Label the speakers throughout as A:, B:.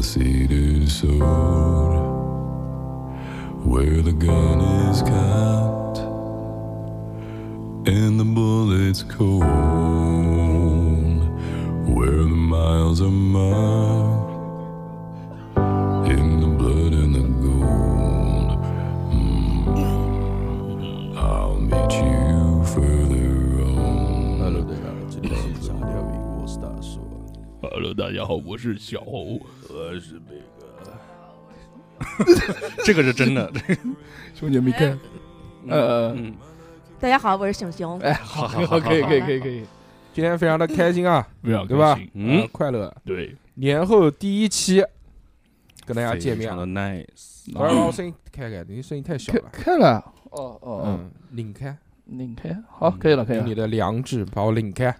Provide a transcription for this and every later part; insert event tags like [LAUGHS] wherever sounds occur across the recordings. A: cedar sword where the gun is cocked and the bullet's cold where the miles are marked in the blood and the gold Mm. I'll meet you further on
B: Hello，大家好，今天是上钓鱼，我是大叔，
C: Hello，大家好，我是小欧。
B: 我是贝哥。
C: 这个是真
B: [LAUGHS]
C: 的，
D: 兄弟没看，呃
C: 嗯，
E: 大家好，我是熊熊。
D: 哎，
C: 好好
D: 好，可以，可以，可以，可以，
B: 今天非常的开心啊，
C: 不要
B: 对吧
C: 开心嗯
B: 呃，快乐。
C: 对，
B: 年后第一期跟大家见面
C: 非常
B: 了
C: 的，nice。
B: 我让我声音开开，你声音太小
D: 开
B: 了，
D: 开了，哦哦哦，啊
B: 嗯，拧开，
D: 拧开，好，可以了，可以
B: 用你
D: 了，
B: 的良知把我拧开。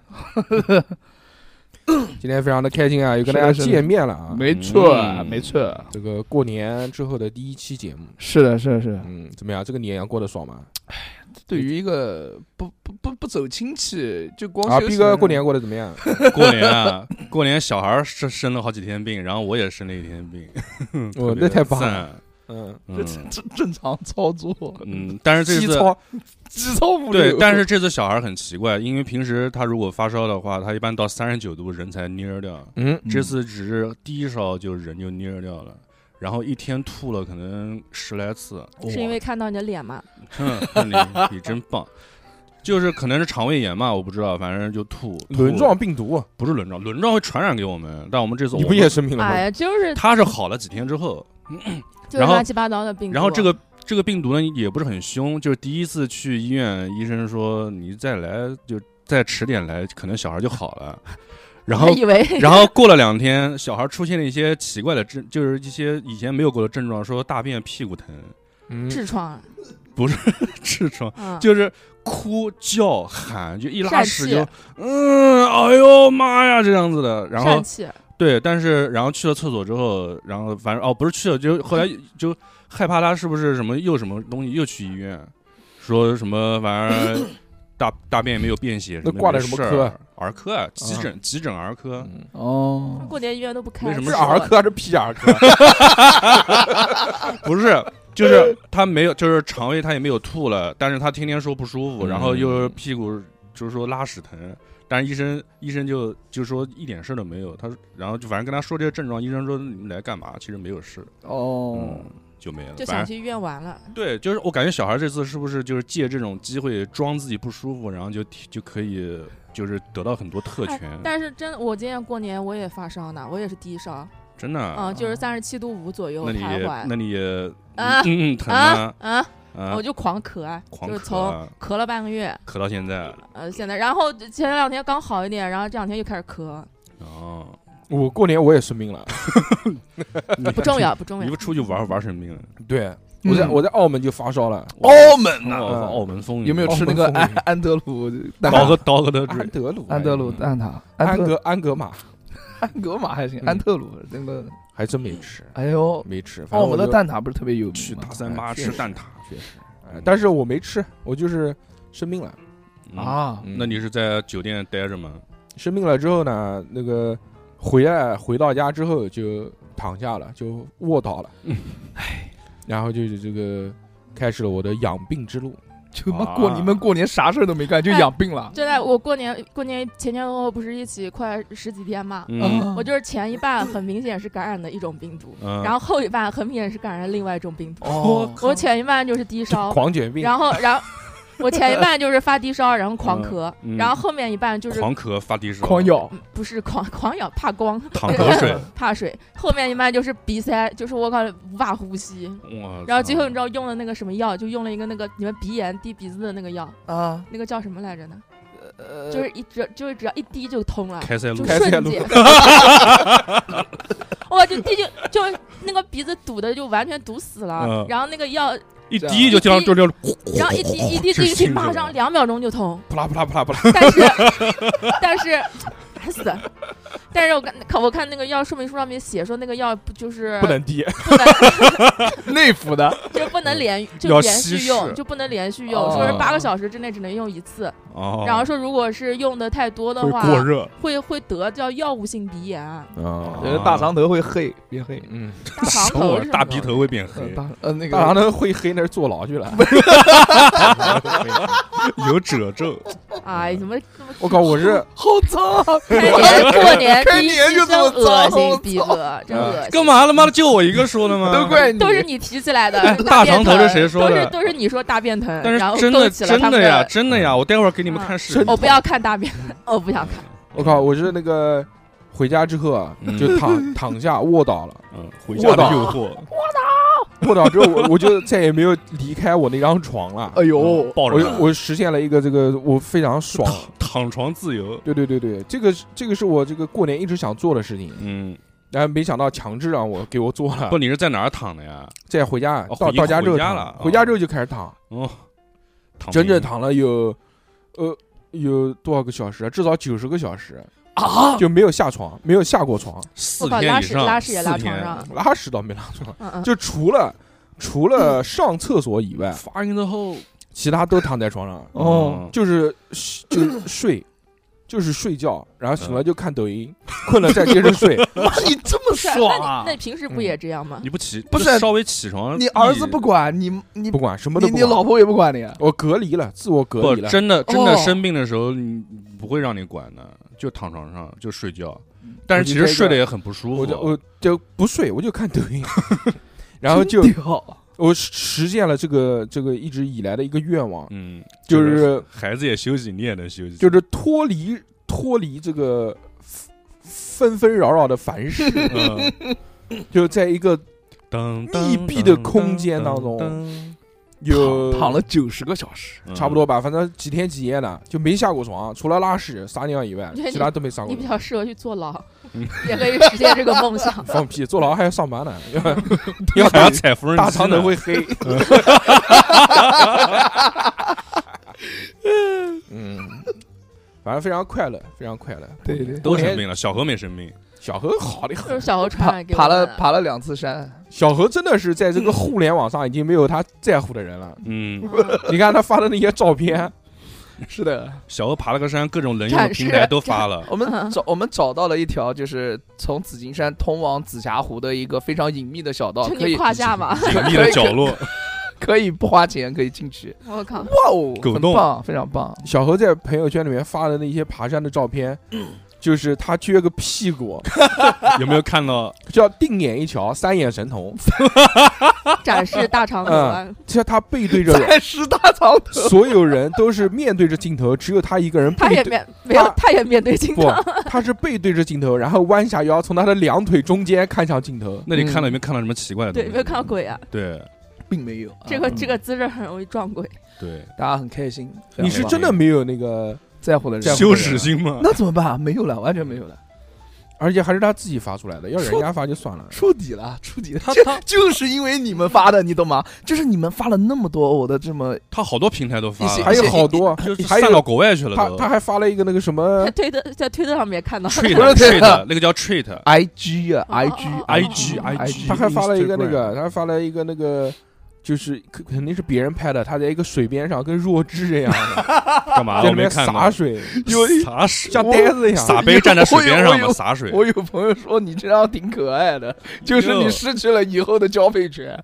B: 今天非常的开心啊，又跟大家
D: 是的是的
B: 见面了啊，
D: 没错，
C: 嗯
D: 没错，
B: 这个过年之后的第一期节目，
D: 是的，是的，是的。
B: 嗯，怎么样？这个年过得爽吗？
D: 对于一个不不不不走亲戚，就光
B: 啊，
D: 休息
B: 逼
D: 的
B: 哥
D: 人
B: 过年过得怎么样？
C: 过年啊， [LAUGHS] 过年小孩儿生生了好几天病，然后我也生了一天病。
B: [LAUGHS]
C: 特
B: 哦
C: 别
B: 那太
C: 的
B: 棒了
C: 赞
B: 嗯，
D: 这
C: 嗯
B: [LAUGHS]
D: 正正正常操作，
C: 嗯，但是这
B: 机
C: 次
B: 操
D: 几操五
C: 对
D: 六，
C: 但是这次小孩儿很奇怪，因为平时他如果发烧的话，他一般到三十九度人才蔫儿掉，
B: 嗯，
C: 这次只是低烧就人就蔫儿掉了。然后一天吐了可能十来次，
E: 是因为看到你的脸吗？
C: [LAUGHS] 哼，那你你真棒，就是可能是肠胃炎嘛，我不知道，反正就吐。吐
B: 轮状病毒，啊
C: 不是轮状，轮状会传染给我们，但我们这次
B: 你
C: 我
B: 不
C: 们
B: 也生病了
E: 哎
B: 吗？
E: 呀，就是
C: 它是好了几天之后，
E: 就是
C: 然后
E: 乱七八糟的病毒。啊
C: 然后这个这个病毒呢也不是很凶，就是第一次去医院，医生说你再来就再迟点来，可能小孩就好
E: [LAUGHS]
C: 了。然
E: 还
C: 后
E: 以为
C: [LAUGHS] 然后过了两天，小孩出现了一些奇怪的症，就是一些以前没有过的症状，说大便屁股疼、 [LAUGHS]
B: 嗯，
E: [LAUGHS] 痔疮，
C: 痔疮，
E: 嗯，
C: 就是哭叫喊，就一拉
E: 疝
C: 屎
E: 气
C: 就嗯，哎呦妈呀这样子的，然后
E: 疝气，
C: 对，但是然后去了厕所之后，然后反正哦不是去了，就后
B: [LAUGHS]
C: 来就害怕他是不是什么又什么东西又去医院，说什么反
B: [LAUGHS]
C: 正大大便也没有便血，
B: 那
C: 么
B: 挂
C: 的
B: 的什么科
C: 科？儿科啊，急诊急诊儿科。
B: 嗯
D: 哦，
E: 过年医院都不开。
C: 为什么
B: 是
C: 是
B: 儿科还是屁儿科？
C: 不是，就是他没有，就是肠胃他也没有吐了，但是他天天说不舒服，然后又
B: 嗯
C: 是屁股就是说拉屎疼，但是医生医生就就说一点事都没有，他说然后就反正跟他说这些症状，医生说你们来干嘛？其实没有事，
D: 哦
C: 嗯，，就没了，
E: 就
C: 反
E: 想
C: 正
E: 去医院玩了？
C: 对，就是我感觉小孩这次是不是就是借这种机会装自己不舒服，然后就提就可以就是得到很多特
E: 哎
C: 权，
E: 但是真的，我今年过年我也发烧呢，我也是低烧，
C: 真的啊。
E: 嗯，就是三十七度五左右
C: 那你
E: 徘
C: 也
E: 徊。
C: 那
E: [LAUGHS]
C: 你也
E: 啊
C: 嗯嗯疼
E: 啊
C: 啊
E: 啊！
C: 啊
E: 我，就狂咳啊，
C: 狂
E: 就
C: 咳
E: 是从
C: 啊
E: 咳了半个月，
C: 咳到现在
E: 呃，现在，然后前两天刚好一点，然后这两天又开始咳， [LAUGHS]
C: 哦，
B: 我过年我也生病了，
E: 呃不重要，不重
C: 你
E: 要
C: 不。出去玩玩生病了？
B: 对，我在
D: 嗯
B: 我在澳门就发烧了，
D: 澳门呐
C: 澳
B: 嗯
C: 澳门风云
D: 有没有吃那个
B: 澳门
D: 安
B: 风
D: 安德鲁蛋
C: 刀
D: 挞？
C: 个刀个的
B: 安
C: 追？
B: 德鲁，嗯
D: 安德鲁蛋挞，
B: 安
D: 德
B: 格安格玛
D: 安格玛还行，
B: 嗯
D: 安特鲁那个，
B: 还真没吃，
D: 哎呦，
B: 没吃，反
D: 澳门
B: 正哦我
D: 的
B: 就
D: 蛋挞不是特别有
C: 去
D: 名吗
C: 大？三巴
B: 哎
C: 吃蛋挞，
B: 确实，
D: 嗯
B: 哎但是我没吃，我就是生病了。
C: 嗯。
D: 啊，
B: 嗯
C: 那你是在酒店待着吗？
B: 生病了之后呢，那个回来回到家之后就躺下了，就卧倒了，然后就是这个开始了我的养病之路。
D: 就他
C: 啊
D: 妈过你们过年啥事儿都没干，就
E: 哎
D: 养病了。
E: 真的，我过年过年前前后后不是一起快十几天嘛，
C: 嗯
E: 我就是前一半很明显是感染的一种病毒，
C: 嗯，
E: 然后后一半很明显是感染另外一种病毒。
D: 哦，
E: 我前一半就是低
B: 就
E: 烧，
B: 狂犬病，
E: 然后
C: [LAUGHS]
E: 然后我前一半就是发低烧，然后狂咳，
C: 嗯
E: 然后后面一半就是
C: 狂咳发低烧，
D: 狂咬，
E: 嗯不是狂狂咬怕光
C: 淌口
D: [LAUGHS]
C: 水，
E: [LAUGHS] 怕水，后面一半就是鼻塞，就是我靠无法呼吸。
C: 哇！
E: 然后最后你知
C: 道
E: 道用了那个什么药，就用了一个那个你们鼻炎滴鼻子的那个药，
D: 啊，
E: 那个叫什么来着呢？
D: 呃
E: 就是一只就是只要一滴就通了。
C: 开塞露
E: 就，
B: 开塞
E: 瞬
B: 露
E: 间，我就滴就就那个鼻子堵的就完全堵死了，
C: 嗯
E: 然后那个药，
C: 一滴就掉就掉，
E: 然后一滴一滴
C: 这
E: 进
C: 是
E: 去，
C: 清楚
E: 马上两秒钟就通，
C: [LAUGHS]
B: 扑啦扑啦扑啦扑啦，
E: 但是但是死。但是我看看我看那个药说明书上面写说那个药不就是
B: 不能滴，
E: 不
D: [LAUGHS]
E: 能
D: 内服的，
E: 就不能连就
C: 要
E: 连
C: 稀
E: 续用
C: 释
E: 就不能连续
D: 哦
E: 用，说是八个小时之内只能用一次。
C: 哦，
E: 然后说如果是用的太多的
B: 会
E: 话，
B: 过热
E: 会会得叫药物性鼻炎、啊、
B: 啊
C: 哦
D: 呃，大肠头会黑变黑，
B: 嗯，
E: 大肠
C: [LAUGHS] 等
E: 头
C: 会
E: 是
C: 儿
E: 吗
C: 大鼻头会变
D: 呃
C: 黑，
D: 大呃那
B: 大
D: 个
B: 肠头会黑那是坐牢去了。
C: 有褶
E: [LAUGHS]
C: 皱。
E: 哎，怎么这么
B: 我靠，我是
D: 好脏啊！
E: 开年过年
D: 开
E: 第一
D: 年
E: 期
D: 就
E: 真
D: 这么
E: 恶
D: 脏我
E: 心，逼哥真恶心。
C: 啊干嘛他妈的就我一个说的吗？
D: [LAUGHS] 都怪你，
E: 都是你提起来的
C: 哎，大
E: 便
C: 肠头
E: 疼
C: 是谁说的
E: 都是都是你说大便疼， [LAUGHS] 然
C: 但
E: 后
C: 是真的
E: 勾起了
C: 真
E: 他们嗯
C: 的呀，真的呀，我待会儿给你们看视频。
E: 我不要看大便，我不想看。
B: 我靠，我是那个回家之后啊，
C: 嗯
B: 就
C: [LAUGHS]
B: 躺躺下卧倒了，
C: 嗯，回家的
B: 我
C: 诱惑，
B: 卧倒之后我我就再也没有离开我那张床了。
D: 哎呦，
C: 嗯抱
B: 我
C: 着
B: 就
C: 它
B: 我实现了一个这个我非常爽，
C: 躺躺床自由。
B: 对对对对，这个是这个是我这个过年一直想做的事情，
C: 嗯，
B: 然后没想到强制让我给我做了
C: 不，。你是在哪儿躺的呀？
B: 再回家
C: 哦
B: 到
C: 回
B: 到家之后
C: 回家
B: 躺
C: 了啊
B: 回家之后就开始躺，
C: 哦，躺
B: 整整
C: 平
B: 躺了有呃有多少个小时啊？至少九十个小时，
D: 啊，
B: 就没有下床，没有下过床，
C: 四
E: 我靠，拉
C: 天以
E: 屎
C: 上，
E: 拉屎也拉
C: 四天
E: 床上，
B: 拉屎倒没拉床，
E: 嗯嗯，
B: 就除了除了
D: 嗯
B: 上厕所以外，
C: 发晕之后，
B: 其他都躺在床上，
D: 哦
C: 嗯，
B: 就是就是
D: [COUGHS]
B: 睡，就是睡觉，然后醒
D: 嗯
B: 了就看抖音， [LAUGHS] 困了再接着
D: [LAUGHS]
B: 睡。
D: 妈你这么
E: 不是，
D: 爽
E: 那
D: 啊
E: 你那！你平时不也这样吗？
C: 嗯你不起，
D: 不
C: 就是稍微起床，
D: [LAUGHS] 你儿子不管你，你
B: 不管什么都
D: 你
B: 不
D: 你
B: 管
D: 老婆也不管你，啊
B: 我隔离了，自我隔
C: 不
B: 离了。
C: 真的真的
D: 哦
C: 生病的时候，你不会让你管的，就躺床上就睡觉
D: 嗯，
C: 但
B: 我
C: 是其
B: 就
C: 实
B: 在
C: 睡
B: 这
C: 得也很不舒服。
B: 我就我就不睡，我就看抖
D: [LAUGHS]
B: 音，然后就
D: 啊真屌
B: 我实现了这个这个一直以来的一个愿望，
C: 嗯，
B: 就
C: 这个
B: 是
C: 孩子也休息，你也能休息，
B: 就是脱离脱离这个纷纷扰扰的
D: [LAUGHS]
B: 凡事，
C: 嗯
B: 就在一个
C: 当
B: 密闭的空间当中，有
D: 躺了九十个小时，
E: 嗯
C: 当
B: 差不多吧，反正几天几夜的就没下过床，除了拉屎撒尿以外，
E: 对
B: 其他都没撒
E: [LAUGHS]
B: 过
E: 你比
B: 床。。
E: 较适合去坐牢
C: 嗯，
E: 也可以实现这个梦想
B: 放屁，坐牢还要上班
E: [LAUGHS]
B: 呢，
C: 要
B: 要
C: 嗯还要
B: 打
C: 踩缝纫机呢，
B: 大肠头会黑。 [LAUGHS] 嗯，反正非常快乐，非常快乐。哎
D: 对对
C: 都生病了，小何没生病，
B: 小何好的
E: 就是
B: 很，
E: 小何传
D: 爬
E: 染给我
D: 爬了
E: 们的
D: 爬了两次山，
B: 小何真的是在这个互联网上已经没有他在乎的人
E: [LAUGHS]
B: 了。
C: 嗯，
E: 嗯
B: 你看他发的那些照片，
D: [LAUGHS] 是的，
C: 小何爬了个山，各种能用的
E: 展示
C: 平台都发了，
D: 我
E: 嗯
D: 们找我们找到了一条就是从紫金山通往紫霞湖的一个非常隐秘的小道，
E: 就
D: 可
E: 你
D: 以
E: 胯下嘛，
C: 隐秘的角
E: [LAUGHS]
C: 落，
D: 可以不花钱可以进去，
E: 我靠，
D: 哇哦，
C: 狗
D: 很
C: 洞
D: 棒，非常棒，
B: 小何在朋友圈里面发的那些爬山的照
E: [LAUGHS]
B: 片，就是他撅个屁股，
C: 有没有看到？
B: 叫定眼一瞧，三眼神童，
E: 展示大肠头啊，
B: 这他背对着
D: 暂时大长腿，
B: 所有人都是面对着镜头，只有他一个人
E: 他也
B: 背对。
E: 面没有
B: 他，
E: 他也面对镜
B: 不
E: 头，，
B: 他是背对着镜头，然后弯下腰，从他的两腿中间看向镜头。
C: 那你看到有没有看到什么奇怪的东
E: 对，
C: 西？
E: 有没有看到鬼啊？
C: 对
D: 并没有，
E: 这个
D: 嗯
E: 这个姿势很容易撞鬼。
C: 对，
D: 大家很开心，非
B: 你是
D: 常棒
B: 真的没有那个，
D: 在乎的
B: 在
D: 人，
B: 乎的
C: 羞耻
B: 人
C: 心吗？
D: 那怎么办？啊没有了，完全没有了，
B: 而且还是他自己发出来的，要人家发就算了。
D: 触底了，触底了，
C: 他
D: 就
C: 他
D: [LAUGHS] 就是因为你们发的，你懂吗？就是你们发了那么多我的这么
C: 他好多平台都发
D: 一些
C: 了，
B: 还有好多，
C: 哦就是
B: 还
C: 散到
B: 有
C: 国外去了
B: 他
C: 都
B: 他还发了一个那个什
C: [LAUGHS]
B: 么
C: 嗯
E: 在，推特在推特上面看到，
C: ，treat
D: 不是
C: treat 那个叫 treat，
D: I G 啊
E: 哦
D: I G
E: 哦
C: IG IG
B: 哎他还发了一个那
C: Instagram
B: 个，他还发了一个那个，就是肯肯定是别人拍的，他在一个水边上跟弱智一样的，
C: 干嘛？
B: 在
C: 我
B: 里
C: 没
B: 面
C: 看
B: 洒
C: 到，
B: 水，
C: 洒水，
B: 像呆子一样。
C: 洒杯站在水边上
D: 我有
C: 嘛，
D: 我
C: 洒水。
D: 我有朋友说你这样挺可爱的，就是你失去了以后的交配权，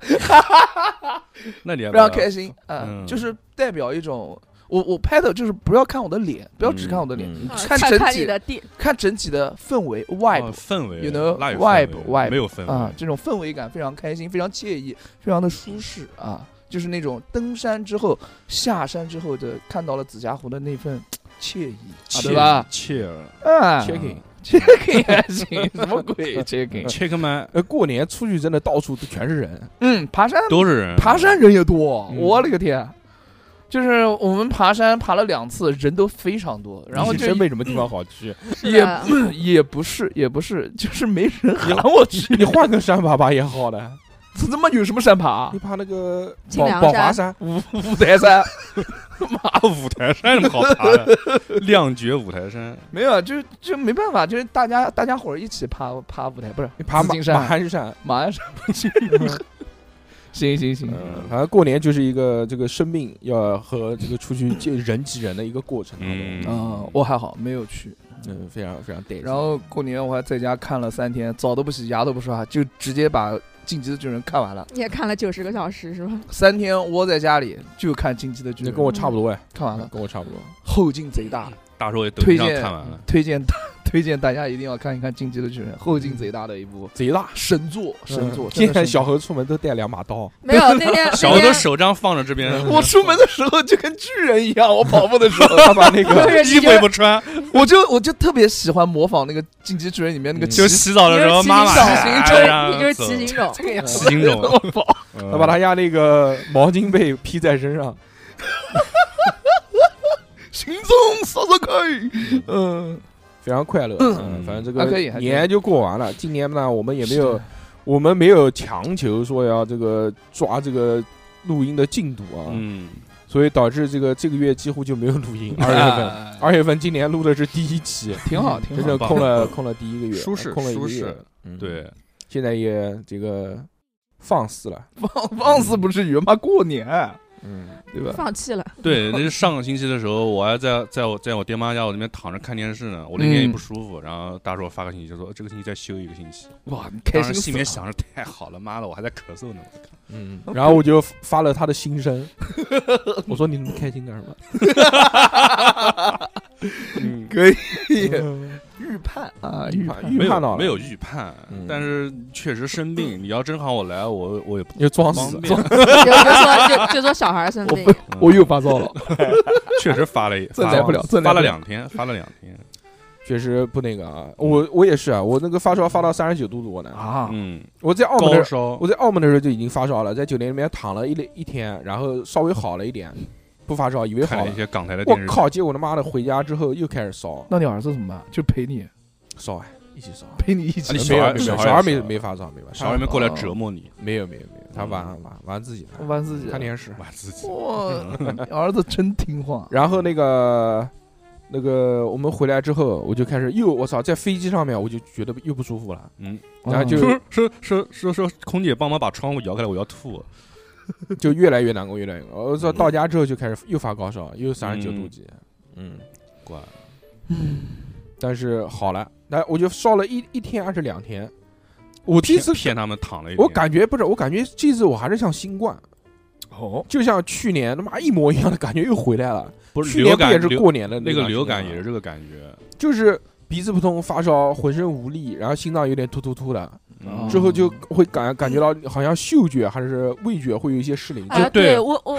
C: 那你要
D: 非常开心啊、
C: 嗯
D: 就是代表一种。我我拍的就是不要看我的脸，不要只看我的脸，
B: 嗯
E: 啊
D: 看
E: 看
D: 整
E: 看
D: 体
E: 你的地，
D: 看整体的氛围
C: 哦
D: vibe
C: 氛围
D: you know，
C: 那有
D: vibe，
C: 氛围
D: vibe
C: 没有氛围
D: 啊，这种氛围感非常开心，非常惬意，非常的舒适啊，就是那种登山之后、下山之后的看到了紫霞湖的那份惬意，啊对吧？
C: ？Cheer，
D: 啊
B: Check in
D: ，checking 还行，什么鬼 checking？
C: check my，
B: 呃，过年出去真的到处都全是人，
D: [LAUGHS] 嗯，爬山
C: 都是人，
D: 爬山人也多，
B: 嗯
D: 我勒个天！啊就是我们爬山爬了两次，人都非常多，然后
B: 你
D: 就
B: 真没什么地方
D: [LAUGHS]
B: 好去，
E: 是
D: 也
E: 的
D: 也不是也不是，就是没人喊我去，
B: 你换个山爬爬也好的。
D: 这他妈有什么山爬啊
B: 你？爬那个
E: 清
B: 宝
E: 凉
D: 嗯
B: 宝华
E: 山
B: 山，
D: 五台山，
C: 妈，五台山有什么好爬的？亮绝五台山，
D: [LAUGHS] 没有，就是就没办法，就是大家大家伙儿一起爬爬舞台，不是
B: 你爬
D: 紫
B: 马
D: 金
B: 马
D: 山，
B: 鞍山，
D: 马鞍山不
B: [LAUGHS]
D: 去。 [LAUGHS] 行行行，
C: 嗯
B: 反正过年就是一个这个生命要和这个出去
D: [LAUGHS]
B: 见人挤人的一个过程，
C: 嗯
D: 嗯，我还好没有去。
B: 嗯，非常非常带劲。
D: 然后过年我还在家看了三天，澡都不洗，牙都不刷，就直接把《进击的巨人》看完了。
E: 你也看了九十个小时是吧？
D: 三天窝在家里就看《进击的巨
B: 那
D: 人》，
B: 跟我差不多哎，
D: 看完了，
B: 跟我差不多。
D: 后劲贼大，
C: 大周也抖
D: 推
C: 音上
D: 荐
C: 看完了，
D: 推荐大推荐大家一定要看一看《进击的巨人》，后劲贼大的一部
B: 贼大
D: 神作，神作。嗯真
B: 现
D: 的神作
B: 在小何出门都带两把
D: [LAUGHS]
B: 刀，
E: 没有
C: [LAUGHS]
E: 那天
C: 小
E: 那
C: 的
E: 天
C: 手这样放着这边，
D: 我出门的时候就跟巨人一样，我跑步的时候，
B: 他把那个
E: 不是
C: 衣服
E: 你就
C: 也
E: 是
C: 不穿，
D: [LAUGHS] 我就我就特别喜欢模仿那个《进击巨人》里面那个
C: [LAUGHS]
B: 嗯
C: 就
D: 骑士
C: 洗澡的时候
E: 你就是
C: 妈妈
E: 骑
D: 行
C: 哎
E: 行种
C: 让
E: 你就是
C: 走
E: 骑
B: [LAUGHS]
E: 行种，
D: 这个样子
C: 骑行种
D: 我跑。
B: 他把他家那个毛巾被披在身上，
D: 行踪扫扫开，嗯，
B: 非常快乐。嗯，反正这个
D: 还可以还可以
B: 年就过完了。今年呢，我们也没有，我们没有强求说要这个抓这个录音的进度
C: [LAUGHS]
B: 啊，
C: 嗯，
B: 所以导致这个这个月几乎就没有录
C: [LAUGHS]
B: 音。二月份，
D: 份
B: 二月份今年录的是第一期，
D: 挺好，挺
B: 真
D: 好
B: 正
C: 棒
B: 空了空了第一个月，
C: 舒适
B: 空了一个
C: 舒
B: 月
C: 适。
B: 嗯，
C: 对，
B: 现在也这个放肆了。
D: 放放肆不至于，妈过年
B: 嗯，
D: 对吧？
E: [LAUGHS] 放弃了。
C: 对，那是上个星期的时候，我还在在我在我爹妈家我那边躺着看电视呢，我那天也
D: 嗯
C: 不舒服，然后大叔发个信息就说呃这个星期再休一个星期，
D: 哇，你
C: 当
D: 开
C: 时
D: 心
C: 心里面
D: 死了
C: 想着太好了，妈的，我还在咳嗽呢，
B: 嗯，然后我就发了他的心声，我说你那么开心干什么？嗯，
D: [LAUGHS] 可 [LAUGHS] 以预判啊，预
B: 判
D: 判
B: 预
C: 没
B: 判到
C: 有
B: 了，
C: 没有预判
B: 嗯，
C: 但是确实生病，你要真喊我来，我我也不
B: 你就装死
C: 方，便，
B: [LAUGHS]
E: 就就说就就说小孩儿生病，
D: 我又发烧 [LAUGHS] 了，
C: 嗯确实发了
B: [LAUGHS]
C: 一，
D: 这
C: 发
D: 来不了这来不
C: 发
D: 了
C: 了两天，发了两天，
B: 确实不那个啊。我我也是啊，我那个发烧发到三十九度多呢。
D: 啊，
C: 嗯，
B: 我在澳门
C: 高
B: 的时
C: 烧
B: 候，我在澳门的时候就已经发烧了，在酒店里面躺了一一天，然后稍微好了一点，不发烧，以为
C: 看
B: 好
C: 了
B: 了
C: 一。些港台的
B: 我
C: 电视剧，
B: 靠！结果他妈的回家之后又开始烧
D: 那你儿子怎么办？就陪你，
B: 烧啊，一起烧啊。
D: 陪你一
C: 啊
D: 起
C: 你
B: 没
C: 小
B: 有
C: 孩
B: 没有，
C: 小孩
B: 小孩
C: 也
B: 没
C: 烧
B: 没发烧，没发烧，
C: 小孩们过来折磨你，
B: 没有没有没有，他玩玩玩自己的，
D: 玩自己的
B: 看嗯电视。
C: 玩自己，
D: 哇，你儿子真听话，
B: 然后那个那个我们回来之后，我就开始又我操，在飞机上面我就觉得又不舒服了，
C: 嗯，
B: 然后
C: [LAUGHS]
B: 就
C: 说说说说说，空姐帮忙把窗户摇开来，我要吐。
B: 就越来越难过，越来越难过。我操，
C: 嗯
B: 到家之后就开始又发高烧，又三十九度几，嗯，
C: 管，
B: 但是好了，那我就烧了一一天还是两天。我第一次，
C: 骗他们躺了一天，
B: 我感觉不是，我感觉这次我还是像新冠，
D: 哦，
B: 就像去年他妈一模一样的感觉又回来了。
C: 不是
B: 去
C: 流
B: 年不
C: 感
B: 也是
C: 流
B: 过年的
C: 那个流感
B: 段
C: 也
B: 时
C: 是
B: 间吗
C: 这个感觉，
B: 就是鼻子不通、发烧、浑身无力，然后心脏有点突突突的，
D: 嗯
C: 哦
B: 之后就会感感觉到好像嗅觉还是味觉会有一些失灵，
E: 啊，
C: 对
E: 我我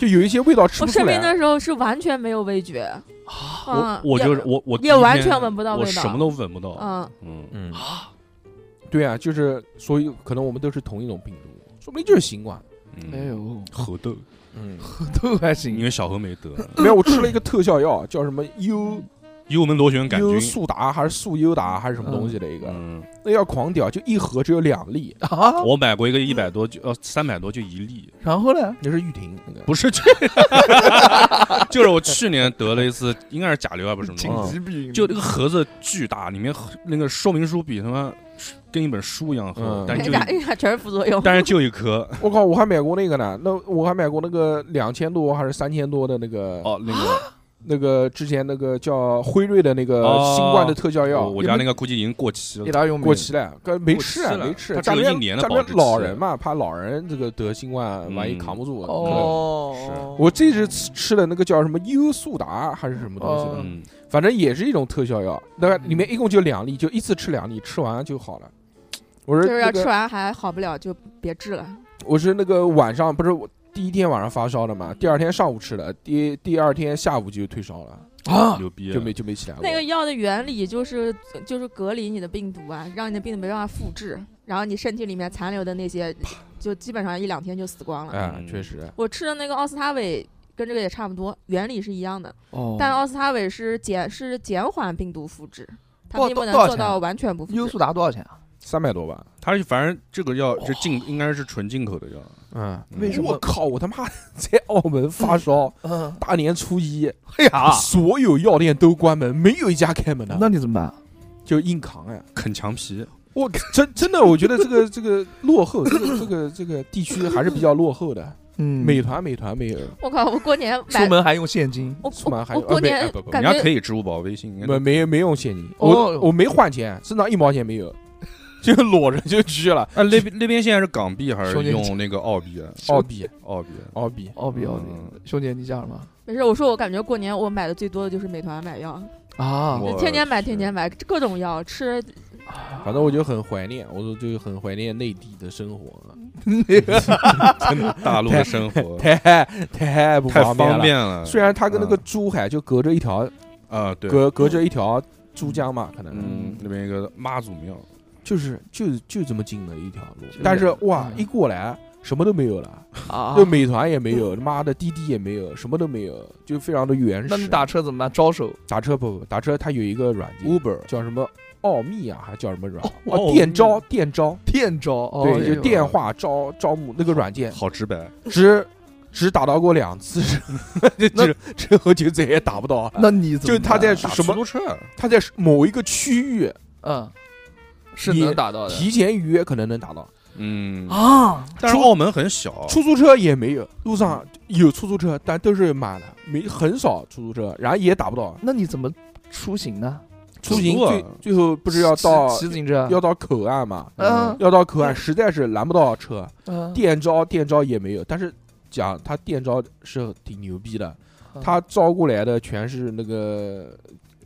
B: 就就有一些味道吃
E: 我
B: 不出
E: 生病
B: 来。啊
E: 的时候是完全没有味觉
C: 我
E: 啊，
C: 啊我
E: 也
C: 就是我我
E: 也完全
C: 闻
E: 闻不到
C: 我
E: 味道
C: 什么都闻不到。
E: 嗯，
C: 嗯，
B: 嗯对啊，就是所以可能我们都是同一种病毒，说不定就是新冠。
C: 嗯
D: 哎，呦，
C: 猴痘，
B: 嗯，
D: 都还
C: 因
D: 行，
C: 为小猴没得，
B: 没有，我吃了一个特效药，叫什么优
C: 幽门螺嗯旋杆菌
B: 优。速达还是速优达还是什么东西的一个，
C: 嗯，
B: 那药狂屌，就一盒只有两粒，
D: 啊，
C: 我买过一个一百多就呃三百多就一粒，
D: 然后呢？
B: 那是玉婷那个。
C: 不是这， [LAUGHS] 就是我去年得了一次，应该是甲流还不是什么东西
D: 紧
B: 嗯，
D: 急避孕
C: 就那个盒子巨大，里面盒那个说明书比他妈跟一本书一样厚，
B: 嗯
C: 但
E: 人
C: 就
E: 家
C: 一
E: 人家哎全是副作用，
C: [LAUGHS] 但是就一
B: [LAUGHS]
C: 颗
B: 我靠，我还买过那个呢，那我还买过那个两千多还是三千多的那个
C: 哦，那个
B: 那个之前那个叫辉瑞的那个
C: 哦
B: 新冠的特效药，
C: 我我
B: 也
C: 家
B: 没
C: 那个估计已经过期
D: 一
C: 了。
D: 打用
B: 过期了，跟没
C: 过
B: 吃
C: 期
B: 啊，
C: 了
B: 没吃
C: 它
B: 啊，家
C: 只
B: 里
C: 有
B: 面
C: 一年的
B: 家里面
C: 保质期
B: 老人嘛，怕老人这个得新冠，万一
C: 嗯
B: 扛不住。
D: 哦，
B: 我这是吃吃的那个叫什么优速达还是什么东西的，
D: 哦
C: 嗯，
B: 反正也是一种特效药，那
E: 嗯
B: 里面一共就两粒，就一次吃两粒，吃完就好了。我是
E: 就是要
B: 那
E: 吃
B: 个
E: 完还好不了就别治了。
B: 我是那个晚上不是我第一天晚上发烧的嘛，
E: 嗯
B: 第二天上午吃的，第第二天下午就退烧了，
D: 啊，
C: 牛逼啊，
B: 哦就没就没起来过。
E: 那个药的原理就是就是隔离你的病毒啊，让你的病毒没办法复制，然后你身体里面残留的那些就基本上一两天就死光了。
B: 哎，
C: 嗯
B: 确实，
E: 我吃的那个奥司他韦跟这个也差不多，原理是一样的，
D: 哦
E: 但奥司他韦是减是减缓病毒复制，它
D: 多
E: 并不能
D: 多少
E: 做
D: 钱啊
E: 到完全不复
D: 优
E: 制。
D: 速达多少钱啊？
B: 三百多吧。
C: 它反正这个
B: 哦
C: 药是进，应该是纯进口的药。
B: 嗯，
D: 为什么
B: 我靠！我他妈在澳门
D: [LAUGHS]
B: 发烧，
D: 嗯，
B: 大年初一，
F: 哎呀，
B: 所有药店都关门，没有一家开门的，
D: 啊那你怎么办？
B: 就硬扛哎。
C: 啃墙皮，
B: 我真真的，我觉得这个 [LAUGHS] 这个落后，这个这个这个地区还是比较落后的。
D: 嗯，
B: 美团，美团没有，
E: 我靠，我过年
D: 出
E: 买
D: 门还用现金，
E: 我
B: 出
E: 我
B: 门还
E: 我
B: 有
D: 呃
E: 过
B: 啊没
E: 年
B: 哎不不
E: 感
C: 人家可
E: 觉
C: 以支付宝、微信，应该
B: 没没没用现金，
D: 哦
B: 我我没换钱，身上一毛钱没有，就裸着就去了。
C: 啊，那边那边现在是港币还
D: 兄
C: 是
D: 弟
C: 用那个澳币啊？
B: 澳币，
C: 澳币，啊
B: 澳币，
D: 奥比奥比
C: 嗯， [LAUGHS]
D: 兄弟，你讲什么
E: 没事。我说我感觉过年我买的最多的就是美团买药，
D: 啊？
C: 我
E: 天天买
C: 去
E: 天天买各种药吃，
B: 反正我就很怀念，我就就很怀念内地的生活，
C: 真的大陆的生活
B: 太太不
C: 太
B: 便
C: 方
B: 了。
C: 便了。
B: 虽然它跟那个
C: 嗯
B: 珠海就隔着一条，
C: 啊，对，
B: 隔隔着一条珠江嘛，可能
C: 嗯，那边一个妈祖庙，
B: 就是就就这么近的一条路
D: 是，
B: 但是哇，
D: 嗯
B: 一过来什么都没有了，
D: 啊，
B: 就美团也没有，他妈的滴滴也没有，什么都没有，就非常的原始。
D: 那你打车怎么办？招手
B: 打车不不打车，它有一个软件
C: Uber
B: 叫什么奥秘啊，还叫什么软？
D: 奥
B: 哦，
D: 秘
B: 电招电招，
D: 电招，哦
B: 对，就电。
D: 哎呦
B: 话招招募那个软件，
C: 好直
B: [LAUGHS]
C: 白，
B: 只只打到过两次，就
D: 那
B: 之之后就再也打不到了。
D: 那你怎么
B: 就他在
D: 办
B: 什
C: 出
B: 么？
C: 租车
B: 他在某一个区域
D: 嗯，是
B: 你
D: 能打到的
B: 提前预约，可能能打到。
C: 嗯，
D: 啊，
C: 但是澳门很小，
B: 出租车也没有，路上有出租车，但都是满的，没很少出租车，然后也打不到。啊
D: 那你怎么出行呢？
B: 出行
C: 走路啊
B: 最最后不是要到
D: 骑骑自行车？
B: 要到口岸嘛？
D: 嗯
B: 要到口岸实在是拦不到车，
D: 嗯，
B: 电招电招也没有，但是讲他电招是挺牛逼的，
D: 嗯
B: 他招过来的全是那个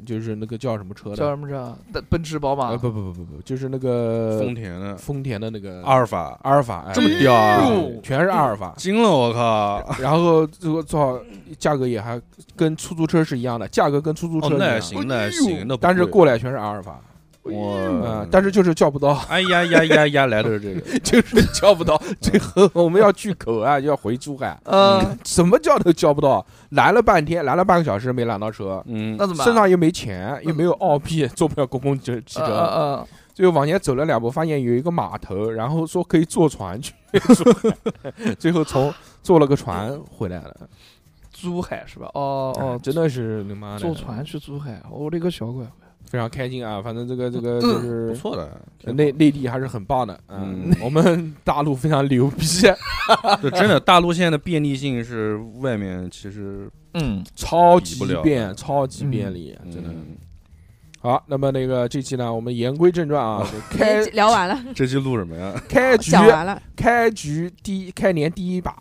B: 就是那个叫什么车
D: 叫
B: 的？
D: 什么啊车？奔奔驰、宝马
B: 呃，不不不不不，就是那个
C: 丰田的
B: 丰田的那个
C: 阿尔法，
B: 阿尔法，哎
C: 这么屌啊，
B: 对全是阿尔法，
C: 惊了我靠！
B: 然后这个操，价格也还跟出租车是一样的，价格跟出租
C: 哦
B: 车，一
C: 那
B: 样，
C: 行，那行，那不
B: 但是
C: 贵
B: 过来全是阿尔法，
C: 哇
B: 嗯，，但是就是叫不到，
C: 哎呀呀呀
B: [LAUGHS]
C: 呀，来的是这个，
B: 就是叫不到。最后我们要去口岸，要回珠海，
E: 呃
D: 嗯，
B: 怎么叫都叫不到，拦了半天，拦了半个小时没拦到车，
C: 嗯，
D: [LAUGHS] 那怎么办？
B: 身上又没钱，又没有澳币，坐不了公共汽汽
D: 嗯
B: 车，
D: 嗯嗯
B: 最后往前走了两步，发现有一个码头，然后说可以坐船去， [LAUGHS] 最后从坐了个船回来了。
D: 珠海是吧？哦
B: 哦
D: 哦，，
B: 真的是你妈的
D: 坐船去珠海，我勒个小乖乖！
B: 非常开心啊！反正这个这
D: 嗯
B: 个就是
C: 不错的，挺好
B: 内内地还是很棒的，嗯，我们大陆非常牛逼，
C: 就真的大陆现在的便利性是外面其实
D: 嗯，
B: 超
C: 比
B: 级
C: 不了
B: 便，超级便利，哎真的。
C: 嗯
B: 好，那么那个这期呢，我们言归正
D: [LAUGHS]
B: 传啊，开
E: 聊完了，
C: 这期录什么呀？
B: 开局
E: 讲完了，
B: 开局第一开年第一把，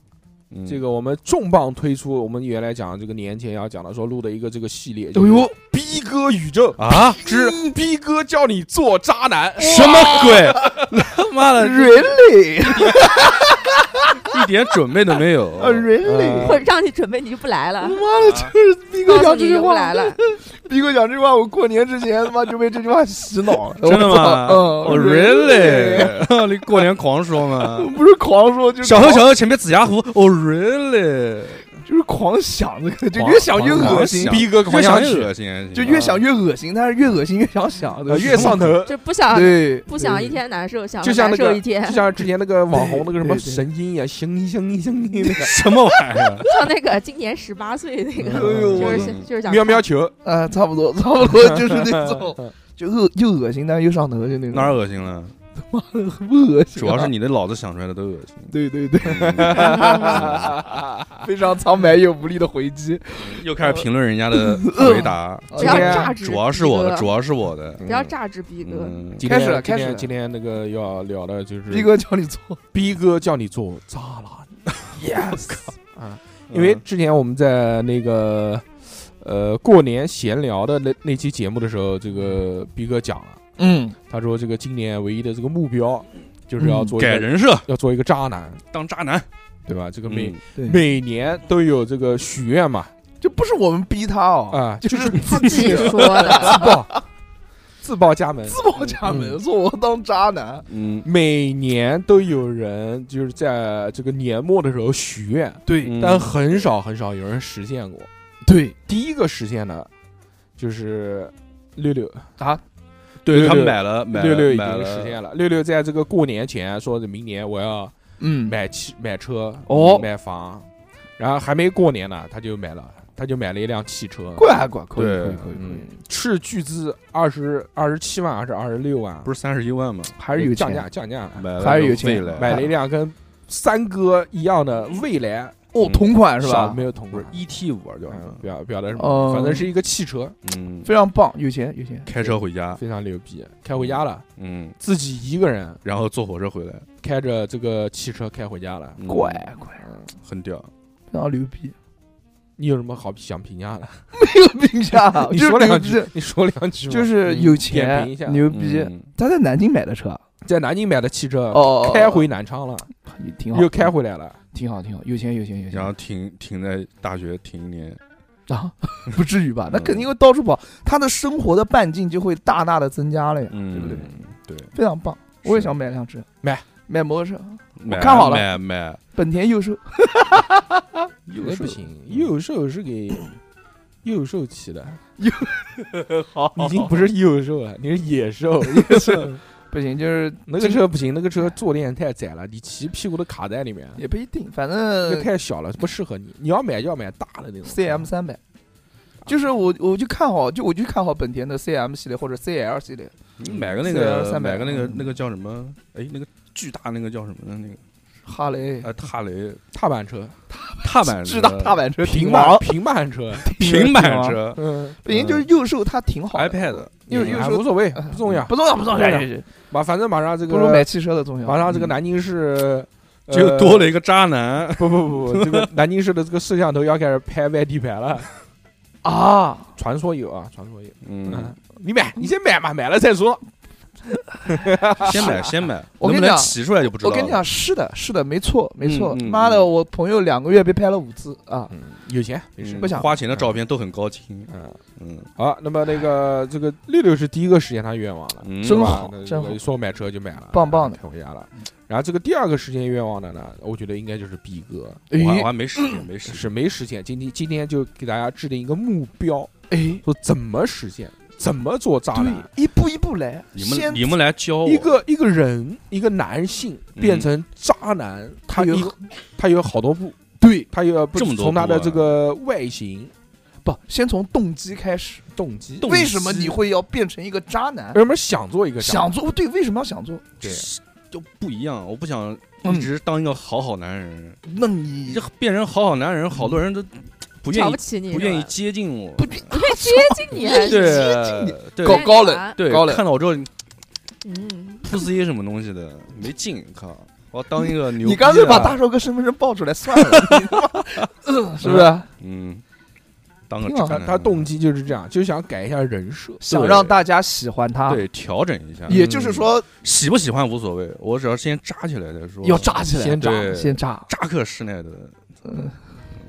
C: 嗯
B: 这个我们重磅推出，我们原来讲这个年前要讲的时候录的一个这个系列，
D: 哎呦，
B: 逼哥宇宙
C: 啊，
B: 之逼哥教你做渣男，
C: 什么鬼？他妈的，
D: 啊 really。
C: 一点准备都没
B: [LAUGHS]
C: 有
D: really，啊
E: [LAUGHS]
B: 呃
E: 会让你准备你就不来 [LAUGHS] 了，
D: 妈的，就是逼
E: 告
D: 哥
E: 诉
D: 讲这
E: 你
D: 句
E: 就不
D: 话
E: 来 [LAUGHS] 了。
D: 逼哥讲这句话，我过年之前他妈就被这句话洗脑了。
C: [LAUGHS] 真的
D: 我操
C: 吗？
D: 嗯
C: 哦，really？你哦
B: [LAUGHS]
C: 过年狂说吗？
D: 不是狂说，就是
C: 小何，
D: 狂
C: 小何前面紫霞湖，哦，really？
D: 就是狂想这个，就
B: 狂
D: 越想越恶心，
C: 想
B: 逼哥狂
C: 越
B: 想
C: 想
B: 曲
C: 越恶心，啊
D: 就越想越恶心，但是越恶心越想想，
B: 呃越上头，
E: 就不想
D: 对，
E: 不想
D: 对
E: 一，天难受，想
B: 就
E: 难
B: 像
E: 受
B: 那个，
E: 一天，
B: 就像之前那个网红那个什么
D: 对对对
B: 神经一样，行行行行那
C: [LAUGHS]
B: 个
C: 什么玩意儿？啊
E: 像那个今年十八岁那
D: 哎
E: 个，
D: 呦，
E: 就
D: 我
E: 是
D: 的
E: 想就是想
B: 嗯喵喵
E: 看
B: 球，
D: 啊，差不多， [LAUGHS] 差不多就是那种，就恶又恶心，但是又上头，就那种， [LAUGHS]
C: 哪儿恶心了？
D: 恶心？啊
C: 主要是，你的脑子想出来的都恶
E: [LAUGHS]
C: 心。
D: 对对对，
C: 嗯
D: 非常苍白又无力的回击，
C: 又开始评论人家的回答，
E: 不要
B: 今天
E: 榨汁，
C: 主要是我的，主
E: 要
C: 要是我的。
E: 不要榨汁呃逼哥，
C: 嗯，
B: 今
D: 开
B: 天
D: 始了
B: 今
D: 开始了
B: 天今天那个要聊的就是
D: 逼哥教你做，
B: 逼哥叫你做渣男
D: [LAUGHS]
B: ，yes 啊，因
C: 嗯
B: 为之前我们在那个呃过年闲聊的那那期节目的时候，这个逼哥讲了，
D: 嗯，
B: 他说这个今年唯一的这个目标就是要
D: 嗯
B: 做一
C: 改
B: 个
C: 人设，
B: 要做一个渣男，
C: 当渣男。
B: 对吧？这个每
C: 嗯
D: 对，
B: 每年都有这个许愿嘛，
D: 就不是我们逼他哦，
B: 啊，
D: [LAUGHS] 就
B: 就是是
E: 他自己说的，
B: 自报，自报家门。
D: 自报家门，说我当渣男，
C: 嗯，
B: 每年都有人就是在这个年末的时候许愿，
D: 对
C: 嗯
B: 但很少很少有人实现过。
D: 对
B: 第一个实现的，就是六六
D: 啊，
B: 对
C: 他
B: 对
C: 买了买
B: 六六
C: 了
B: 已
C: 买
B: 经
C: 了
B: 实现了。六六在这个过年前说，明年我要
D: 嗯，
B: 买汽买车
D: 哦
B: 买房，然后还没过年呢，他就买了，他就买了一辆汽车，
D: 怪啊怪可以
C: 对
D: 可以可以可
B: 嗯
D: 以，，
B: 斥巨资二十二十七万还是二十六万？
C: 不是三十一万吗？
D: 还是有
B: 降价
D: 钱。
B: 降价了，
C: 买了
D: 还是
C: 个
D: 有钱
C: 蔚来
B: [LAUGHS] 买了一辆跟三哥一样的蔚来，
D: 哦，同款是
B: 少
D: 吧
B: 没？有同
C: 不
B: 款
C: 是，ET 五叫什
B: 嗯
C: 么？
B: 表表的什么？
D: 哦
B: 反正是一个汽车，
C: 嗯，
D: 非常棒，有钱有钱。
C: 开车回家，
B: 非常牛逼。开回家了，
C: 嗯，
B: 自己一个人
C: 然后坐火车回来，
B: 开着这个汽车开回家了。
C: 嗯
D: 怪怪，
C: 很屌。
D: 非常牛逼，
B: 你有什么好想评价的？
D: 没有评价
B: [LAUGHS] ，你
D: 啊就是牛
B: 说两
D: 逼
B: 句，你说两句吧。
D: 就是有
B: 点
D: 钱
B: 评一下，
D: 牛逼。
C: 嗯
D: 他在南京买的车，啊
B: 在南京买的汽车，
D: 哦
B: 开回南昌了，
D: 也挺好，
B: 又开回来了。
D: 挺好，挺好，有钱有钱有钱
C: 然后停停在大学停一年，
D: [LAUGHS] 啊，不至于吧？那
C: 嗯
D: 肯定会到处跑，他的生活的半径就会大大的增加了呀，
C: 嗯，
D: 对不对？
C: 对？对，
D: 非常棒，我也
C: 是
D: 想买辆车，
B: 买
D: 买摩托车，
C: 买
D: 看好了
C: 买买，
D: 本田优兽，
B: 那不行，幼兽
D: [LAUGHS]
B: 是给幼兽骑的，
D: 好
B: 已经不是幼兽了，你是
D: [LAUGHS]
B: 野兽。野兽
D: 不行，就是
B: 那个车不行，那个车坐垫太窄了，你骑屁股都卡在里面，
D: 也不一定，反
B: 那个
D: 正
B: 太小了，不适合你。你要买就要买大的那种。
D: CM 三百。就是我，我就看好，就我就看好本田的 CM 系列或者 CL 系列，
C: 你买个那个
D: 400
C: 买个那个
D: 嗯
C: 那个叫什么？哎，那个巨大那个叫什么的那个？
D: 哈雷
C: 呃，踏雷
B: 踏板车、
C: 踏板
D: 巨大 [LAUGHS] 踏板车，
B: 平板
D: 王，
B: 平板车，
C: 呃平板
D: 平
C: 车
B: 嗯，
D: 不行，就是右手它 [LAUGHS] 挺好的
C: iPad，嗯哎
D: 又
B: 也
D: 又
B: 还
D: 说
B: 哎无所谓，
D: 呃
B: 不重要。
D: 不重要，不重
B: 不
D: 要，
B: 重马反正马上这
D: 不如买
B: 个，
D: 汽车的重要。
B: 马上这个
D: 嗯
B: 南京市呃
C: 就多了一个渣
D: [LAUGHS]
C: 男。
B: 不不不不，这个南京市的这个摄像头要开始拍外地牌
D: [LAUGHS]
B: 了。
D: 啊，
B: 传说有啊，传说有。
C: 嗯，
B: 你买，你先买嘛，买了再说。
C: 先买先
D: [LAUGHS]
C: 买，能不
D: 我跟你
C: 能
D: 讲
C: 骑出来就不知道
D: 我
C: 了。
D: 跟你讲，是的，是的，没错，没错。
C: 嗯嗯
D: 妈的，
C: 嗯
D: 我朋友两个月被拍了五次啊，
B: 嗯，有钱没事
C: 嗯，。
D: 不想
C: 花钱的照片都很高清。
B: 嗯，
C: 嗯
B: 好，那么那个这个六六是第一个实现他愿望了，
C: 嗯，
D: 真
B: 是吧
D: 好
B: 那
D: 真好
B: 这个说买车就买了，
D: 棒棒的
B: 开回家了。然后这个第二个实现愿望的呢，我觉得应该就是 B 哥
C: 我还我
D: 哎
C: 还没实现，没实现。
B: 是没实现。今天今天就给大家制定一个目标，
D: 哎，
B: 说怎么实现，怎么做渣男。
D: 对，一步一步来，
C: 你们
D: 先
C: 你们来教我
B: 一个一个人，一个男性
C: 哦嗯
B: 变成渣男，他
D: 有
B: 一他有好多步，
D: 对，
B: 他有不
C: 这么多
B: 从他
C: 步啊
B: 的这个外形、
D: 不，先从动机开始。
B: 动机，
C: 动
D: 为什么
C: 机
D: 你会要变成一个渣男
B: 为？什么想做一个渣
D: 想
B: 男？
D: 做哦对，为什么要想做？
B: 对
C: 就不一样，我不想
D: 嗯
C: 一直当一个好好男人。
D: 那
C: 你
D: 你
C: 这变成好好男人，好多人都不愿
E: 瞧
C: 意
E: 不起你，
C: 不愿意接近我， [LAUGHS]
D: 不
E: 是吧，你可以接近你还是，
C: 对对
D: 搞高冷
C: 对
D: 高，冷
C: 看到我之后你
E: 嗯，
C: 噗呲一什么东西的，没劲，靠！我要当一个牛逼的，啊
D: 你 [LAUGHS] 干脆把大寿哥身份证报出来算了，你
C: [LAUGHS]
D: 他妈嗯是不是？
C: 嗯，当个
D: 挺好
C: 渣
B: 他
C: 男
B: 他动机就是这样，就想改一下人设。
D: 想让大家喜欢他，
C: 对嗯调整一下，
D: 啊也就是说
C: 喜不喜欢无所谓，我只要先扎起来再说，
D: 要炸起来，
B: 先
C: 扎
D: 先炸，
C: 扎克施耐德，
D: 嗯，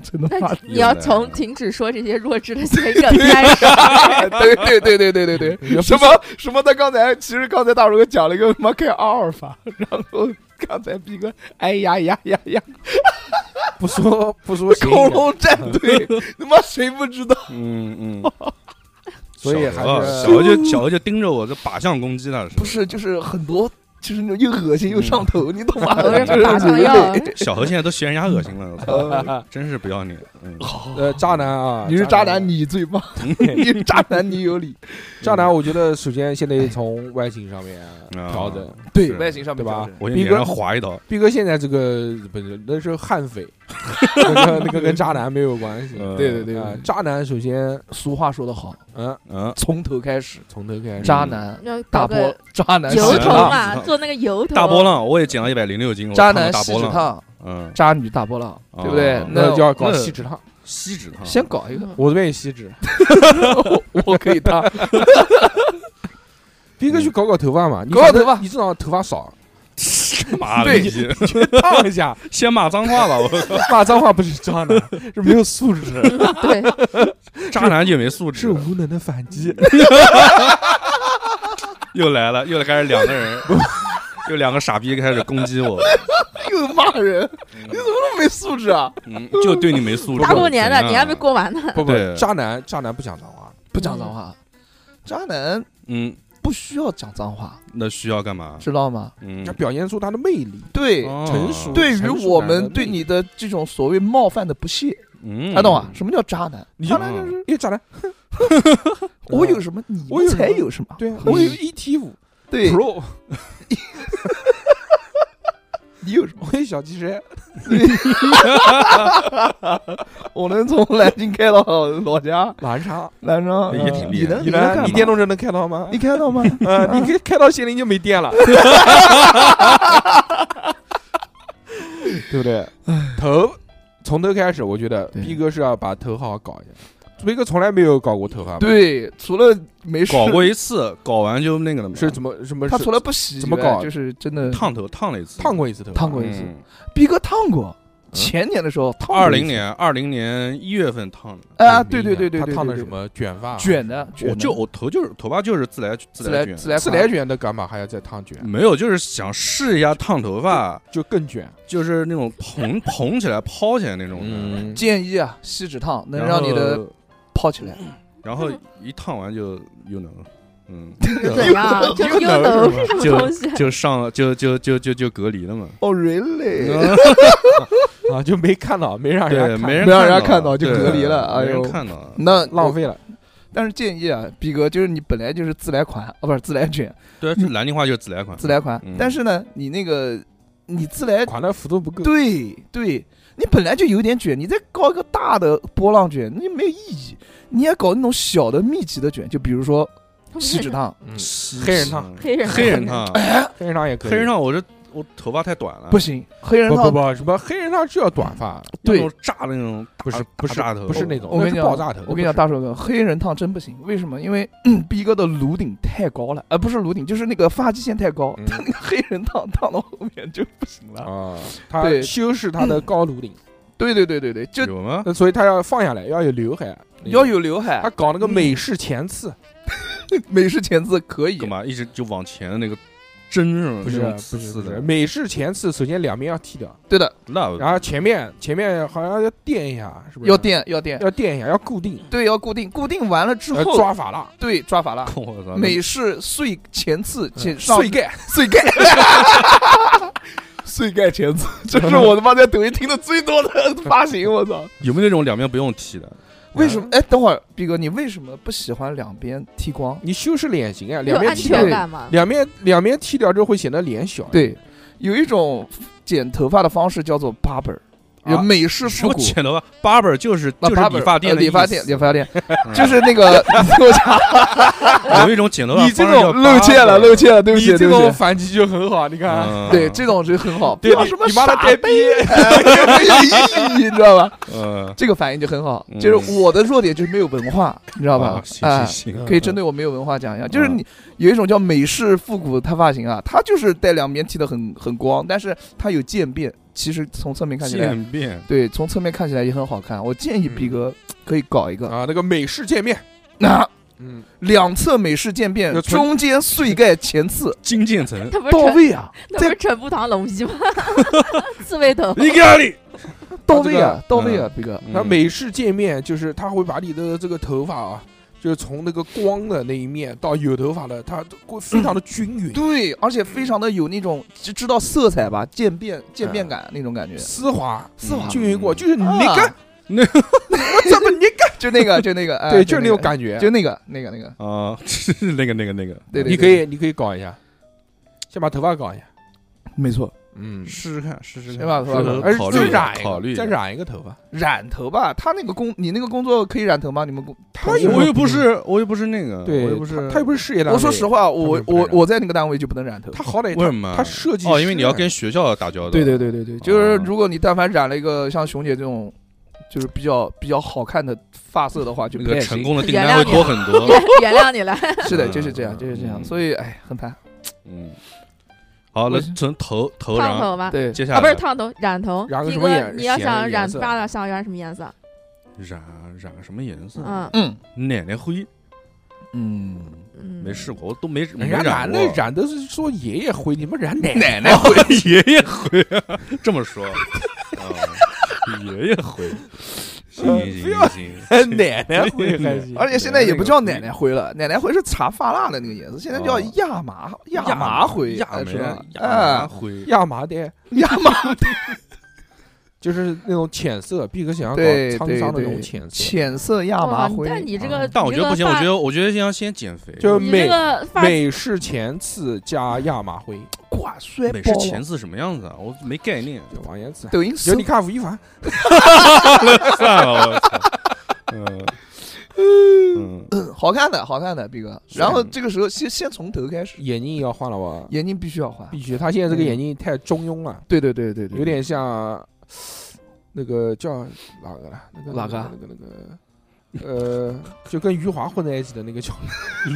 D: 真的
E: 那
D: 吗？
E: 你要从停止说这些弱智
C: [LAUGHS]
E: 的谐梗开始，
D: 对对对对对对对，什么什么？他刚才其实刚才大叔哥讲了一个什么开阿尔 [LAUGHS] 法，然后刚才逼哥，哎呀呀呀呀，
B: 不说不说谐音
D: [LAUGHS] 恐
B: 梗，
D: 龙战队，他妈谁不知道？
C: 嗯嗯，
B: 所以
C: 小
B: 还
C: 何
B: 是
C: 啊小何就小何就盯着我，这靶向攻击了，
D: [LAUGHS] 不是，就是很多，就是那种又恶心又上头，你懂吗？ [LAUGHS]
E: 我是
D: 就
E: 打上药，
C: 小何现在都学人家恶心了，我
D: [LAUGHS]
C: 操，真是不要脸，嗯，
D: 好，
B: 呃渣男啊，
D: 你是渣 [LAUGHS] 男，。你最棒， [LAUGHS] 你是渣男，你有理。
B: 渣男，我觉得首先现在从外形上面
C: 嗯哎啊
B: 调整。
D: [LAUGHS] 对
C: 是
D: 外形上面
B: 对吧
D: 就是
C: 我先脸上划一刀，
B: 毕哥现在这个不是那是悍匪，那个那个跟渣男没有关系。
C: 嗯
D: 对对对
B: 啊，渣男首先，
D: 俗话说得好，
B: 嗯，
C: 嗯，
D: 从头开始，
B: 从头开始。
D: 渣男
E: 要
D: 大
E: 搞
D: 波
E: 个，
D: 渣男
E: 油
D: 食
E: 头
D: 堂，
E: 嘛，
C: [LAUGHS]
E: 做那个油头，
C: 大波浪我也减了一百零六斤，我
D: 渣
C: 看过
D: 男
C: 大
D: 锡
C: 波
D: 纸
C: 浪，
D: 烫，
C: 嗯，
D: 渣女大波浪，对不对
C: 哦？
B: 那就要搞
D: 那
B: 锡纸烫，
C: 锡纸烫，
D: 先搞一个，
B: 我这边也锡纸。
D: 啊 [LAUGHS] 我可以当。
B: 逼
C: 嗯
B: 哥去搞搞头发嘛，你
D: 搞搞
B: 反
D: 头
B: 正
D: 发
B: 你至少头发少，
C: 骂了
D: 对
C: 一句，
B: 烫一下，
C: 先骂脏话吧，
D: [LAUGHS]
C: 我
B: 骂脏话不是渣男，是没有素质，
C: [LAUGHS]
E: 对，
C: 渣男就没素质
B: 是，无能的反击。
C: 又来了，又开始两个
D: [LAUGHS]
C: 人，又两个傻逼开始攻击我，
D: [LAUGHS] 又骂人，你怎么那么没素质啊？
C: 嗯，就对你没素质，
E: 大过年的
C: 怎样
E: 你还没，过完呢，
B: 不不
C: 对，
B: 渣男渣男不讲脏话，
D: 不讲脏话，渣男
C: 嗯，
D: 不不需要讲脏话，
C: 那需要干嘛？
D: 知道吗？
C: 嗯
B: 要，表现出他的魅力，
D: 对，
C: 哦
B: 成熟
D: 对于
B: 成熟
D: 我
B: 男的
D: 们对
B: 魅
D: 你的这种所谓冒犯的不屑，
C: 嗯，
D: 阿东啊，什么叫渣男？
B: 你
D: 渣
B: 就
D: 男就是嗯
B: 一渣男，
D: 我有什么，你
B: 我有什么
D: 才有什么？
C: 嗯
B: 对啊，我有 ET 五
D: 对，
B: Pro，
D: 你有什么？
B: 我有小汽车，
D: 我能从南京开到老家，
B: 蓝啊翔，
D: 南昌
C: 也挺厉害
D: 哎你能
B: 你
D: 能
B: 呢？
D: 干
B: 你
D: 嘛
B: 电动车能开到吗
D: 你？开到吗？
B: [LAUGHS] 呃，你开开到县令就没
D: [LAUGHS]
B: 电了，对不对？头从头开始，我觉得
D: 对
B: 逼哥是要把头好好搞一下。逼哥从来没有搞过头发，，
D: 对，除了没事，
C: 搞过一次，搞完就那个了嘛，
B: 是怎么什么？
D: 他
B: 是
D: 除了不洗以外，
B: 怎么搞
D: 就是真的
C: 烫头烫了一次，嗯
B: 烫过一次头发，
D: 烫过一次逼哥烫过，前年的时候烫过一次。
C: 二零年二零年一月份烫的，
D: 啊，对对对对，
B: 嗯他
D: 对
B: 烫的
D: 对
B: 什么卷发？
D: 卷的？卷
C: 我
D: 的
C: 就我头就是头发就是自来自
D: 自
C: 来
D: 来
C: 卷，
D: 自来
B: 自
D: 款
B: 来卷的干嘛还要再烫卷？
D: 嗯
C: 没有就是想试一下烫头发，
B: 就更卷。
C: 就是那种蓬 [LAUGHS] 蓬起来抛起来那种的，
B: 嗯，
D: 建议啊，锡纸烫能
C: 然
D: 让你的
C: 后
D: 泡起来。
C: 然后
B: 嗯
C: 一烫完就又能了，
B: [LAUGHS]
C: 嗯，
E: 怎样？就是
B: 又
E: 又
B: 能
E: 能什么
C: 就
E: 东西？
C: 就上就就就就就隔离了嘛，
D: 哦，really？
B: [LAUGHS]
C: 嗯
B: 啊，就没看到，没让人
C: 对，
B: 家看
C: 没人
D: 没让人家
C: 看
D: 看到就
C: 对
D: 隔离了哎
C: 没人
D: 呦
C: 看到，
D: 那
B: 浪，费了。
D: 但是建议啊，逼哥，就是你本来就是自来款啊，不是自来卷，
C: 对，
B: 嗯
C: 这南京话就是自来款，
D: 自来款
C: 嗯。
D: 但是呢，你那个你自来，
B: 款的幅度不够，
D: 对对，你本来就有点卷，你再搞一个大的波浪卷，那就没有意义。你也搞那种小的密集的卷，就比如说锡纸烫，
B: 嗯黑
C: 黑
B: 人烫，
E: 黑人
C: 黑人烫，
B: 黑人烫也可以。
C: 黑人烫，我这我头发太短了，
D: 不行，黑人
B: 啊不不
D: 烫
B: 不，什么黑人烫是要短发，
C: 那
D: 对
C: 种。炸的那种大，
B: 不是不是
C: 大头，
B: 不是那种，
D: 我跟你
B: 那是
D: 讲
B: 爆炸头。
D: 我跟你讲，大手哥，黑人烫真不行，为什么？因为 [CLEARS THROAT] 嗯逼哥的颅顶太高了，呃，不是颅顶，就是那个发际线太高，[LAUGHS]
B: 嗯
D: 他那个黑人烫烫到后面就不行了。
B: 啊，他
D: 对嗯
B: 修饰他的高颅顶，
D: 对对对对对，就
C: 有吗？
B: 那所以他要放下来，要有刘海，
D: 要。有嗯刘海
B: 他，搞那个美式前刺，
D: 美式前字可以
C: 干，嘛一直就往前的那个针是吗？
B: 不是啊
C: 那种
B: 不
C: 刺
B: 是
C: 刺
B: 不是
C: 的，
B: 美式前刺，首先两边要剃掉，
D: 对的，
C: 那
B: 然后前面前面好像要垫一下，是不是？
D: 要垫要垫，
B: 要垫一下，要固定，
D: 对，要固定，固定完了之
B: 要
D: 后，
B: 呃抓法蜡，
D: 对抓法了。
C: 我 [LAUGHS] 操，
D: 美式碎前刺前上
B: 嗯碎盖，
D: 碎盖， [LAUGHS] 碎盖前刺，这是我他妈在抖音听的最多的发型，我操！
C: 有没有那种两边不用剃的？
D: 为什么？哎，等会儿，逼哥，你为什么不喜欢两边剃光？
B: 你修饰脸型啊，
E: 有
B: 两边
E: 安
B: 剃掉
E: 全
D: 对，
E: 感吗？
B: 两边两边剃掉之后会显得脸小。
D: 对，有一种剪头发的方式叫做 barber，
C: 啊
D: 有美式复
C: 我
D: 古。
C: 剪头发，barber 就是
D: 那
C: 就是
D: barber，
C: 理发店
D: 呃
C: 的
D: 理发
C: 意思
D: 店，理发店
C: [LAUGHS] 嗯
D: 就是那个，我操
C: 有一种剪头发，
D: 你这种露怯了，露。怯了，对不
B: 你
D: 起，
B: 这
D: 对不
B: 种
D: 起。
B: 反击就很好，你看，
C: 嗯
D: 对，这种就很好，不
B: 对
D: 要
B: 你
D: 什么
B: 你妈的
D: 傻
B: 带
D: 逼，哎没有意义，你知道吧？ [LAUGHS]
C: 呃，
D: 这个反应就很好
C: 嗯，
D: 就是我的弱点就是没有文化，你知道吧
C: 啊？
D: 啊
C: 行行，
B: 嗯
C: 行，
D: 可以针对我没有文化讲一下，就是
C: 嗯
D: 你有一种叫美式复古的发型啊，它就是带两边剃得很很光，但是它有渐变，其实从侧面看起来，
C: 渐变，
D: 对，从侧面看起来也很好看。我建议
B: 嗯
D: 比哥可以搞一个，
B: 啊，那个美式界面，
D: 那
B: 嗯，
D: 两侧美式渐变
B: 就，纯
D: 中间碎盖前哎刺
C: 金渐层，
E: 他不是
D: 到
E: 陈，
D: 位啊，
E: 他不是陈步堂龙一吗？刺猬头，
C: 你咖喱，
D: [LAUGHS] 到位啊，到位啊，
B: 嗯
D: 比哥，
C: 嗯
B: 那美式界面就是它会把你的这个头发啊，就是从那个光的那一面到有头发的，它都会非常的均匀、
D: 对，而且非常的有那种就知道色彩吧，渐变渐变感
B: 嗯
D: 那种感觉。
B: 丝滑、
D: 丝滑
B: 均匀过，就是你
D: 啊
B: 干，
C: 那
D: 我怎么你干？就那个，就
B: [LAUGHS]
D: 那个，哎
B: 对，就是那
D: 个
B: 种，感觉。
D: 就那个，那个，那个，
C: 啊，那个那个那嗯个，
D: 对，对
B: 你可，
D: 对
B: 以，你可以搞一下，先把头发搞一下，
D: 没错，
B: 嗯，
C: 试试看，试试
D: 先把
C: 看，
D: 头发搞
B: 而
C: 考
B: 再
C: 虑一下
B: 染一
C: 考虑
B: 个，
C: 一
B: 再
C: 下。
B: 染一个头发。
D: 染头吧。他那个工，你那个工作可以染头吗？你们工，
B: 他有
C: 我又不是，我又不是那个，
B: 对，
C: 我又不是，
B: 他又不是事业
D: 嗯
B: 单位。
D: 我说实，话，我
B: 们不
D: 我
B: 染
D: 我在那个单位就不能染头。
B: 他好歹
C: 为什
B: 他
C: 么？
B: 他设计
C: 哦，因为你要
B: 师
C: 跟学校打交道，啊
D: 对对对对对，就是
B: 啊
D: 如果你但凡染了一个像熊姐这种，就是比较比较好看的发色的话，就
B: [LAUGHS]
C: 那
D: 不
C: 个
D: 太
C: 成
D: 行。
C: 功的订单会多很多。
E: [LAUGHS] 原谅你了。
D: 是的，就是这样，就是这
C: 嗯
D: 样。所以哎，很烦。
C: 嗯，好，那从头头
E: 烫
C: 上
E: 头吗？
D: 对，
C: 接下来
E: 啊，不是烫头，染头。
B: 染个
E: 逼
B: 什么
E: 哥
B: 颜
E: 你要
B: 显的
E: 想
B: 颜
E: 染
B: 色
E: 发的，想染什么颜色？
C: 染染个什么颜色？
E: 嗯
D: 嗯
C: 奶奶灰
D: 嗯，
E: 嗯，
C: 没试过，我都没没
B: 人
C: 染
B: 家男的
C: 过。
B: 哎
C: 哦
B: 染都是说爷爷灰，你们染奶奶
D: 奶奶
B: [LAUGHS]
D: 会
C: 啊爷爷灰，这么说，啊爷爷灰，行行行，
B: [LAUGHS] 奶奶会还行，
D: 而且现在也不叫奶奶灰了，奶奶灰是茶发蜡的那个颜色，现在叫
C: 哦
D: 亚麻亚麻灰，哎
C: 亚麻
D: 是吧？
C: 亚麻
D: 啊，
C: 灰，
B: 亚麻的，
D: 亚
B: [LAUGHS]
D: 麻
B: 就是那种浅色，毕哥想要搞
D: 对
B: 沧桑的
D: 对
B: 那种浅色，
D: 浅色亚麻
E: 哇
D: 灰。
E: 但你这个，
C: 但我觉得不行，我觉
E: 你这个
C: 得我觉得要先减肥。
B: 就
E: 发
B: 是
E: 你这
B: 美
E: 个发
B: 美式前刺加亚麻灰，
D: 挂摔
C: 美
D: 爆
C: 式
D: 了
C: 前，次什么样子啊？我没概
D: [LAUGHS]
C: 念。
B: 就王延刺。
D: 抖音
B: 就
D: 搜
B: 你看吴亦凡，
C: 算了，我操。
D: [LAUGHS]
C: 嗯嗯，
D: 好看的，好看的，毕哥。然后
B: 啊
C: 嗯
D: 这个时候先先从头开始，
B: 眼镜要换了吧？
D: 眼睛必须要换。
B: 嗯必须，他现在这个眼镜太中庸了，
D: 对对对对对，
B: 有点像那个叫哪个了？那个
D: 哪个
B: 那个那个呃，就跟余华混在一起的那个叫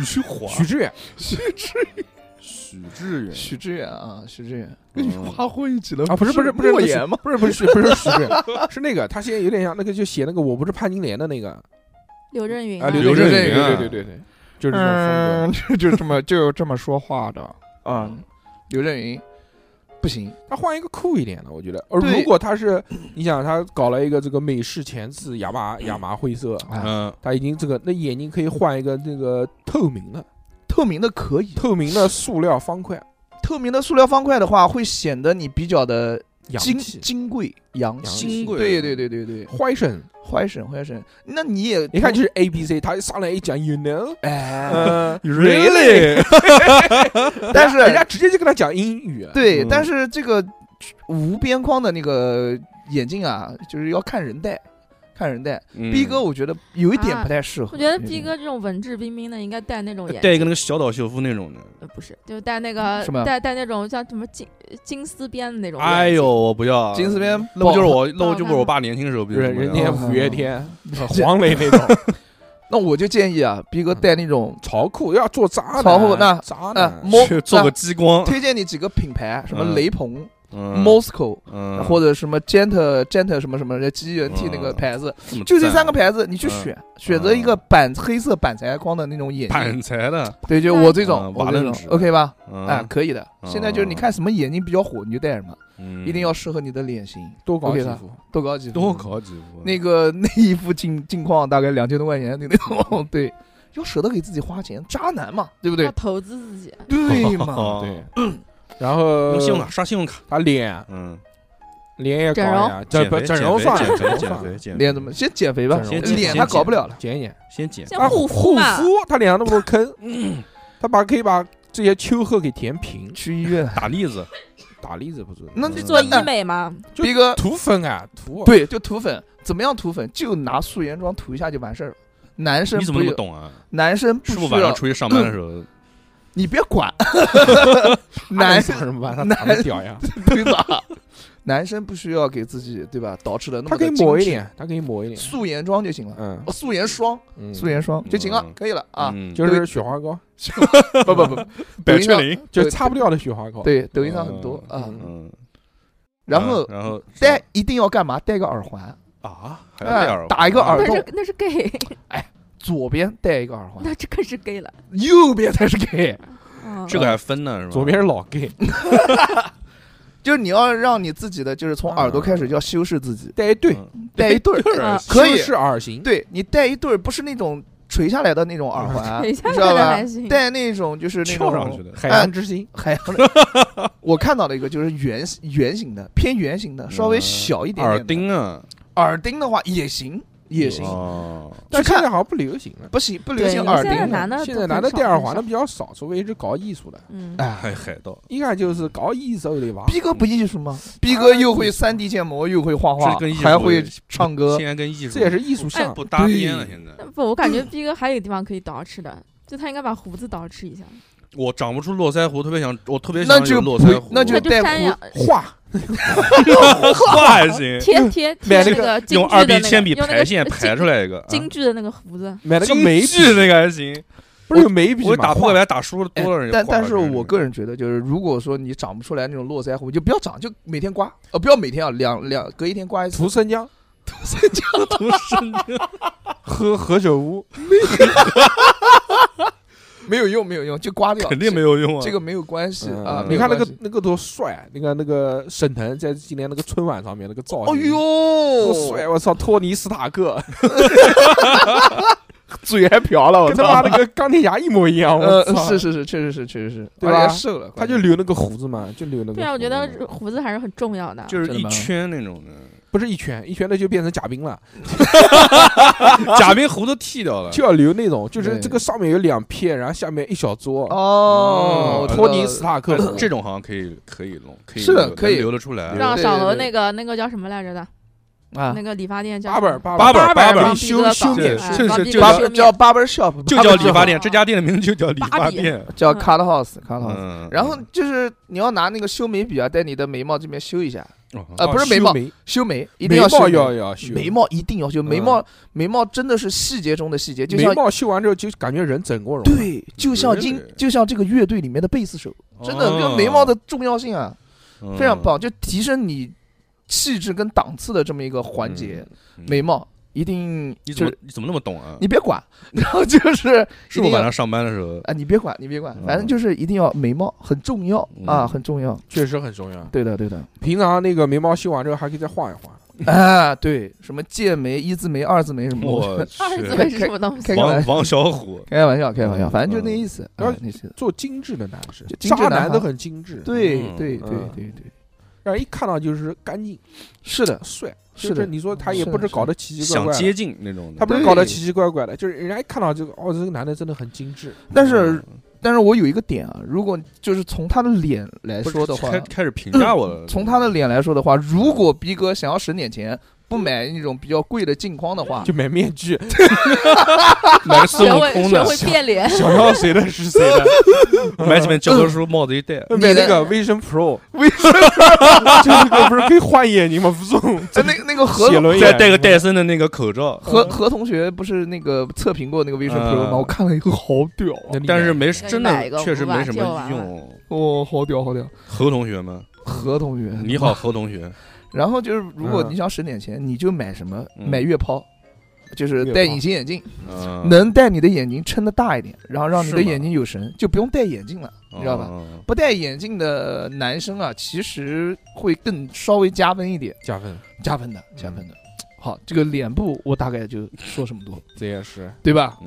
C: 徐华
B: 许志远，
C: 许志远，
D: 许志远啊，许志远
C: 嗯
D: 跟你花混一起了
B: 啊，不是不是不是
D: 莫
B: 那个
D: 言吗？
B: 不是不是许不是许志远，是那个他现在有点像那个就写那个我不是潘金莲的那个
E: 刘震云
B: 啊，
E: 啊
C: 刘
B: 震
C: 震
B: 对
C: 云啊
B: 对对对对，就是这种风格。， [LAUGHS]
D: 就就这么就这么说话的。
B: 啊
D: 嗯，刘震云不行，
B: 他换一个酷一点的，我觉得。呃，
D: 对
B: 如果他是你想他搞了一个这个美式前刺亚麻亚麻灰色，
C: 嗯，
B: 他已经这个那眼睛可以换一个那个透明的
D: 透明的可以，
B: 透明的塑料方块，
D: 透明的塑料方块的话，会显得你比较的
B: 洋
D: 金
B: 气。
D: 金贵洋
B: 气
D: 气。
C: 金贵，
D: 对对对对对，
B: 坏神，
D: 坏神坏神，那你也
B: 一看
C: 哦
B: 就是 A B C，他上来一讲，you know，
D: 哎，
B: 嗯
C: Really？
B: [LAUGHS]
D: 但是
B: 哎人家直接就跟他讲英语了，
D: 对，
C: 嗯
D: 但是这个无边框的那个眼镜啊，就是要看人戴，看人戴。
C: 嗯
D: 逼哥，我觉得有一点
E: 啊
D: 不太适合。嗯
E: 我觉得
D: 有
E: 逼
D: 点
E: 哥这种文质彬彬的应该戴那种眼
C: 带一
E: 镜，
C: 个那个小岛秀夫那种的。
E: 呃，不是，就戴那个
D: 什么
E: 戴戴那种像什么金金丝边的那种眼镜。
C: 哎呦，我不要，
D: 金丝边
C: 那不就是我，那
E: 好
C: 不
E: 看
C: 就是我爸年轻时候不啊就是
B: 人人
C: 这
B: 家
C: 样
B: 五月天、
D: [LAUGHS]
B: 黄磊那种
D: 那我就建议啊，
C: 嗯
D: 逼哥戴那种，
B: 潮酷，要做渣男，
D: 潮酷那
B: 渣
C: 啊
D: 呃，
B: 男，
D: 摸
C: 去 [LAUGHS] 做个激光，
D: [LAUGHS] 推荐你几个品牌，什么
C: 嗯
D: 雷朋、
C: 嗯
D: Moscow，
C: 嗯，
D: 或者什么 Gent Gent 什么什么的 G N T
C: 嗯
D: 那个牌子，
C: 这么
D: 就这
C: 赞嗯
D: 三个牌子，你去选，选择一个板黑色板材框的那种眼镜，
C: 板材的，
D: 对，就我这
C: 嗯
D: 种，我这
C: 瓦楞
D: 种
C: 纸
D: ，OK 吧？哎，
C: 嗯
D: 可以的。现在就是你看什么眼睛比较火，你就戴什么，
C: 嗯嗯
D: 一定要适合你的脸型，
B: 多搞
D: OK
B: 几
D: 的
B: 副，
D: 多高级，
C: 多。搞几副。
D: 那个那一副镜镜框大概两千多块钱那那种， [LAUGHS] 对，要舍得给自己花钱，渣男嘛，对不对嗯
E: 要？投资自己，
D: 啊对呃
C: [LAUGHS]
D: 嘛，
C: 哦
B: 对。然后
C: 用信用卡刷信用卡，
B: 他脸
C: 嗯，
B: 脸也搞
E: 整容
B: 呀，整
C: 减肥
B: 整
C: 减
B: 容
C: 肥
B: 算了，
C: 减
B: 整
C: 肥
B: 容
C: 减
B: 算
C: 肥
B: 了，
C: 减肥，
D: 脸怎么先减肥吧
B: 整，容
C: 先
D: 脸
C: 减
D: 他
C: 先
D: 搞不了了，
B: 减一减。
C: 先减，
E: 像
B: 啊，
E: 护
B: 护
E: 肤
B: 肤
E: 嘛，嗯
B: 他脸上那么
E: [LAUGHS]
B: 多坑，他把可以把这些丘壑给填平。
D: 去医院。
C: 打栗子，
B: 打例子不准，
D: 那
C: 嗯
D: 就
E: 做医
D: 那
E: 美嘛，
B: 就
D: 逼哥
B: 涂粉啊，涂啊。
D: 对，就涂粉，怎么样涂粉？就拿素颜妆涂一下就完事儿了。男生
C: 你怎么
D: 不
C: 那么
D: 用
C: 懂啊？
D: 男生不
C: 是不是
D: 需
C: 晚上
D: 要，嗯
C: 出去上班的时候，
D: 你别
C: [LAUGHS]
D: 管。
B: 那
D: 男
B: 想什么办？他
D: 男
B: 打的屌呀，
D: 对吧？男生不需要给自己对吧捯饬 [LAUGHS] 的那么
B: 他可以
D: 的精
B: 抹一
D: 致
B: 点，他可以抹一点。
D: 素颜妆就行了，
B: 嗯
D: 哦素颜霜、
B: 嗯，
D: 素颜霜就行了
C: 嗯，
D: 可以了啊。
C: 嗯
B: 就是雪花膏，
D: [LAUGHS] 不不不，抖
C: 百
D: 音
C: 雀
D: 上
C: 羚，
B: 就擦不掉的雪花膏。，
D: 对抖音上很多啊。
B: 嗯
C: 嗯，啊
D: 然后
C: 然后
D: 戴一定要干嘛？戴个耳环，
C: 啊，还要戴耳
D: 哎
C: 环，
D: 打一个耳
E: 那
D: 洞
E: 是，那是 gay， [LAUGHS]
D: 左边戴一个耳环，
E: 那这个是 gay 了。
D: 右边才是 gay。嗯
E: 嗯
C: 这个还分呢是吧？
B: [LAUGHS] 左边是老 gay，
D: 就是你要让你自己的，就是从耳朵开始就要修饰自己，
B: 带一对，
C: 嗯
D: 戴一对儿，
E: 啊
D: 可以
B: 是耳
D: [LAUGHS]
B: 型，
D: 对你戴一对儿，不是那种垂下来的那种耳环，
E: 垂
D: 你
E: 下来
D: 知道
E: 的
D: 吧
E: 还行？
D: 戴那种就是那种
C: 翘上去的，
B: 海洋之心，
D: 哎海洋的。我看到了一个就是圆圆形的，偏圆形的，稍微小一点点
C: 嗯耳
D: 的
C: 钉啊，
D: 耳钉的话也行，也行，
C: 哦，
B: 但现在好像不流行了。
D: 不行不流
E: 对，
D: 行
E: 现
D: 耳钉
E: 在
D: 的。
E: 男的都
B: 现在
E: 很
B: 男的
E: 少
B: 戴耳
E: 很
B: 环的
E: 少
B: 比较少，除非是搞艺术的，
E: 嗯，
D: 哎，
C: 还海盗，
B: 一看就是搞艺术的吧。
D: 逼哥不艺术
B: 啊
D: 吗？逼哥又会三 D 建模，又会画画
C: 这跟艺，术
D: 还会唱歌
C: 现。在跟艺术
B: 这也是艺术项
C: 不，搭边了。现在
E: 不，我感觉逼哥还有地方可以捯饬的，就他应该把胡子捯饬一下，
C: 我长不出络腮胡，特别想，我特别想
D: 那
C: 有
D: 就
C: 络
D: 不
C: 腮胡，
D: 那
E: 那
D: 就
E: 就
D: 戴
E: 山羊
D: 胡
B: 画
C: 画还行，
E: 贴贴贴
B: 买那
E: 那个京
C: 用
E: 剧的
C: 二
E: 那
C: B
E: 个
C: 铅笔
E: 用那
C: 排
E: 个
C: 线
E: 京
C: 排出来一个，啊
E: 京剧的那个胡子，
D: 哎
B: 买那个
C: 京
B: 眉笔
C: 剧，那个还行，
B: 不是有眉笔
C: 我
B: 吗
C: 打
B: 画
C: 扑克牌打输了多了人就
D: 哎但
C: 挂了
D: 但
C: 这
D: 是
C: 个人，
D: 我个人觉得，就是如果说你长不出来那种络腮胡，就不要长，就每天刮，呃，不要每天啊，两两隔一天刮一次 [LAUGHS]
B: 涂。生姜，
C: 都 [LAUGHS] 是
B: 喝何首乌，
D: 没有有用，没有用，就刮掉，
C: 肯定没有用啊。
D: 这个没有关系
B: 嗯
D: 啊。
B: 你看那个
D: 没
B: 那个多帅，啊那个那个沈腾在今年那个春晚上面那个
C: 哦
B: 造
D: 有关系，
B: 型，多
D: 哦
B: 帅！
D: 呦，
B: 我操，托尼斯塔克，嘴还瓢了，我
D: 跟
B: 他
D: 他
B: 妈那个钢铁侠一模一样， [LAUGHS] 我
D: 哦呃，
B: 操！
D: 是是是，确实是确实是，
B: 对
D: 而且
B: 吧
D: 还瘦了，
B: 他就留那个胡子嘛，就留那个胡子。
E: 对啊，我觉得胡子还是很重要的。
C: 就是
D: 真的
C: 一
D: 吗
C: 圈那种
D: [LAUGHS]
C: 的，
B: 不是一圈，一圈那就变成贾冰了，
D: 啊
C: 贾冰胡子剃掉了，
B: 就要留那种，就是
D: 对
B: 这个上面有两片，然后下面一小撮。嗯
D: 哦，我知道
B: 托尼斯塔克胡，
C: 这种好像可以可以弄，可以
D: 是
C: 留
D: 可以
C: 能留得出来。
E: 让
D: 对
E: 小
D: 对
E: 楼
D: 对
E: 那个那个叫什么来着的？
D: 啊
E: 那，个理发店叫
B: 巴本巴
C: 巴本
E: 巴
C: 儿巴本
E: 帮
C: 儿
E: 逼
B: 修
E: 哥
B: 修
E: 搞
B: 脸
E: 哎
C: 是
E: 帮
C: 是
E: 逼
C: 就
E: 哥
D: 巴
E: 修
D: 本
E: 面
D: 叫 barber shop，
C: 就叫理
E: 巴
C: 发
D: [LAUGHS]
E: 比
C: 店，这家店的名字就叫理发店。
D: 叫
E: 嗯
D: cut house cut house。
C: 嗯，
D: 然后就是你要拿那个修眉笔啊，在你的眉毛这边修一下，
C: 啊
D: 啊不是眉
B: 眉
D: 毛
B: 眉
D: 修眉一定
B: 眉
D: 要修
B: 毛
D: 眉
B: 要要修，
D: 眉毛一定要修，眉
B: 嗯
D: 毛眉毛真的是细节中的细节，就
B: 眉
D: 像
B: 毛修完之后就感觉人整过容了。
D: 对，就像音
C: 对哦
D: 就像这个乐队里面的贝斯手，真的跟眉毛的重要性啊非
C: 嗯
D: 常棒，就提升你气质跟档次的这么一个环节。眉。
C: 嗯嗯
D: 毛一定
C: 你
D: 就
C: 怎么
D: 是
C: 你怎么那么懂啊？
D: 你别管，然
C: [LAUGHS]
D: 后就是
C: 是不是
D: 一定要
C: 晚上上班的时
D: [LAUGHS]
C: 候？
D: 啊，你别管，你别管，
C: 嗯
D: 反正就是一定要眉毛很重要啊，
C: 嗯
D: 很重要。
B: 确实很重要。
D: 对的，
C: [LAUGHS]
D: 对的，
B: 平常那个眉毛修完之后还可以再画一画，
D: 啊，对，什么剑眉、一字眉、二字眉什么的，
C: 我
E: 二字
C: 去，
E: 眉是什么东西
D: 开？
C: 王王小虎，
D: [LAUGHS] 开玩笑，开玩笑，反正就那
C: 嗯
D: 意思，
B: 然
D: 啊
B: 后
D: 那意思。
B: 做精致的男生
D: 就，精致
B: 渣
D: 男
B: 男
D: 孩
B: 都很精致，
D: 对
C: 嗯
D: 对对
B: 嗯
D: 对 [LAUGHS] 对，
B: 让人一看到就是干净
D: 是的，
B: 帅。
D: 是
B: 就是
D: 的
B: 你说他也
D: 是的
B: 不是
D: 是
B: 搞
D: 的
B: 得奇奇怪
C: 想
B: 怪
C: 接
B: 的，
C: 近那种的，
B: 他不是
D: 对
B: 搞得奇奇怪怪的，就是人家一看到这个，哦，这个男的真的很精致。
D: 但是
C: 嗯
D: 但是我有一个点啊，如果就是从他的脸来
C: 不是
D: 说的话嗯
C: 开，开始评价我了。
D: 从他的脸来说的话，如果逼哥想要省点钱，不买那种比较贵的镜框的话，
B: [LAUGHS] 就买面具，
C: 买个孙
E: 学
C: 悟
E: 会
C: 空
E: 学
C: 的，
E: 会变脸，
B: 想要谁的是谁 [LAUGHS]
D: [LAUGHS]
B: 的，
C: 买几本教科书，帽子一戴，
B: 买那个 Vision Pro，就 [LAUGHS] 那个不是可以换眼睛吗？不 [LAUGHS] 送
D: 哎那那个何
B: 写轮眼，
C: 再戴个戴森的那个口罩，
D: 何何同学不是那个测评过那个 Vision Pro 吗？
C: 嗯
D: 我看了以后好屌啊！
B: 能
C: 但是
B: 理
C: 没
E: 那你
C: 真
E: 买一个
C: 的确实
E: 五百
C: 没什
E: 就
C: 么
E: 完了
C: 用。
D: 哦，好屌，好屌！
C: 何同学吗？
D: 何同学，
C: 你好，。何同学。
D: 然后就是，如果
B: 嗯
D: 你想省点钱，你就买什么？
C: 嗯
D: 买月抛，就是
B: 月
D: 戴
B: 抛
D: 隐形眼镜，
C: 嗯
D: 能带你的眼睛撑得大一点，然后让你的
C: 是吗
D: 眼睛有神，就不用戴眼镜了，你知道吧？？
C: 嗯
D: 不戴眼镜的男生啊，其实会更稍微加分一点，
B: 解加分，
D: 加分的，加分的。好，这个脸部我大概就说这么多，
B: 这也是，
D: 对吧？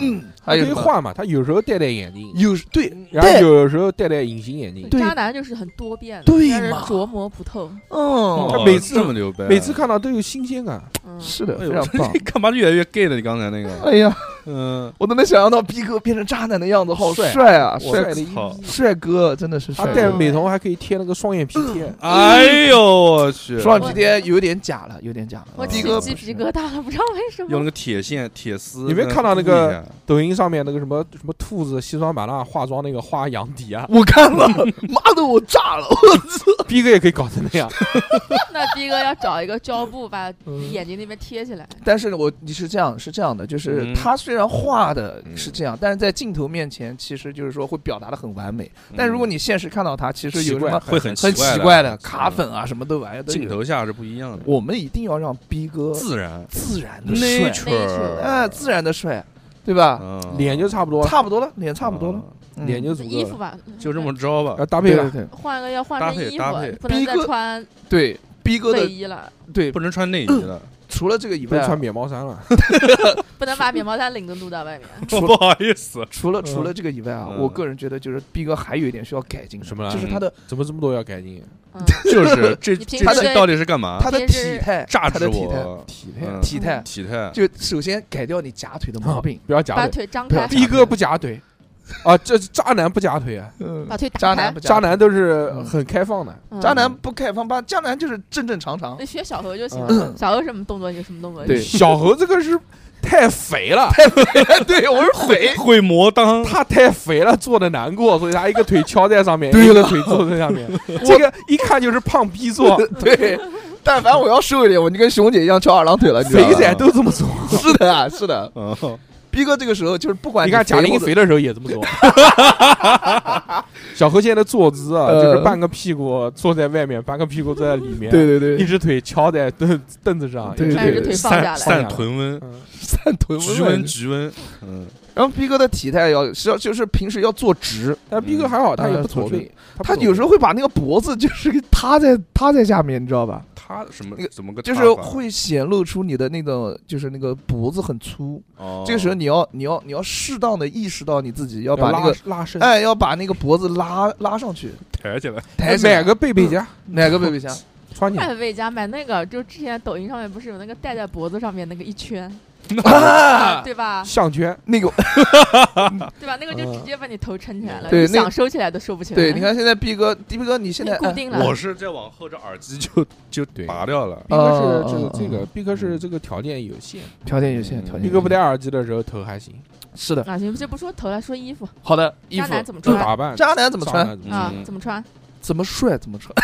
C: 嗯，
D: 还有
B: 可以
D: 什么
B: 换嘛，他有时候戴戴眼镜，
D: 有对
B: 然后
D: 戴
B: 有时候戴戴隐形眼镜，
D: 对
E: 渣男就是很多变的，
D: 对
E: 让人
D: 嘛
E: 琢磨不透。
C: 哦
D: 嗯，
B: 他每次
C: 这么牛掰，
B: 每次看到都有新鲜感。
E: 嗯，
D: 是的，
C: 哎呦。
D: 非常棒
C: [LAUGHS] 干嘛越来越 gay 了？你刚才那
D: [LAUGHS]
C: 个，
D: 哎呀，
C: 嗯，
D: 我都能想象到逼哥变成渣男的样子，好
B: 帅
D: 帅啊，
B: 帅
D: 帅
B: 的一逼
C: 操
D: 帅哥，真的是
B: 他
D: 帅
B: 戴
D: 哥。
B: 美瞳还可以贴那个双眼皮贴，
C: 哎呦我去，
D: 双眼皮贴有点假了，有点假了。
E: 我
C: 逼
E: 起
D: 哥
E: 鸡
D: 不
E: 皮
D: 是，
E: 疙瘩了，不知道为什
C: 用那
E: 么。
C: 个铁线、铁丝，
B: 你没看到那
C: 撸一
B: 个
C: 下？
B: 抖音上面那个什么什么兔子西双版纳化妆那个画羊底啊
D: [LAUGHS] 我看了，妈的，我炸了！
B: 逼哥也可以搞成那样。
E: [LAUGHS] 那逼哥要找一个胶布把
D: 嗯
E: 眼睛那边贴起来。
D: [LAUGHS] 但是我你是这样是这样的，就是
C: 嗯
D: 他虽然画的
C: 嗯
D: 是这样，但是在镜头面前，其实就是说会表达的很完美。但如果
C: 嗯
D: 你现实看到他，其实
B: 奇
D: 有什
B: 怪
D: 么
C: 会很
D: 很
C: 怪
D: 奇怪的
C: 嗯
D: 卡粉啊，什么都玩意儿都有
C: 镜，头下是不一样的，
D: 我们一定要让逼哥
C: 自然
D: 自然的帅，
E: Nature
C: nature，
D: 哎，自然的帅，对吧？
C: 嗯
B: 脸就差不多了，
D: 差不多了，脸差不多了，，啊嗯
B: 脸就足够
E: 衣服
B: 了，
E: 吧，
C: 就这么着吧
B: 要。搭配
D: 对对
B: 了。
D: 对
E: 换个要换
C: 搭
E: 身
C: 配
E: 衣
C: 搭配
E: 服，不能
D: 逼
E: 再
D: 哥
E: 穿
D: 对，逼哥
E: 卫
D: 的
E: 衣了，
D: 对
C: 不，能穿内衣了，
D: 除了这个以
B: 不
D: 外
B: 能
D: 啊，
B: 穿棉毛衫了， [LAUGHS]
E: 不能把棉毛衫领子露到外面。
D: 嗯
C: 我 [LAUGHS] 不好意思。
D: 除了
B: 嗯
D: 除了这个以外啊，
C: 嗯
D: 我个人觉得就是逼哥还有一点需要改进的，
B: 什么呢嗯
D: 就是他的
B: 怎么这么多要改进？
E: 嗯，
D: [LAUGHS]
C: 就是这
E: 你
C: 这
E: 平
D: 时
C: 期到底是干嘛？
D: 他的
E: 其
D: 体
E: 实
D: 态，
C: 榨汁
D: 他的体态，
C: 我，
B: 体
C: 嗯
D: 体态
C: 体态，
D: 就首先改掉你夹腿的毛病，
B: 不要夹
E: 把
B: 腿，
E: 腿张
D: 不要
E: 开，
D: 夹
B: 逼哥不夹腿，啊，这渣男不夹腿啊，
D: 嗯
E: 把腿
D: 渣
E: 打
D: 男
E: 开
D: 不。
B: 渣
D: 夹
B: 男都是很开放的，
E: 嗯
D: 渣男嗯不开放吧，渣男就是正正常常
E: 你，学小何就行了，小何什么动作你就什么动作。
D: 嗯对
B: 小猴这个是太肥了，
D: 对我是毁，
C: [LAUGHS] 会磨裆，
B: [LAUGHS] 他太肥了，坐的难过，所以他一个腿敲
D: [LAUGHS]
B: 在上面，一个腿坐在上面，这个一看就是胖逼坐，
D: [LAUGHS] 对，但凡我要瘦一点，我就跟熊姐一样翘二郎腿了，你知道 [LAUGHS]
B: 肥
D: 吗？
B: 仔都这么做。
D: 是的啊，是的，
C: 嗯，
D: 逼哥这个时候就是不管
B: 你看贾
D: 玲
B: 玲肥的时候也这
D: [LAUGHS]
B: 么做。小何现在的坐姿啊，
D: 呃
B: 就是半个屁股坐在外面，半个屁股坐在里面，
D: 对对
B: [LAUGHS] 一
D: 对，
B: 只腿敲在凳凳子上，
D: 对
B: 一只
E: 把
D: 对
E: 这
D: 对
B: 腿
E: 腿放下
C: 散
E: 来，
C: 散臀温，
B: 嗯
D: 三臀
C: 局
D: 温
C: 温，局温，嗯，
D: 然后逼哥的体态要是要就是平时要坐直，
B: 但逼哥还好，他也
D: 嗯
B: 不驼背，
D: 他
B: 不驼
D: 有
B: 背
D: 时候会把那个脖子就是给塌在塌在下面，你知道吧？
C: 他什么
D: 那个
C: 怎么个
D: 就
C: 塌
D: 是
C: 法
D: 会显露出你的那个就是那个脖子很粗。
C: 哦
D: 这个时候你要你要你要适当的意识到你自己要
B: 要
D: 把那
B: 拉
D: 个
B: 拉伸，
D: 哎要把那个脖子拉拉上去，
C: 抬 [LAUGHS] 起来，
D: 抬啊嗯起来
B: 哎买个背背夹
D: [LAUGHS] 哪个背背侠？
B: 穿起来
E: 买魏家买那个，就之前抖音上面不是有那个戴在脖子上面那个一圈，
D: 啊
E: [LAUGHS] 对吧？
B: 项圈，
D: [LAUGHS] 那个
E: 对吧？那个就直接把你头撑起来了，
D: 对
E: 你
D: 那个
E: 想收起来都收不起来。
D: 对，你看现在逼哥逼哥你现
E: 你
D: 在
E: 固
D: 哎
E: 定了。
C: 我是再往后这耳机就就
B: 对
C: 拔掉了，
B: 逼哥是这
D: 啊
B: 个
D: 啊
B: 这个，逼哥是这个条件有限，
D: 条件有限，条件
B: 逼
D: 有
B: 哥不
D: 限
B: 戴耳机的时候头还行，
D: 是的，
E: 啊，行，就不说头了，说衣服，
D: 好的衣
E: 渣
D: 服
E: 男怎么穿
B: 打扮
D: 渣男怎么
B: 上
D: 穿
B: 来怎么
E: 啊
C: 嗯？
E: 怎么穿？
D: 怎么帅怎么穿，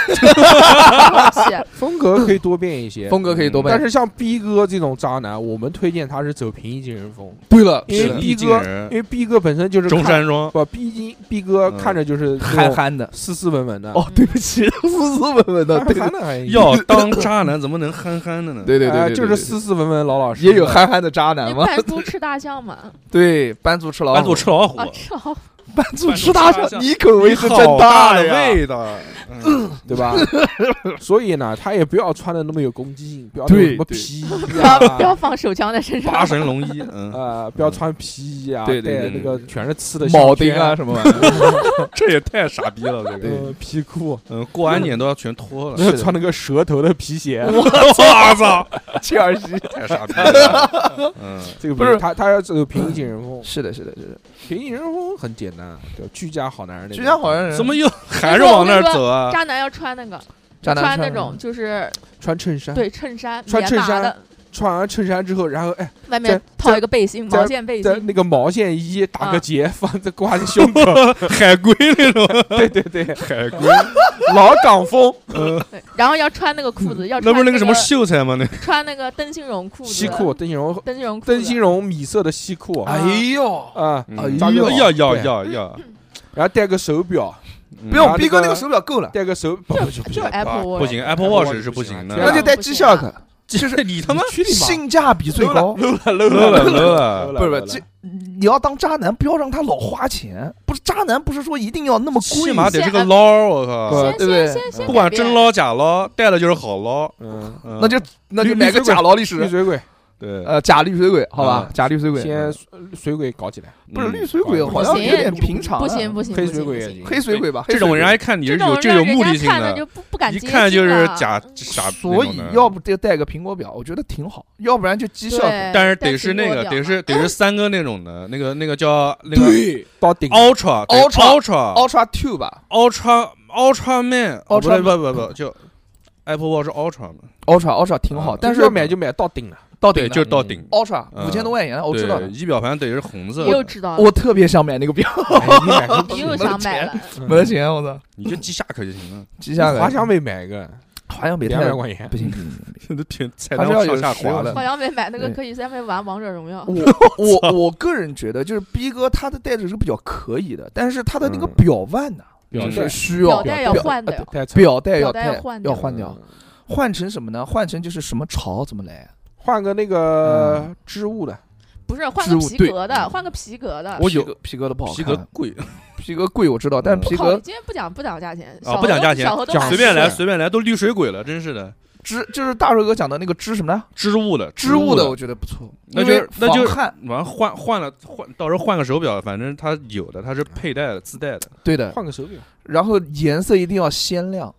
E: 对
B: 风格可以多变一些，
D: 风格可以多
B: 但
D: 变。
B: 是像逼哥这种渣男，我们推荐他是走平易近人风，
D: 对了，
B: 因
C: 平
B: 为
C: 易
B: 逼
C: 近
B: 哥，
C: 人
D: 嗯
B: 因为逼哥本身就是
C: 中
B: 看
C: 山装，
B: 不逼金逼哥
C: 嗯
B: 看着就是
D: 憨
B: 憨
D: 憨的。
B: 斯斯文文的，
D: 哦，对不起，斯斯文文的，
B: 憨
D: 对
B: 憨的还行
C: 要当渣男怎么能憨憨的呢？ [LAUGHS]
D: 对对对，
B: 哎
D: 对
B: 就是
D: 对
B: 斯斯文文老老实，
D: 也有。憨憨的渣男
E: 因
D: 吗
E: 为？扮猪吃大象嘛，
D: 对，班组吃老
C: 班
D: 虎
C: 主，吃老虎
E: 啊，，吃好
D: 班组吃大
C: 班主吃大
D: 象，
C: 象
D: 你口味是真
C: 好大的
D: 呀！
C: 味道，嗯
D: [LAUGHS]
B: 对吧？所以呢，他也不要穿的那么有攻击性，不要那么
D: 对
B: 什么
D: 对
B: 皮
E: 不
B: 衣
D: [LAUGHS]
E: 要不要
B: 啊，
E: 放手枪在身上。
C: 八神龙一，嗯，
B: 呃，不要穿皮衣啊，
D: 对对
B: 戴
D: 对
B: 那
C: 对
B: 个全是刺的
D: 铆
B: 项
D: 钉
B: 圈
D: 啊，什么玩意儿？
C: 这也太傻逼了，这个，
B: 呃，皮裤，
C: 嗯，过完年都要全脱
B: [LAUGHS]
C: 了，
B: 然后穿那个蛇头的皮
D: [LAUGHS]
B: 鞋，
C: 我操，
D: 切尔西
C: 太傻逼了， [LAUGHS] 嗯，
B: 这个
D: 不是
B: 他，他要走平易近人
D: [LAUGHS]
B: 风，
D: 是的，是的，是的，
B: 平易近人风很简单，啊叫居家好男人那种。
D: 居家好像人
C: 怎么又还是往那儿走
E: [LAUGHS]
C: 啊？
E: 渣男要穿那个，
D: 渣男
E: 穿那
D: 穿嗯哎
E: 种就是
B: 穿衬衫，
E: 对衬衫，
B: 穿衬
E: 棉麻
B: 衫
E: 的，
B: 穿完衬衫之后，然后哎，
E: 外面套一个背心，
B: 在
E: 毛线背
B: 在
E: 心，
B: 那个毛线衣打个
E: 啊
B: 结，放在挂
D: [LAUGHS]
B: 在胸口，
C: [LAUGHS] 海龟那种，
B: 对对对，
C: 海龟，
B: 老港
D: [LAUGHS]
B: 风，
E: 对然后要穿那个裤子，要
C: 那
E: 穿
C: 不是那
E: 个
C: 个什么秀才吗？那
E: 穿那个灯芯绒裤子，
B: 西裤，邓金荣，
E: 灯芯绒裤子，
B: 邓金荣米色的西裤啊，
D: 哎呦，
C: 嗯
D: 哎呦
C: 要要要要，
B: 然后戴个手表，
D: 啊不
B: 然
D: 用
B: 后
D: 逼哥那
B: 那
D: 个
B: 个
D: 手表够了，
B: 戴个手，不不不
E: 就 Apple
C: 不
E: Watch，
C: 行，Apple Watch 是不行的，
B: 对啊
D: 那就戴 G Shock，
C: 就是你他妈
B: 去你妈！
D: 性价比最高。
B: 搂了搂
C: 漏了
B: 了
C: 漏
B: 搂
C: 了，
B: 了，
D: 不是不是，
B: 搂了
D: 这你要当渣男，不要让他老花钱。不是渣男，不是说一定要那么
C: 起
D: 贵，
C: 码得是个捞儿，我靠，
E: 先
D: 对不对
E: 先先先
C: 不管
E: 改变
C: 真捞假捞，带了就是好捞，
B: 嗯，
C: 嗯
D: 那就那就
B: 绿
D: 买个
B: 绿水鬼
D: 假劳力
B: 绿
D: 士，
B: 水鬼，
C: 对，
D: 呃，假绿水鬼，好吧，
C: 嗯
D: 假绿水鬼。
B: 先呃水鬼搞起来，
D: 不是
C: 嗯
D: 绿水鬼，
B: 不
D: 好像
E: 行
D: 有点平常
E: 不
D: 了。
E: 行不行，
B: 黑
E: 不
B: 水
E: 行
B: 鬼也
E: 不行
B: 行，
D: 黑水鬼吧，黑
C: 这
D: 水
C: 种
D: 鬼
C: 人，一看你是有
E: 这
C: 这种目的性
E: 看着就
C: 的，
E: 不不敢
C: 一
E: 接近啊
C: 看就是
E: 了嗯
C: 假傻，
D: 所以
C: 那种的
D: 要不就带个苹果表，我觉得挺好，要不然就机
E: 对
D: 效。
C: 但是得是那
E: 苹果
C: 个，
E: 表
C: 得
E: 嘛
C: 是得是三哥那种的，那个那个叫那个
B: 对，到顶
D: 哦
C: Ultra 对
D: Ultra-
C: Ultra
D: Ultra Two 吧
C: Ultra Ultra Man，哦不
D: Ultra
C: 对不不不不，就 Apple Watch Ultra 嘛，
D: ，Ultra Ultra 挺好，
C: 啊
D: 但是
B: 要买就买到顶了，
D: 到
C: 对，
D: 顶
C: 就是
D: 的
C: 到顶。
D: Ultra
C: 嗯
D: 五千多块钱，我知道
C: 对
D: 的。
C: 仪表盘得是红色
E: 又
C: 的，
E: 知道了，
D: 我特别想买那个表，
B: 哎你买个
D: [LAUGHS]
E: 你
B: 屁
E: 又想买了，
C: 嗯
D: 没钱，我操！
C: 你就记下可就行 [LAUGHS] 了。
D: 记下来。
B: 华强北买个
D: 华强北
B: 两
D: 太
B: 百块钱
D: 不，行不
C: [LAUGHS]
D: 行，
C: 这天菜
D: 还
C: 单
D: 是要有
C: 往上下
D: 实用
C: 滑
D: 性
C: [LAUGHS] 了
E: 好，像没买那个
D: 对
E: 可以在外面玩王者荣耀，
D: 我我我个人觉得，就是逼哥他的戴着是比较可以的，但是他的那个
C: 嗯
D: 表腕呢
B: 表啊
D: 是
B: 带
D: 需
E: 表
D: 要
E: 带要换哦掉，
B: 太丑
D: 表带要
E: 表带要
D: 戴
E: 换
D: 要
E: 掉
D: 换
B: 嗯
D: 掉，，换成什么呢？换成就是什么潮怎么来？啊
B: 换个那个织物的，
E: 不是换
D: 织
E: 个
D: 物
E: 皮
D: 对
E: 革的，换个皮革的。
C: 我有
D: 皮革皮革的不好
C: 皮
D: 看，啊
C: 革贵，
D: 皮革贵我知道，但是皮
E: 好，
D: 革
E: 你今天不讲不讲价钱
C: 啊不讲价钱
E: 小何都
B: 讲
E: 买
C: 随便来
B: 是
C: 随便来，都绿水鬼了，真是的，
D: 织就是大帅哥讲的那个织什么呢？
C: 织物的
D: 织物的，我觉得不错，
C: 那
D: 因为
C: 就是那就是
D: 防汗
C: 完了换换了换，到时候换个手表，反正它有的它是佩戴的自带的，
D: 对的。
B: 换个手表，
D: 然后颜色一定要鲜亮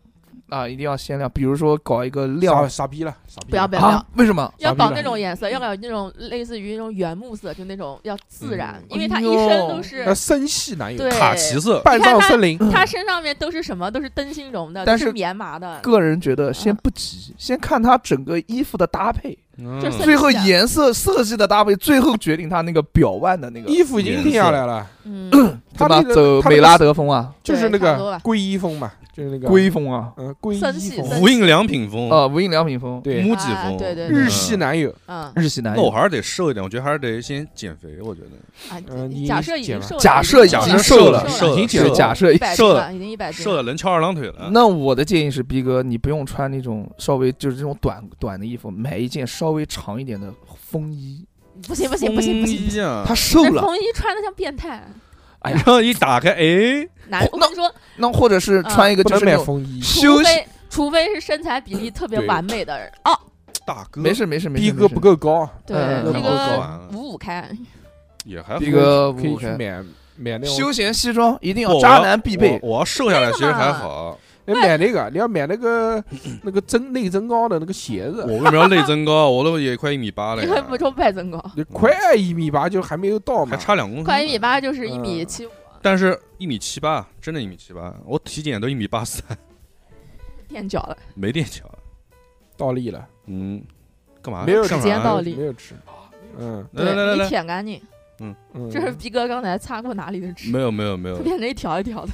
D: 啊，一定要鲜亮，比如说搞一个
B: 傻
D: 亮
B: 傻逼了，傻逼了
E: 不要不要不要
D: 啊，，为什么？
E: 要
B: 傻逼
E: 搞
B: 了
E: 那种颜色，要搞那种类似于那种原木色，就那种要自然，
B: 嗯
E: 因为他
D: 哎
E: 一
D: 呦
E: 身都是
B: 那呃生系男友
E: 对
C: 卡其色，
B: 半藏森林，
E: 他身上面都是什么，都是灯芯绒的，
D: 但
E: 都
D: 是
E: 是棉麻的，
D: 个人觉得先不急，
E: 啊
D: 先看他整个衣服的搭配，
C: 嗯
E: 就是
D: 最后颜色设计的搭配，最后决定他那个表腕的那个。
B: 衣服已经定下来了，
E: 嗯，
B: 他
D: 怎么
B: 那个
D: 走
B: 他那个
D: 美拉德风啊，
B: 就是
E: 对
B: 那
E: 差不多
B: 个
E: 吧
B: 皈依风嘛，就是那个
D: 龟风啊，
B: 嗯皈
E: 森
B: 依
E: 系
B: 风，
C: 无印良品风、
D: 啊，无印良品风，
B: 对，
C: 木几
E: 啊
C: 风，
E: 对对对
B: 日系男友，
E: 嗯
D: 日系男
C: 那我
D: 友。
C: 还是得瘦一点，我觉得还是得先减肥。我觉得
E: 啊
B: 嗯你
E: 假设已
B: 减
E: 经
B: 吧
E: 瘦了，
D: 假设已
C: 假
D: 经
C: 设
D: 瘦
C: 了，
E: 瘦
C: 瘦了
B: 已经减
D: 对，
B: 了
D: 假设
E: 一百斤
C: 瘦
E: 了，已经一百斤
C: 瘦
E: 了，
C: 的能翘二郎腿了。
D: 那我的建议是，逼哥，你不用穿那种稍微就是这种短短的衣服，买一件稍微长一点的风衣，
E: 不行不行不行不行，
C: 风衣啊，
D: 他瘦
E: 那 [LAUGHS]
D: 了，
E: 风衣穿的像变态，
D: 哎呀
C: 然 [LAUGHS] 后一打开，哎，
E: 男我跟你说，
D: 那或者是
E: 嗯
D: 穿一个
B: 不
D: 就
B: 能
D: 是那
B: 买
D: 种
B: 风衣，
E: 除
D: 休息，
E: 非除非是身材比例特别
B: 对
E: 完美的人哦，
C: 大哥，
D: 没事没事没事，
B: 逼格不够高，
E: 对，
D: 嗯
E: 那
B: 那不够
E: 个
C: 啊
E: 五五开，
C: 也还好
D: 逼格
B: 可以
D: 不
B: 去
D: 够。
B: 买买那种，
D: 休闲西装一定
C: 不
D: 要
C: 我
D: 渣
C: 要
D: 男必备，
C: 我我要瘦下来
E: 真的
C: 其实还
E: 吗
C: 好。
B: 你买那个，你要买那个那个增内增高的那个鞋
C: 我
B: 子，
C: 为什么要内增高？ [LAUGHS] 我都也快一米八了
E: 你会不
C: 呀，
E: 中白增高，
B: 你快一米八就还没有到
C: 还，
B: 嘛
C: 差两公
E: 快一
C: 分。
E: 米八就是一米
B: 嗯
E: 七五，
C: 但是，一米七八，真的，一米七八，我体检都一米八三，
E: 垫脚了，
C: 没垫脚。
B: 倒立了，
C: 嗯，干嘛？
B: 没有
C: 上
E: 时间
C: 啥
E: 到倒立
B: 没有吃，嗯
C: 来来来来
E: 对，你
C: 来，
E: 舔干净，
B: 嗯，
E: 这是逼哥刚才擦过哪里的纸
C: 没，有没有没有，
E: 变成一条一条的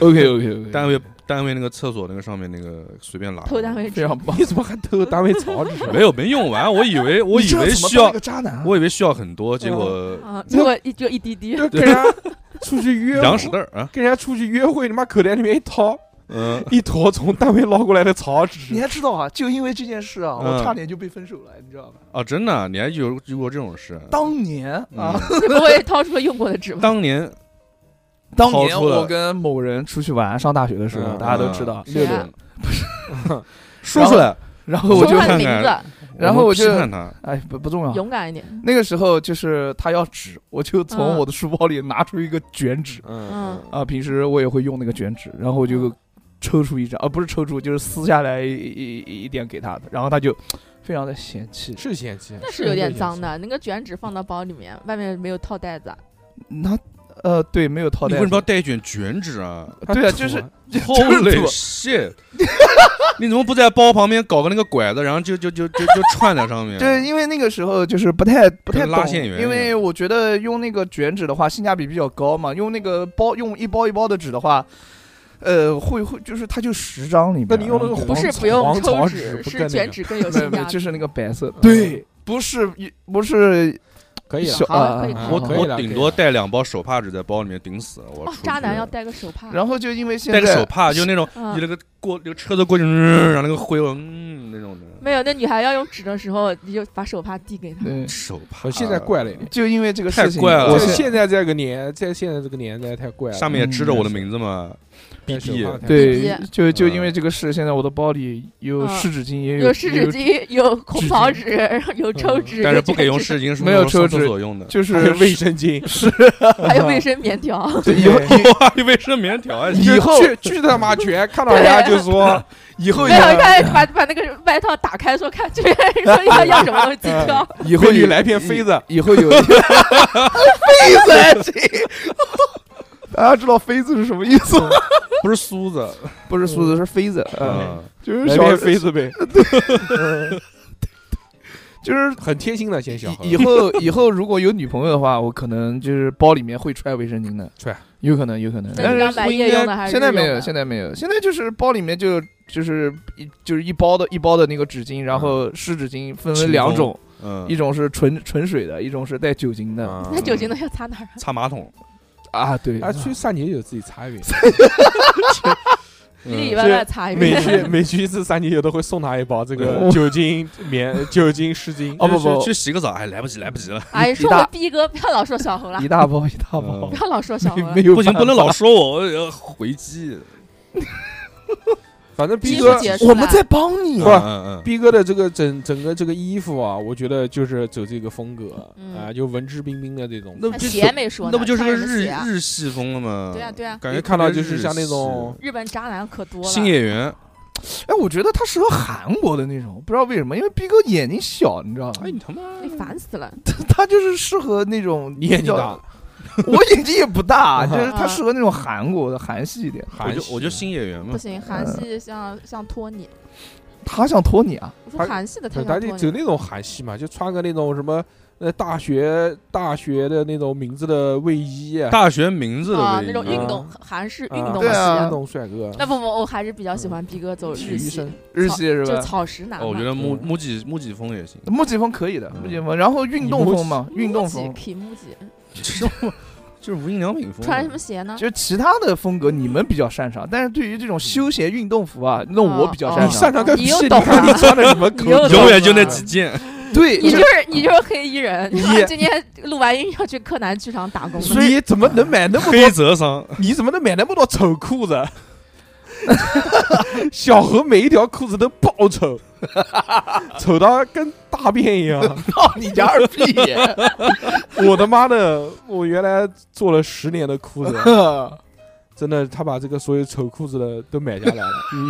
D: OK OK OK，
C: 单位单位那个厕所那个上面那个随便拿。
E: 偷单位
D: 非
E: 纸，
D: 常棒。
B: 你怎么还偷单位草 [LAUGHS] 纸？
C: 没有没用完，我以为我
D: 你
C: 以
D: 这
C: 为
D: 怎么
C: 需
D: 当
C: 要
D: 一个，渣男啊，
C: 我以为需要很多，结果
E: 啊，结果一就一滴滴， [LAUGHS]
B: 就跟人 [LAUGHS] 家出去约
C: 羊屎
B: 会，
C: 蛋儿啊，
B: 跟人家出去约会，你妈口袋里面一掏
C: 嗯，
B: 一坨从单位捞过来的草
D: 你
B: 纸，
D: 还知道啊？就因为这件事啊，我
C: 嗯
D: 差点就被分手了，你知道吧？
C: 啊，真的，你还有遇过这种事？
D: 当年啊，
C: 嗯
E: 你不会掏出了用过的
C: [LAUGHS]
E: 纸吧？
C: 当年
D: 当
C: 掏
D: 年
C: 出了
D: 我跟某人出去玩，上大学的时候，
B: 嗯
D: 大家都知道。
E: 谁啊
C: 六 [LAUGHS] 说出来，
D: 然后我
E: 说
D: 就
E: 他的
C: 看
E: 名
C: 看
E: 字，
D: 然后我
C: 批
D: 就
C: 判他，
D: 哎不不重要。
E: 勇敢一点，
D: 那个时候就是他要纸，我就从
E: 嗯
D: 我的书包里拿出一个卷纸
B: 嗯
D: 啊，平时我也会用那个卷纸，然后我就抽出一张，啊不是抽出，就是撕下来一一一点给他的，然后他就非常的嫌弃，
B: 是嫌弃，
E: 那是有点脏的。那个卷纸放到包里面，外面没有套袋子啊，
D: 那呃对没有套
C: 你
D: 袋
C: 为什么要
D: 子，
C: 带一卷卷纸
D: [LAUGHS]
C: 啊
B: 他
D: 对啊
B: 土
D: 就是啊
C: ？Holy
D: 土
C: shit！你怎么不在包旁边搞个那个拐子，然后就就就就就串在上面？
D: [LAUGHS] 对，因为那个时候就是不太不太
C: 跟
D: 懂，
C: 拉线员
D: 因
C: 一
D: 为我觉得用那个卷纸的话，性价比比较高嘛，用那个包用一包一包的纸的话，呃，会会就是它就十张里面，
B: 那你用那个
D: 然后
E: 不是
B: 黄
E: 不用
B: 黄
E: 抽
B: 草
E: 纸，
B: 纸不
E: 是
B: 跟那
E: 卷
B: 个
E: 纸更有
D: 没有
E: 性
D: 没有，
E: 价值
D: 就。是那个白色的，
B: 嗯
D: 对，不是一不是
B: 可以了
D: 小，
E: 好了
D: 啊
E: 可以，
B: 啊
C: 我
B: 可以了
C: 我顶多带两包手帕纸在包里面顶死了。我
E: 哦
C: 出，
E: 渣
C: 去
E: 男要戴个手帕，
D: 然后就因为现
C: 带
D: 在
C: 个手帕，就那种
E: 嗯
C: 你那个过那个车子过去，嗯然后那个灰嗯那种的
E: 没有，那女孩要用纸的时候，你就把手帕递给她。
D: 对，
C: 手帕。
B: 我现在怪了一点。
D: 就因为这个
C: 太
D: 事情，
C: 怪了
B: 啊我
D: 我
C: 这
D: 现
B: 现在这个年，在现在这个年代太
D: 啊
B: 怪了，
C: 上面也支着我的名字嘛，
B: 戴手
C: BB
B: 铐太
D: 对
E: 弟，
D: 就就
C: 嗯
D: 因为这个事，现在我的包里有
E: 嗯
D: 湿纸巾，也
E: 有湿纸，巾，有红
D: 纸
E: 草
D: 巾
E: 纸，有抽
B: 嗯
C: [LAUGHS]
E: 纸，
C: 但是
E: 有
C: 不
E: 卷
C: 给用
E: [LAUGHS] 纸，
C: 湿巾，是
D: 没有
C: 上
D: 抽
C: 厕
D: 纸
C: 所用的，
D: 就是
B: 还有卫生 [LAUGHS] 巾，
D: 是
E: 还有卫生棉条。
D: 对以后
C: 哇，卫生棉条啊！
D: 以后
B: 巨巨他妈全看到人家就说，
D: 以后
E: 啊没有，他把把那个外套打开，说看这边说要要什么东西挑。
D: 以后
B: 美女
D: 有
B: 来片飞 [LAUGHS] 子，
D: 以后有飞子还行，大家知道飞子是什么意思吗？
B: 嗯
C: 不是梳子，
D: 不是苏子，是飞子，嗯，
C: 嗯，
D: 就是
B: 来
D: 小
B: 片飞子呗，
D: 就是
B: 很贴心的，先小孩
D: 以以后以后如果有女朋友的话，我可能就是包里面会揣卫生巾的，
B: 揣，
D: 有可能有可能，
E: 那
D: [LAUGHS] 但
E: 你
D: 是
E: 当白夜用的还是
D: 现在没
E: 日用
D: 有，
E: 的
D: 现在没有，现在就是包里面就就是一就是一包的一包的那个纸巾，
B: 嗯
D: 然后湿纸巾分为
C: 清
D: 两
C: 风
D: 种，
C: 嗯，
D: 一种是纯纯水的，一种是带酒精的
B: 啊
E: 那酒精的要擦哪儿啊？
C: 擦马桶，
D: 啊，对，
B: 啊，去三九九自己擦一遍，
E: [LAUGHS] 里里
C: 嗯
E: 外外擦一
B: 每
E: [LAUGHS] 遍。
B: 去每去一次三九九都会送他一包这 [LAUGHS] 个酒精棉、酒精湿巾。
D: 哦不
C: 去
D: 不
C: 去洗个澡，哎，来不及，来不及
B: [LAUGHS]
C: 了，
E: 阿姨
D: 一
E: 说
D: 大
E: 我逼哥不要老说小猴了
D: 一，大包一大包
E: [LAUGHS]
B: 嗯
E: 不，要老说小猴
D: [LAUGHS]
E: 了
D: 没。有
C: 不行，
D: 办
C: 不能
D: 法
C: 老说我，我要回击。
B: 反正
E: 衣
B: 逼
E: 服
B: 哥
E: 结束
D: 我们
E: 了
D: 在帮你
C: 嗯
B: 不
D: 啊。
C: 嗯嗯，
B: 逼哥的这个整整个这个衣服啊，我觉得就是走这个风格
E: 嗯
B: 啊，就文质彬彬的这种。
C: 那不
E: 啊
C: 就
E: 鞋没说呢，
C: 那不就是
E: 穿
C: 个
E: 什么
C: 日
E: 鞋啊
C: 日系风了吗？
E: 对啊对啊
C: 感
B: 一
C: 觉
B: 看到
C: 特别
B: 就是
C: 日
B: 像那
C: 系
B: 种
E: 日本渣男可多了。
C: 新演员，
D: 哎，我觉得他适合韩国的那种，不知道为什么，因为逼哥眼睛小，你知道吗
C: 哎，？你他妈
E: 哎烦死了！
D: 他就是适合那种
B: 你眼
D: 比
B: 睛
D: 较
B: 大，，
D: [LAUGHS] 我眼睛也不
B: [LAUGHS]
D: 大，就是他
E: 啊
D: 适合那种韩国的韩系一点。
C: 我
B: 韩
C: 就
B: 系
C: 我就新演员嘛
E: 不，行，韩系像像托尼，
D: 他想托你啊，
E: 我说
B: 他
E: 韩系的他
B: 对，
E: 像
B: 他就
E: 托
B: 走
E: 尼，
B: 那种韩系嘛，就穿个那种什么呃大学大学的那种名字的卫衣啊，
C: 大学名字
E: 啊
C: 的
E: 那种
B: 衣
E: 运
B: 啊
E: 动韩式运
B: 啊
E: 动
D: 对
E: 鞋。
D: 啊
B: 运动帅哥，
E: 那不不，我还是比较喜欢逼哥走
B: 体育
E: 日系
B: 生，
D: 日系是
E: 就
D: 吧？
E: 草食男
C: 哦，我觉
E: 嘛。
C: 得木
B: 嗯
C: 木吉木吉风也
E: [LAUGHS]
C: 行，
D: 木吉风可以的，木吉风，然后运动风嘛，运动风。
E: k i m j
C: 就是就是无印良品风，
E: 穿什么鞋呢？
D: 就其他的风格你们比较擅长，但是对于这种休闲运动服啊，那我比较
E: 哦
D: 擅
B: 你
E: 哦
D: 长。
B: 擅长个
E: 你
B: 屁！
E: 又
B: 你
E: 懂
B: 看
E: 了
B: 你穿的什么
E: 你又
B: 口
E: 懂
B: 罩
C: 永远就
E: 了 [LAUGHS]
C: 那几件，
D: 对，
E: 你
D: 就 [LAUGHS]
E: 就是你就是黑衣人，
D: 你
E: 你今天录完音要去柯南剧场打工
D: 所以你怎么能买那么 [LAUGHS]
C: 黑
D: 多？
C: 泽桑，
D: 你怎么能买那么多丑裤子？ [LAUGHS]
B: 小何每一条裤子都
D: [LAUGHS]
B: 爆丑，丑到跟大便一样。
D: 操你家二逼！ [LAUGHS]
B: 我的妈的，我原来做了十年的裤子，真的，他把这个所有丑裤子的都买下来
D: [LAUGHS]
B: 了。
D: 嗯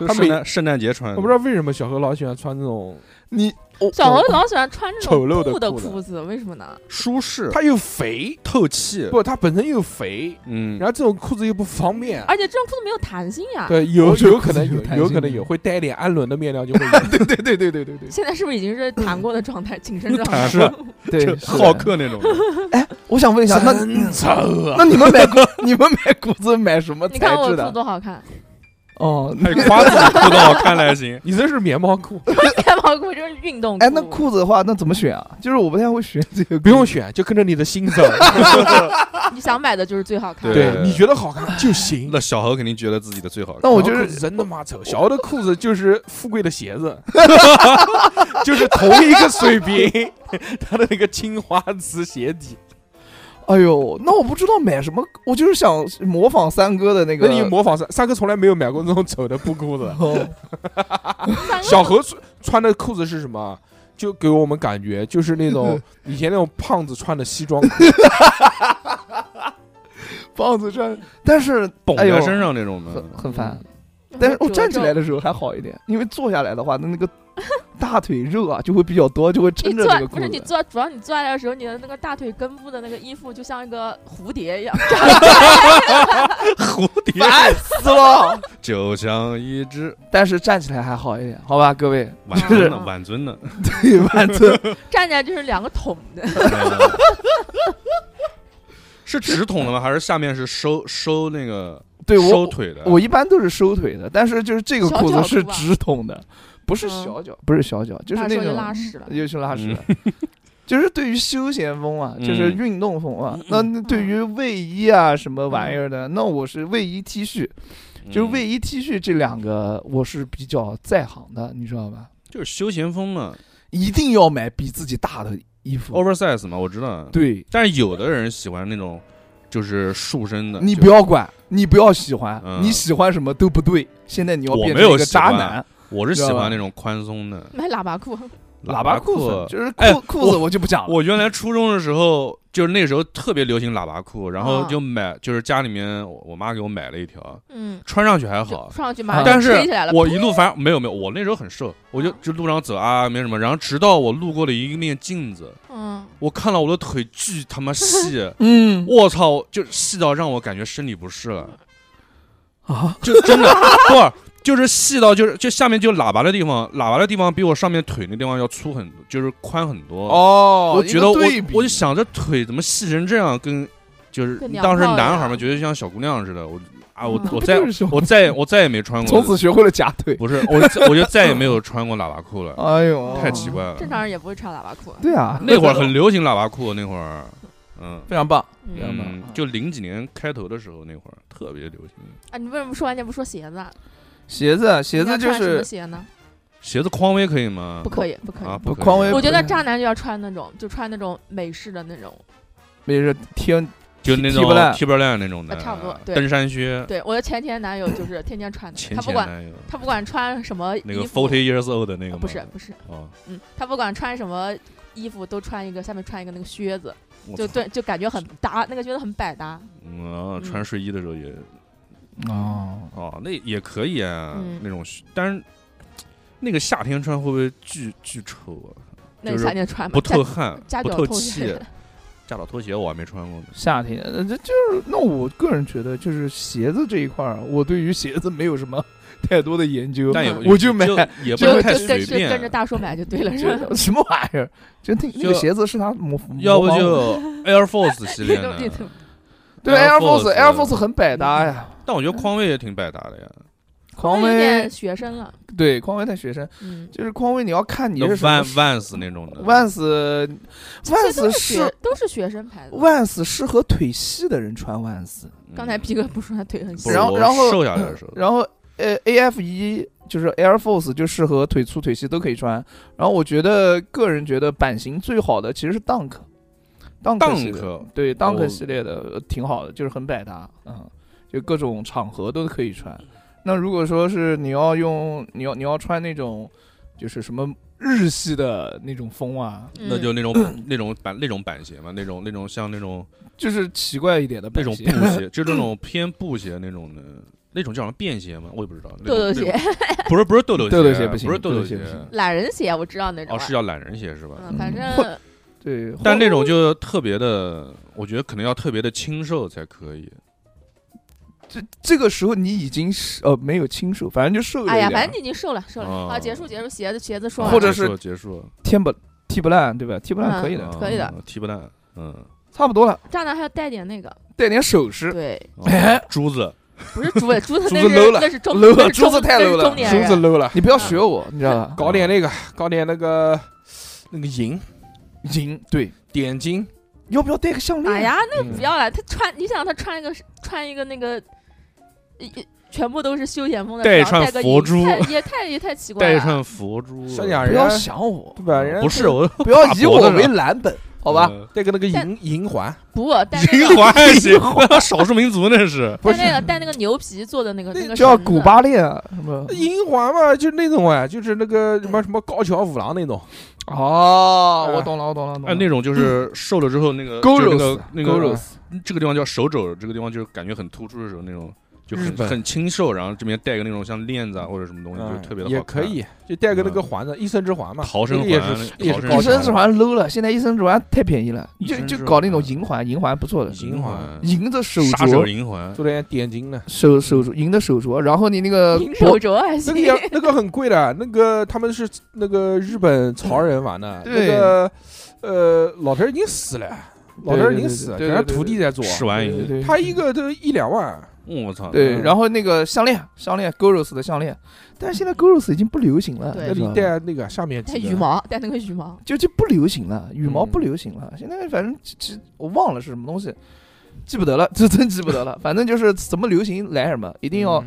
C: 就
B: 他
C: 圣
B: 每
C: 诞圣诞节穿
B: 我不
C: 的
B: 知。道为什么小何老喜欢穿这种，
D: 你我
E: 小何老喜欢穿这种
B: 丑陋的
E: 布的
B: 裤子
E: 裤子，为什么呢？
C: 舒适，
B: 他又肥，
C: 透气，
B: 不，他本身又肥，
C: 嗯，
B: 然后这种裤子又不方便。
E: 而且这种裤子没有弹性呀。
B: 对，有
D: 嗯我觉得
B: 有可能
D: 裤子有
B: 有，
D: 弹
B: 有
D: 性
B: 可能有，会带一点氨纶的面料
D: [LAUGHS]
B: 就会有。
D: 对对对对对对
E: 现在是不是已经是弹过的状态，紧身状态？
C: 是
D: 啊对对，
C: 浩克
B: [LAUGHS]
C: 那种的，
D: 我想问一下，哎那
B: 啊。
D: 那你们买裤， [LAUGHS] 你们买裤子买什么
E: 你
D: 材
E: 看我
D: 质
E: 裤
D: 的？
E: 多好
D: [LAUGHS]
E: 看，
D: 哦，
C: [LAUGHS] 还有哎夸自己裤子好看了还行
B: 你这是棉毛裤，
E: 棉毛裤就是运动裤。
D: 哎，那裤子的话，那怎么选啊？就是我不太会选这个，
B: 不用选，就跟着你的心走。
E: 你想买的就是最好看的。
C: 对
B: 对，你觉得好看就行。
C: 那小何肯定觉得自己的最好看，
D: 那我哦就是
B: 人他妈丑，小欧的裤子就是富贵的鞋
D: [LAUGHS]
B: 子，就是同一个水平，他的那个青花瓷鞋底。
D: 哎呦，那我不知道买什么，我就是想模仿三哥的那个。
B: 那你模仿三三哥从来没有买过那种丑的布
D: [LAUGHS]
B: 裤子。
D: 哦
E: 三个
B: 小何穿穿的裤子是什么？就给我们感觉就是
D: [LAUGHS]
B: 那种以前那种胖子穿的西装裤，
D: 棒子穿，但是
C: 绷
D: 哎呦
C: 在身上那种 [LAUGHS] 的
D: 很，很烦。
E: 就
D: 但是
E: 会
D: 我
E: 褶
D: 站起来
E: 皱，
D: 的时候还好一点，因为坐下来的话，那那个大腿肉啊就会比较多，就会
E: 你
D: 撑着这
E: 坐
D: 个裤
E: 不是你
D: 子。 [LAUGHS]
E: 坐，主要你坐下来的时候，你的那个大腿根部的那个衣服就像一个蝴
C: [LAUGHS]
E: 蝶一样，
C: 蝴蝶
D: 烦死了！
C: 就像一只
D: 但是站起来还好一点，好吧，各位，
C: 晚
E: 就是
C: 尊的晚尊的，
D: 对，反正
E: 站起来就是两个桶的。
C: [LAUGHS] 是直筒的吗？还是下面是收收那个
D: 对
C: 收
D: 我
C: 腿啊的？
D: 我一般都是收腿的，但是就是这个裤子是直筒的，不是
E: 嗯
D: 小脚，不是小脚，就是
E: 那时
D: 那
E: 候就
D: 种
E: 拉屎了。
D: 又去拉屎了。 [LAUGHS] 就是对于休闲风啊，
C: 嗯
D: 就是运动风啊，那那对于卫衣啊什么玩意儿的，那我是卫衣 T 恤，
C: 嗯
D: 就是卫衣 T 恤这两个我是比较在行的，你知道吧？
C: 就是休闲风嘛
D: 一定要买比自己大的衣服。
C: ，oversize 嘛，我知道。啊
D: 对，
C: 但是有的人喜欢那种就是束身的，
D: 你
C: 就
D: 不要管，你不要喜欢，
C: 嗯
D: 你喜欢什么都不对。现在你要
C: 我
D: 变
C: 没
D: 成
C: 有
D: 一个
C: 喜
D: 渣
C: 欢
D: 男，
C: 我是喜
D: 知道吧
C: 欢那种宽松的
E: 买喇叭裤，
D: 喇叭
C: 裤
D: 子，就是裤、
C: 哎
D: 裤子我就不讲了。
C: 我原来初中的时候，就是那时候特别流行喇叭裤，然后
E: 啊
C: 就买，就是家里面我我妈给我买了一条，
E: 嗯，
C: 穿上去还
E: 就
C: 好啊
E: 穿，上去马上
C: 但是
E: 吹起来了。啊
C: 我一路反正没有没有，我那时候很瘦，我就就路上走啊没什么，然后直到我路过了一面镜子，
E: 嗯，
C: 我看到我的腿巨他妈细，
E: [LAUGHS]
D: 嗯
C: 我操，就细到让我感觉生理不适了，
D: 啊，
C: 就真的 [LAUGHS] 不。就是细到就是就下面就喇叭的地方，喇叭的地方比我上面腿那地方要粗很多，就是宽很多。
D: 哦
C: 我觉得我
D: 一个对比
C: 我就想这腿怎么细成这样，跟就是
E: 跟娘
C: 当时
E: 炮一
C: 男孩
E: 样
C: 嘛，觉得像小姑娘似的。我啊，我
E: 嗯
C: 我
D: 不
C: 再
D: 就是小
C: 我再我再也没穿过，
D: 从此学会了夹腿。
C: 不是我再我就再也没有穿过喇叭裤了，
D: 哎呦，
C: 太奇怪了
E: 正。常人也不会穿喇叭裤。
D: 对啊，
C: 那会儿很流行喇叭裤，那会儿，嗯。
D: [LAUGHS] 非常棒。 [LAUGHS] 这样吧
C: 嗯，就零几年开头的时候，那会儿特别流行。
E: 啊，你为什么说完全不说鞋子啊？
D: 鞋子，啊鞋
E: 你要
D: 子就
E: 穿什么
D: 是
E: 鞋呢？
C: 鞋子匡威可以吗？
E: 不可以，不可
C: 啊，
E: 以。
C: 不
D: 匡
C: 可以。
D: 威
E: 我觉得
D: 不
E: 渣男就要穿那种，就穿那种美式的那种。
D: 没事天
C: 就那种
D: Timberland
C: Timberland 那种的，
E: 啊差不多对
C: 登山靴，
E: 对，我的前前男友就是天天穿
C: 啊
E: 的，
C: 前
E: 他不
C: 前
E: 管
C: 男友
E: 他不管穿什么衣服，
C: 那个 Forty Years Old 的那个
E: 啊
C: 吗？
E: 不是不是，
C: 哦，
E: 嗯，他不管穿什么衣服都穿一个，下面穿一个那个靴子，
C: 我
E: 就
C: 操
E: 对，就感觉很搭，那个靴子很百搭。
C: 嗯，然后穿
E: 嗯
C: 睡衣的时候也
D: 哦，
C: 哦，那也可以啊，
E: 嗯
C: 那种，但是那个夏天穿会不会巨巨臭啊？
E: 那
C: 就
E: 你
C: 是
E: 夏天穿吧，
C: 不透
E: 夹
C: 汗，
E: 夹
C: [LAUGHS] 不
E: 脚
C: 透
E: 拖
C: 气
E: 鞋。
C: 夹脚拖鞋我还没穿过呢。
D: 夏天呃这就是那我个人觉得就是鞋子这一块儿，啊我对于鞋子没有什么 [LAUGHS] 太多的研究，
C: 但也
D: 我就买
C: 也不
E: 就
C: 能
E: 就
C: 太
E: 跟
C: 随
E: 就跟着
C: 便，
E: 大叔买就
C: [LAUGHS]
E: 对了，是吧
D: 就？什么玩意儿？就那那
C: 就
D: 个鞋子是他模，模
C: 要不
D: 仿我
C: 就 [LAUGHS] Air Force 系
E: [LAUGHS]
C: 列
E: 这种
C: 的
E: 这。种
D: 对
C: Air
D: Air Force
C: Force 啊
D: Air Force 很百搭呀，
C: 但我
E: 嗯
C: 觉得匡威也挺百搭的呀。
D: 匡
E: 那有
D: 威
E: 点学生了，
D: 对匡威太学生，
E: 嗯，
D: 就是匡威你要 [LAUGHS] 看你
C: 那
D: 是什么
C: Van Vans 那种的
D: Vans
E: 这些都
D: Vans
E: 学
D: 是
E: 都是学生牌子。
D: Vans 适合腿细的人穿 Vans，
C: 嗯
E: 刚才逼哥不是说他腿很细
C: 不是
D: 然后
C: 我
D: 然后
C: 瘦下来的时候，
D: 然后呃 AF 一就是 Air Force 就适合腿粗腿细都可以穿。然后我觉得个人觉得版型最好的其实是 Dunk。Dunk 系列
C: Dunk
D: 对
C: 哦
D: Dunk 系列的、呃挺好的，就是很百搭，嗯，就各种场合都可以穿。那如果说是你要用，你要你要穿那种，就是什么日系的那种风啊，
E: 嗯
C: 那就那种那种版那种板鞋嘛，那种那种像那种
D: 就是奇怪一点的
C: 那
D: 版
C: 种
D: 型
C: 布
D: [LAUGHS]
C: 鞋，就那种偏布鞋那种的，那种叫什么便鞋吗？我也不知道。那
E: 豆
C: 种
E: 豆鞋、，
C: 那种不是不是豆豆
D: 豆豆
C: 鞋
D: 鞋不行
C: 是豆
D: 豆
C: 豆
D: 豆鞋不行
E: 懒人鞋，我知道那种
C: 哦，
E: 啊。
C: 啊是叫懒人鞋是吧？
E: 嗯，反正
D: 或对，
C: 但那种就特别的，我觉得可能要特别的清瘦才可以。
D: 这这个时候你已经是呃没有轻瘦，反正就瘦了
E: 哎
D: 一
E: 呀，
D: 点，
E: 反正你已经瘦了，瘦了。
C: 哦
E: 好，结束结束，鞋子鞋子说
C: 啊
E: 完
D: 或者
E: 了
C: 结束
D: 是
C: 了结束了，
D: 天不踢不烂，对吧？踢不烂可以
B: 嗯
D: 的，
C: 啊
E: 可以的，
C: 踢不烂，嗯，
D: 差不多了，
E: 渣男还要带点那个，
D: 带点首饰。
E: 对，
C: 哦
D: 哎
C: 珠子，
E: 不是竹子，竹子
D: 竹
E: 那
D: 子 low
E: 是
D: 了
E: 那是中
D: low 了
E: 那是
D: 竹
E: 中
D: 子太
E: 那是
D: low 了
E: 中年
B: 梳
E: 人
B: 子 low 了，
D: 你不要学我，你知道吧？
B: 嗯搞点那个，搞点那个那个银
D: 银对，
B: 点睛，
D: 要不要戴个项链？
E: 哎呀，那
B: 嗯
E: 不要了。他穿，你想他穿一个穿一个那个，一一全部都是休闲风的，
C: 带
E: 然后
C: 串
E: 个
C: 佛
E: 银
C: 珠
E: 太也太也太奇怪
C: 带
E: 了。
C: 上佛珠，
B: 想想
D: 不
B: 人
D: 要
B: 家
D: 想
B: [LAUGHS]
D: 我，
B: 对吧？人家
C: 嗯不是 [LAUGHS] 我，
D: 不要以我为蓝本，
C: 好
D: 好吧？，
B: 带个那个
E: 但
B: 银银环，
E: 不带
C: [LAUGHS]
E: 那个
C: 银环还
D: [LAUGHS]
C: 行，少数民族那是。
D: 不
E: 带
D: 是
E: 那个带那个牛皮做的那个那个
D: 叫
E: 绳子
D: 古巴链啊，什么？
B: 银环嘛，就那种哎，就是那个什么什么高桥五郎那种，
D: 哦，
B: 哎
D: 我懂了，我懂了，懂
C: 哎，
D: 了。
C: 那种就是瘦了之后那个，就是
D: Goros，
C: 那个那
D: 勾肉
C: 个这个地方叫手肘，这个地方就是感觉很突出的时候那种，就
B: 日
C: 很
B: 本嗯
C: 很清瘦，然后这边带个那种像链子啊或者什么东西，就特别的
B: 也
C: 好
B: 可
C: 看。
B: 以，就带个那个环子，一生之环嘛，
C: 逃生
B: 那个也
C: 环
B: 是也
C: 逃
B: 是
C: 生
D: 一
B: 高
C: 环
B: 桥
D: 生之环 low 了，现在一生之环太便宜了，
C: 一
D: 就
C: 生之
D: 就
C: 环
D: 搞那种银环，银环不错的，
B: 银环
D: 银的手
C: 杀手
D: 镯，
C: 银环，
B: 做点点睛的。
D: 手手镯，银的手镯，然后你那个
E: 银
D: 脖
E: 手镯还
B: 那
E: 行
B: 个。也那个很贵的，那个他们是那个日本潮人玩的，那
D: 对
B: 个呃老头儿已经死了，老头儿已经死了，啊
D: 对
B: 全
D: 对对对
B: 是徒弟在做，
C: 试完
D: 对
C: 银，
D: 对
B: 他一个都一两万，
C: 我操，
D: 对，
B: 嗯
D: 然后那个项链，项链 Goros 的项链，但是现在 Goros 已经不流行了，
E: 对
B: 那
D: 你知
B: 里
D: 道吗
B: 带那个下面
E: 带
B: 几个
E: 羽毛，带那个羽毛，
D: 就就不流行了，羽毛
B: 嗯
D: 不流行了，现在反正其其我忘了是什么东西，记不得了， [LAUGHS] 这真记不得了，反正就是怎么流行来什么，一定要、
B: 嗯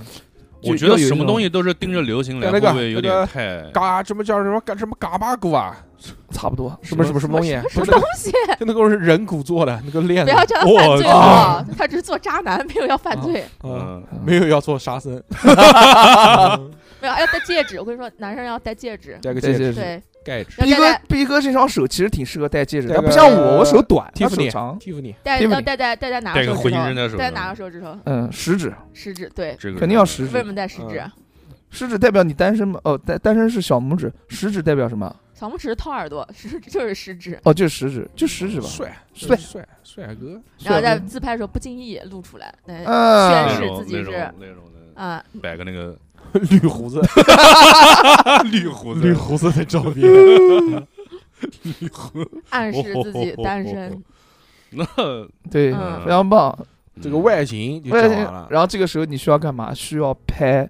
D: 就
C: 我觉得
D: 要有一
C: 什么
D: 种
C: 东西都是盯着流行来，
B: 带那
C: 会
B: 个
C: 不会有
B: 那
C: 点
B: 个
C: 太？
B: 嘎什么叫什么嘎什么嘎巴骨啊，
D: 差不多，
B: 什么什么什么东西，
E: 什
B: 就
E: 么
B: 那
E: 东
B: 个
E: 西？
B: 就那个是人骨做的那个链
E: 不
B: 子，
E: 要叫他犯罪
C: 我
E: 好不好？他只是做渣男，没有要犯
D: 啊
E: 罪，
B: 嗯，
C: 嗯，
B: 没有要做杀生，
E: 没有要戴戒指。我跟你说，男生要戴戒指，
B: 带个
D: 对
B: 戒指
D: 对
E: 对，
B: 盖指。
E: 要
D: 逼
E: 戴
D: 哥
E: 戴
D: 逼哥这双手其实挺适合戴戒指的，
B: 戴
D: 他
B: 个
D: 不像我，我手短，他手
B: Tiffany
D: 长，
B: Tiffany，
E: 戴
D: 对不
E: 要
D: 对
E: 戴戴戴在哪
C: 戴
E: 个
C: 个
E: 手
C: 回
E: 指
C: 音
E: 头？
C: 扔在手
E: 戴
C: 上，
E: 哪个手指头？
D: 嗯，食指，
E: 食指，对。
C: 这个
D: 肯定要食
E: 为
D: 指
E: 什，么戴食指？
D: 食指代表你单身嘛？哦，单单身是小拇指，食指代表什么？
E: 小拇指掏耳朵，食就是 [LAUGHS] 食指，
D: 哦，就是食指，就食指吧。
B: 帅
D: 帅
B: 帅帅哥，
E: 然后
D: 帅
E: 在
D: 哥
E: 自拍的时候不经意露出来，来
D: 嗯
E: 宣
C: 那
E: 示
C: 种
E: 自己
C: 那
E: 是
C: 种那种的，
E: 啊，
C: 摆个那个
B: [LAUGHS] 绿胡子，
C: [LAUGHS] 绿胡
B: 绿胡子的照片，
C: [LAUGHS] 绿胡，
E: 暗示自己单身。
C: 那
D: 对，
E: 嗯
D: 非常棒。
B: 这个外形就
D: 外
B: 讲
D: 星
B: 完了。
D: 然后这个时候你需要干嘛？需要拍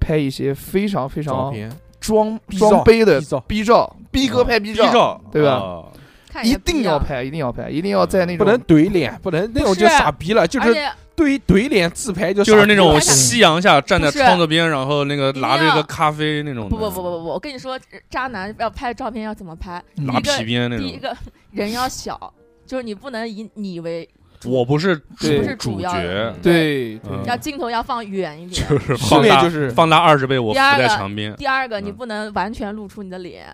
D: 拍一些非常非
B: 照
D: 常
B: 片，
D: 装
B: 逼
D: 装
B: 照
D: 杯的
B: 逼照嗯
D: 逼照，逼哥拍逼
C: 逼
D: 照，
C: 照
D: 对吧
C: 啊
E: 看
D: 一
E: 也不
D: 定
E: 样
D: 要，拍，一定要拍，一定要在那
B: 不
D: 种
B: 能怼脸，哎不啊能那种就傻逼了，就
E: 而
B: 是
E: 且
B: 对怼脸自拍就
C: 就是那种
E: 而且
C: 夕阳下站在
E: 不是
C: 窗子边，然后那个拿着一
E: 一定
C: 个
E: 要
C: 咖啡那种的，
E: 不不不不不，我跟你说，渣男要拍照片要怎么拍？
C: 拿
E: 一个
C: 皮鞭那
E: 第一
C: 种。
E: 个人要小，就是你不能以你为
C: 我不是
D: 对
E: 不
C: 主
E: 是
C: 主
E: 主要
C: 角
B: [LAUGHS]
E: 的，，
D: 对对
C: 嗯
E: 要镜头要放远一点。
C: 就是
B: 训
C: 放
B: 练就
C: 大
B: 是
C: 放大二十倍，我
E: 第
C: 伏
E: 二
C: 在
E: 个
C: 墙边。
E: 第二个，你
C: 嗯
E: 不能完全露出你的脸，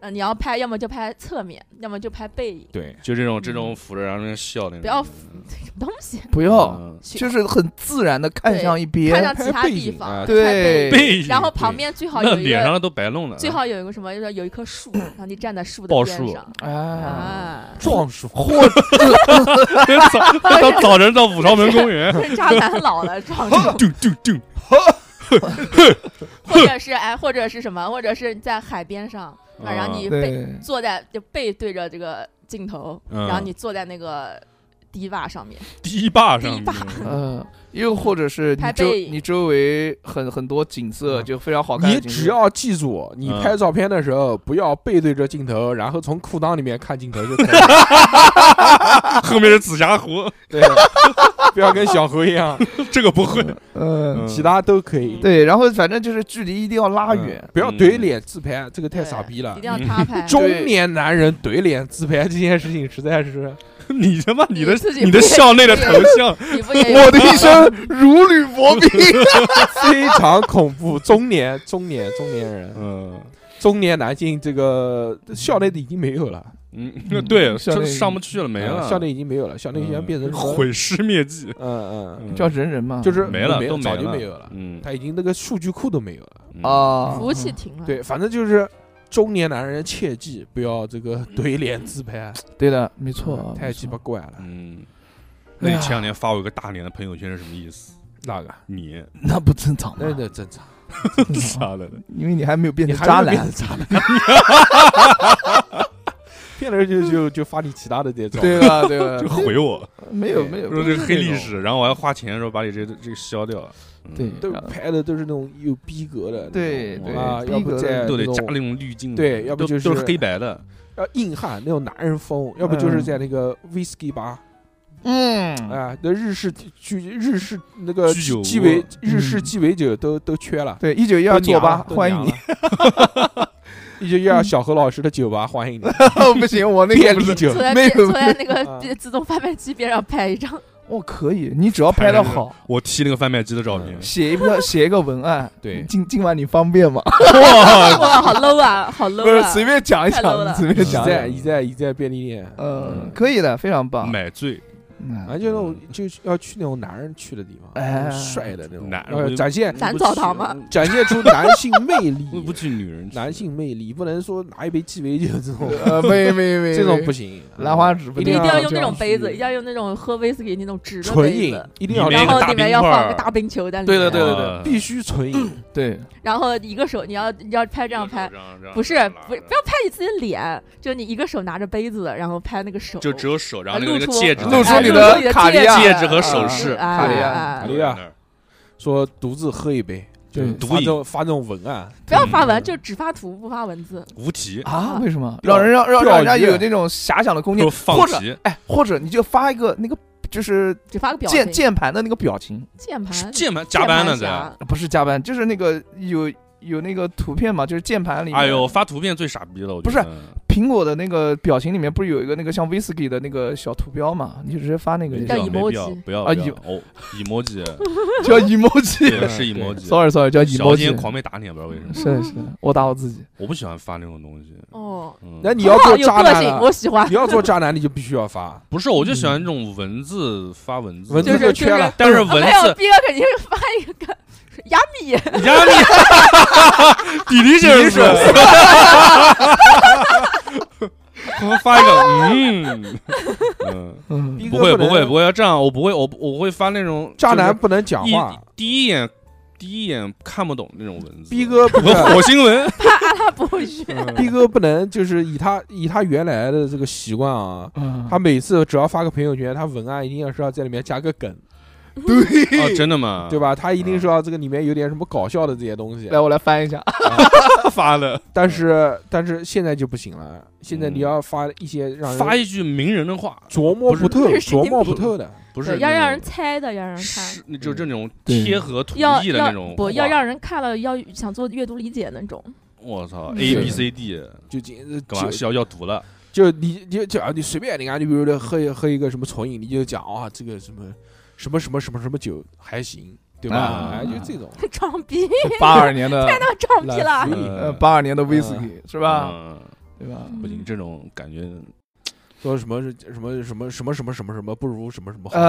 E: 呃，你要拍，要么就拍侧面，要么就拍背影，
B: 对，
C: 就这种这种扶着，然后在那笑那种。
E: 不要什 [LAUGHS] 么东西，
D: 不
B: 哦
D: 要，
C: 嗯
D: 就是很自然的看向一
E: 看
D: 边，
E: 向其他
B: 拍背
E: 地
B: 影啊
E: 方，
D: 对
E: 拍背影
C: 背影
E: 然后旁边最好
C: 那
E: 有一
C: 脸上
E: 个，
C: 的都白弄了。 [LAUGHS]
E: 最好有一个什么，就是有一棵树，然后你站在树的
C: 抱
E: 边
C: 树
E: 上
B: 哎
C: [LAUGHS]
D: 啊，
E: 啊，
B: 壮树，
D: 或
E: [LAUGHS]
C: 早到早晨到五朝门公园，
E: 这渣男老了壮
C: [LAUGHS]
E: 树，
C: 嘟嘟嘟，
E: 或者是哎，或者是什么，或者是在海边上，啊然后你背
D: 对
E: 坐在就背对着这个镜头，
C: 嗯
E: 然后你坐在那个堤坝上面，
C: 堤坝上面
E: 堤坝
D: 嗯，又或者是你
E: 拍
D: 周
E: 背影
D: 你周围很很多景色
B: 嗯
D: 就非常好看的
B: 你
D: 景色，
B: 只要记住，你
C: 嗯
B: 拍照片的时候不要背对着镜头，然后从裤裆里面看镜头就可以了。
C: 后面是紫霞湖，
B: 对， [LAUGHS] 不要跟小猴一样，
C: 这个不会，
D: 嗯，
B: 其他都可以。
D: 对，然后反正就是距离一定要拉
B: 嗯
D: 远，
B: 不要
C: 嗯
B: 怼脸自拍，这个太
E: 对
B: 傻逼了
E: 一。定要他
D: 哎
E: 拍。
B: 中年男人怼脸自拍这件事情实
C: [LAUGHS]
B: 在是，
C: 你他妈你的
E: 你自己不
C: 你的
E: 会
C: 校内的头
E: [LAUGHS]
C: 像，
E: 你
C: [LAUGHS]
E: 不也有
D: 我的
E: 这
D: 一
E: 样
B: [LAUGHS]
D: 生如履薄冰。
B: 非常恐怖。中年中年中年人，
C: 嗯
B: 中年男性这个校内的已经没有了，
C: 嗯，对，
D: 校
C: 上
D: 内
C: 上不去了，没了，嗯
B: 嗯校内已经没有了，校内已经变成什么
C: 毁尸灭迹，
B: 嗯嗯，
C: 嗯
D: 叫人人嘛，
B: 就是
C: 没了，都
B: 早就
C: 没
B: 没有了，
C: 嗯
B: 他已经那个数据库都没有了。
C: 嗯
D: 啊，
E: 服务器停了。
B: 对，反正就是中年男人切记不要这个怼脸自拍，
D: 对的，没错，
B: 太鸡巴怪了。
E: 哎
C: 嗯，那
D: 没
C: 你
D: 错。
C: 前
D: 哎
C: 两
D: 呀
C: 天发我一个大连的朋友圈是什么意思？
B: 那个？
C: 你
D: 那不正常
B: 那
D: 吗？
B: 那正常，
D: 正常
C: 的，
D: 因为你还没有变
B: 你
D: 成
B: 还
D: 渣
B: 是变
D: 男
B: 成。渣
C: [LAUGHS]
B: 男， [LAUGHS] 骗了人就就就发你其他的 [LAUGHS] 这种，
D: 对吧？对吧
C: 就？毁我，
D: 没有没有，
C: 说这个黑历
D: 不是
C: 史，然后我还花钱说把你这这个消掉，嗯
D: 对
B: 都拍的都是那种有逼格的那种，
D: 对对
B: 啊，
D: 逼
B: 要不
D: 格的
B: 在
C: 都得
B: 那种
C: 加那种滤镜，
B: 对要不
C: 都
B: 就是嗯
C: 都是黑白的，
B: 要硬汉那种男人风，要不就是
D: 嗯
B: 在那个 whisky 吧，
D: 那种，嗯，
B: 啊，那日式居日式那个
C: 居酒屋
B: 鸡尾日式
D: 嗯
B: 鸡尾酒都都缺了。
D: 对，一九一二
B: 都
D: 作
B: 娘
D: 吧，
B: 了都
D: 欢迎 [LAUGHS]
B: 娘啊
D: 你。
B: [LAUGHS] 一九一二小何老师的酒吧欢
D: [LAUGHS]
B: 迎你，
D: 不行，我那
B: [LAUGHS] 便
D: 个不
B: 利
D: 是，
B: 酒
E: 坐在
D: 没
E: 电
D: 有
E: 坐在那
B: 啊
E: 个自动贩卖机边上拍一张，
D: 我哦可以，你只要拍的好，
C: 我踢那个贩卖机的照片
B: 嗯，
D: 写一个 [LAUGHS] 写一个文案。
B: 对
D: 今今晚你方便吗？
E: [LAUGHS] 哇，好 low 啊，好
D: 不
E: low
D: 是
E: 啊！
D: 随便讲一
E: 太 low
D: 讲，
E: 了
D: 随便
B: 一
D: 讲一
B: 在
D: 讲。
B: 一在一在便利店，
D: 嗯，可以的，非常棒。
C: 买醉，
B: 啊，
D: 嗯，
B: 就那种就是要去那种男人去的地方，
D: 哎
B: 帅的那种，
C: 男
B: 要展现
E: 男澡堂吗
B: 展现出男性魅
C: 我嗯 [LAUGHS] 不
B: 力，
C: 去女人，
B: 男性魅力不能说拿一杯鸡尾酒这种，
D: 呃，没没没，
B: [LAUGHS] 这种
D: 没
B: 不行，
D: 兰花指不
B: 一
E: 你
B: 定
E: 一定
D: 要
E: 要用
D: 这
E: 那
D: 样
E: 种杯子，
B: 去
E: 一定要用那种喝威士忌那种直的
B: 纯
E: 杯
B: 饮
E: 子，，
B: 一定要
C: 里面
E: 然
C: 一个
E: 后
C: 大
E: 里面
C: 冰
E: 要
C: 块
E: 放
C: 儿
E: 个大冰球在里
B: 对
E: 面，
B: 的对的对
C: 啊
B: 的，必须纯饮，
D: 对，
E: 然后一个手你要你要拍这样拍，不是不不要拍你自己的脸，就你一个手拿着杯子，然后拍那个手，
C: 就只有手，然后那个
E: 露
C: 那个
E: 出
C: 戒指，
D: 露出
E: 哎
D: 你
E: 露
D: 的
E: 出你的
D: 卡地亚
C: 戒指和首饰
E: 哎
D: 卡地亚
E: 哎哎
C: 嗯
B: 卡地亚说独自喝一杯，
D: 对
B: 就是发这种发这种文案，
E: 不要发文，就只发图不发文字。
C: 无 [LAUGHS] 题，
D: 啊
E: 啊？
D: 为什么
B: 钓
D: 让人让让
B: 钓
D: 让人家
B: 鱼
D: 有那种遐想的空间
C: 说？放
D: 或者
E: 啊
C: 题
D: 哎，或者你就发一个那个就是
E: 只发个表
D: 键
E: 情，
D: 键盘的那个表情，
E: 键盘
C: 键盘加班了
E: 键盘
C: 在。
E: 侠
D: 不是加班，就是那个有有那个图片嘛，就是键盘里面。
C: 哎呦，发图片最傻逼了，我觉得
D: 苹果的那个表情里面不是有一个那个像威士忌的那个小图标嘛？你就直接发那个就
C: 没
E: 叫
D: 行
C: 必要，没必要不
E: emoji
C: 要
D: 啊
C: 不要
D: 以
C: 哦，emoji，
E: [LAUGHS]
D: 叫 emoji。
C: 对，是
B: 对
D: [LAUGHS]
C: emoji。
D: sorry sorry，叫
C: 小今天
D: emoji。
C: 狂被打脸，不知道为
E: [LAUGHS]
C: 什么，
D: 是的是
E: 嗯
D: 的，我打我自己。
C: 我不喜欢发那种东西。
E: 哦，
C: 嗯
B: 那你
E: [LAUGHS] 很
B: 要
E: 好
B: 做
E: 有
B: 渣
E: 个
B: 男
E: 性，
B: 了
E: 我，喜欢
B: 你。要做渣男你就必须要发，
C: 不是，我就喜欢这种文字发文字，
B: 文
E: 就
B: 字
E: 是就
B: 就缺
E: 是
B: 了，
C: 但是
E: 啊
C: 文
E: 没有
C: 字
E: 逼哥肯定是发一个 [LAUGHS] 亚米，啊
C: 压力，弟弟就是 [LAUGHS] 我发一个，嗯嗯。
D: 嗯
B: 逼，
C: 不会
B: 哥
C: 不
B: 能
C: 会不会要这样，我不会我不我会发那种
B: 渣
C: 就是
B: 男不能讲话，
C: 一第一眼第一眼看不懂那种文字，
B: 逼哥不
C: 我
B: 是
C: 火星
B: [LAUGHS]
C: 文，
E: 他不会去。
B: 逼哥不能就是以他以他原来的这个习惯啊，
D: 嗯
B: 他每次只要发个朋友圈，他文案一定要是要在里面加个梗，
C: 哦，真的吗？
B: 对
C: 吧？
B: 吧？他一定是要这个里面有点什么搞笑的这些东西
D: 来，。我来翻一
E: [LAUGHS]
D: 下。
C: 发的
B: 但是但是现在就不行了，现在你要嗯发一些让人
C: 发一句名人的话，
B: 琢磨不 [LAUGHS] 透、
E: 不是神经病
B: 琢磨不透的，
C: 不是
E: 对要
C: 那种
E: 让人猜的，要让人看
C: 是，，就
B: 嗯
C: 这种
D: 对
C: 贴合图
E: 要
C: 意的那
E: 要
C: 种，
E: 不要让人看了要想做阅读理解那种。
C: 我操
E: 嗯
C: ，A B C D
B: [LAUGHS] 就就
C: 干嘛
B: 就
C: 要要读了？
B: 就你就就啊，你随便你看，你比如说喝一喝一个什么纯饮，你就讲啊这个什么什么什么什么什么酒还行，对吧
D: 啊？
B: 哎，就这种
E: 装逼，
C: 啊
D: 八二年的，
E: 那装逼
B: 懒
E: 了
B: 死。你
D: 呃，
C: 嗯
D: 八二年的威士忌是吧？
C: 嗯
D: 对吧？
C: 不行，这种感觉
B: 说什么什么什么什么什么什么什么不如什么什么好，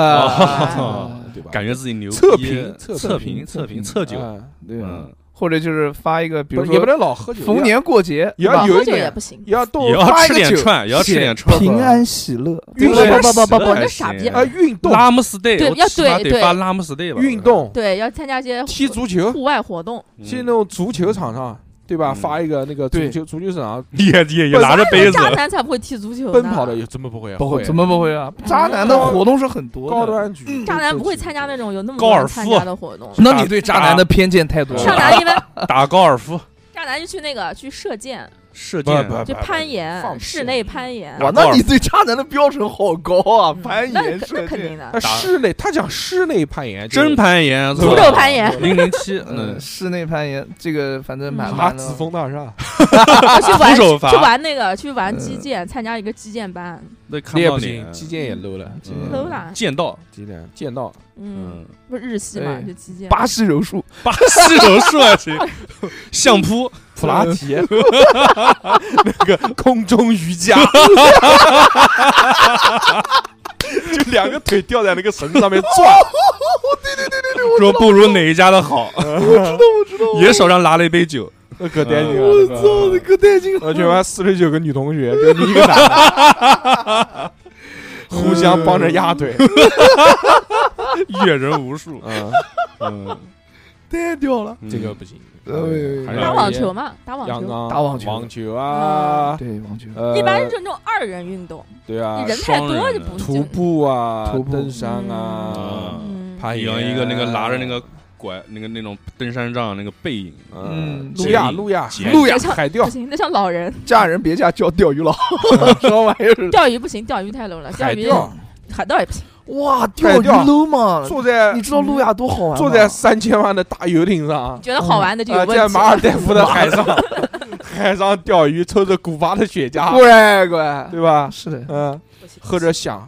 D: 呃，
B: 对吧？
C: 感觉自己牛逼，
B: 测评测
C: 测
B: 评
C: 测评测
D: 测
C: 酒，
B: 嗯
D: 对啊吧
C: 嗯，，
D: 或者就是发一个，比
B: 不
D: 如
B: 是也不
D: 说
B: 能老喝酒，
D: 逢年过节，对
B: 也要
D: 吧？
B: 有
E: 喝
B: 一
E: 酒也
B: 点
E: 不行，
B: 也要动
C: 也要
B: 发
C: 吃
B: 一啊个
C: 点
B: 酒
C: 串，也要吃
B: 写
C: 点串，
D: 平安喜乐，
B: 运
E: 不
B: 动
E: 不不不不
C: 还
E: 那
C: 行
E: 傻逼
B: 啊，运动
C: 拉姆斯 day，
E: 对
C: 我
E: 要
C: 起码
E: 对
C: 得发
E: 对
C: 拉姆斯 day 吧，
B: 运动
E: 对，要参加一些
B: 踢足球，
E: 户外活动，
C: 嗯
B: 去那种足球场上，对吧？
C: 嗯
B: 发一个那个足
D: 对
B: 球足球场上
C: [LAUGHS] 也也也拿着杯子
E: 渣男才不会踢足球呢。
B: 奔跑的，有怎么不会啊？
D: 不会，
B: 啊
D: 怎么不会啊？渣男的活动是很多
B: 高
D: 的。
B: 端局，
E: 渣嗯男不会参加那种有那么
C: 高
E: 多
C: 尔
E: 人参
C: 夫
E: 加的活动。
D: 那你对渣男的偏见太多
E: 渣
D: 了。
E: 男一般，
D: [LAUGHS]
C: 打高尔夫，
E: 渣男就去那个去射箭，
C: 射
B: 不
C: 箭
B: 啊不
E: 就攀岩，
D: 放
E: 室
D: 屁
E: 内
C: 啊
E: 攀岩，
C: 高
D: 哇，那
C: 尔
D: 你对渣男的标准好高啊！
B: 嗯
D: 攀
E: 那
D: 岩
E: 肯
D: 射
E: 那
C: [LAUGHS]
E: 肯
D: 箭，
E: 定的
B: 那，室内，他讲室内攀岩，就是
C: 真攀岩，
E: 徒
B: 徒
E: 手
C: [LAUGHS]
B: 手
E: 攀岩，
C: 零零七，嗯
D: 嗯，，室内攀岩这个反正蛮
E: 嗯
B: 哈
D: 蛮
B: 子
D: 的。
B: 峰大厦， [LAUGHS]
E: 哦去玩
C: 徒手嗯伐
E: 去玩那个去玩击剑，参加一个击剑班，
C: 那看
B: 那也
C: 不到
B: 不
C: 你
B: 行，，击剑也 low 了，
D: 这
C: 嗯
E: 都啦，
C: 剑道，
B: 击剑剑道，
E: 嗯，
C: [LAUGHS] 嗯，
E: 不是日系嘛，
D: 哎
E: 就击剑。
D: 巴西柔术，
C: 巴西柔术还
D: [LAUGHS]
C: 行，相扑，
B: 普拉
D: 嗯
B: 提，嗯那个 [LAUGHS] 空中瑜 [LAUGHS] 伽，就两个腿吊在那个绳子上面转，
C: 说不如哪一家的好，
D: 我
C: [LAUGHS]
D: 知道，
C: 也手上拿了一杯酒，
B: 那 [LAUGHS] 可带劲
D: [LAUGHS]
B: 了。
D: 我
B: 那个
D: 操，那个带劲！
B: 我全
D: [LAUGHS]
B: 班四十九个女同学，就你一个男的，互相帮着压腿，
C: 阅人无 [LAUGHS] 数，
B: 嗯，
C: 嗯，
D: 太屌了！
C: 嗯
B: 这个不行。
D: 哎
B: 嗯
C: 还
E: 嗯打
C: 是
E: 网球嘛，打网
B: 阳
E: 球，嗯
B: 刚
D: 打网球
B: 网球啊，
D: 对，王军，
B: 呃
E: 一般就那种二人运动，
B: 对啊
E: 你，人太
C: 双
E: 多
C: 人
E: 就
C: 的
E: 不
B: 徒
E: 就
B: 步啊，
D: 徒步
B: 登山啊，
C: 啊，
E: 嗯，
B: 攀
C: 有
B: 岩，
C: 一个那个拿着那个嗯拐，那个那种登山杖那个背影，
D: 嗯
B: 嗯，路亚
C: 剪影
B: 路亚
C: 剪
B: 路亚
E: 影
B: 海钓
E: 不，行，那像老人
D: 嫁人别嫁叫钓
B: [LAUGHS]
D: 鱼佬，什么玩意儿？
E: 钓鱼不行，钓鱼太 low 了，钓
B: 海
E: 鱼
B: 钓，
E: 海盗也不行，
D: 哇，
B: 钓
D: 钓
B: 鱼
D: 鱼
B: low
D: low
E: 嗯
D: 嘛！
B: 坐在
D: 你知道路亚多好玩吗？
B: 坐在三千万的大游艇上，
E: 觉得好玩的就有
B: 啊，
E: 问题
B: 在
E: 了。
B: 马尔代夫的海上，海上钓鱼，抽着古巴的雪茄，
D: 乖乖，
B: 啊对吧？
D: 是的，
B: 嗯，
E: 不行
B: 喝着响，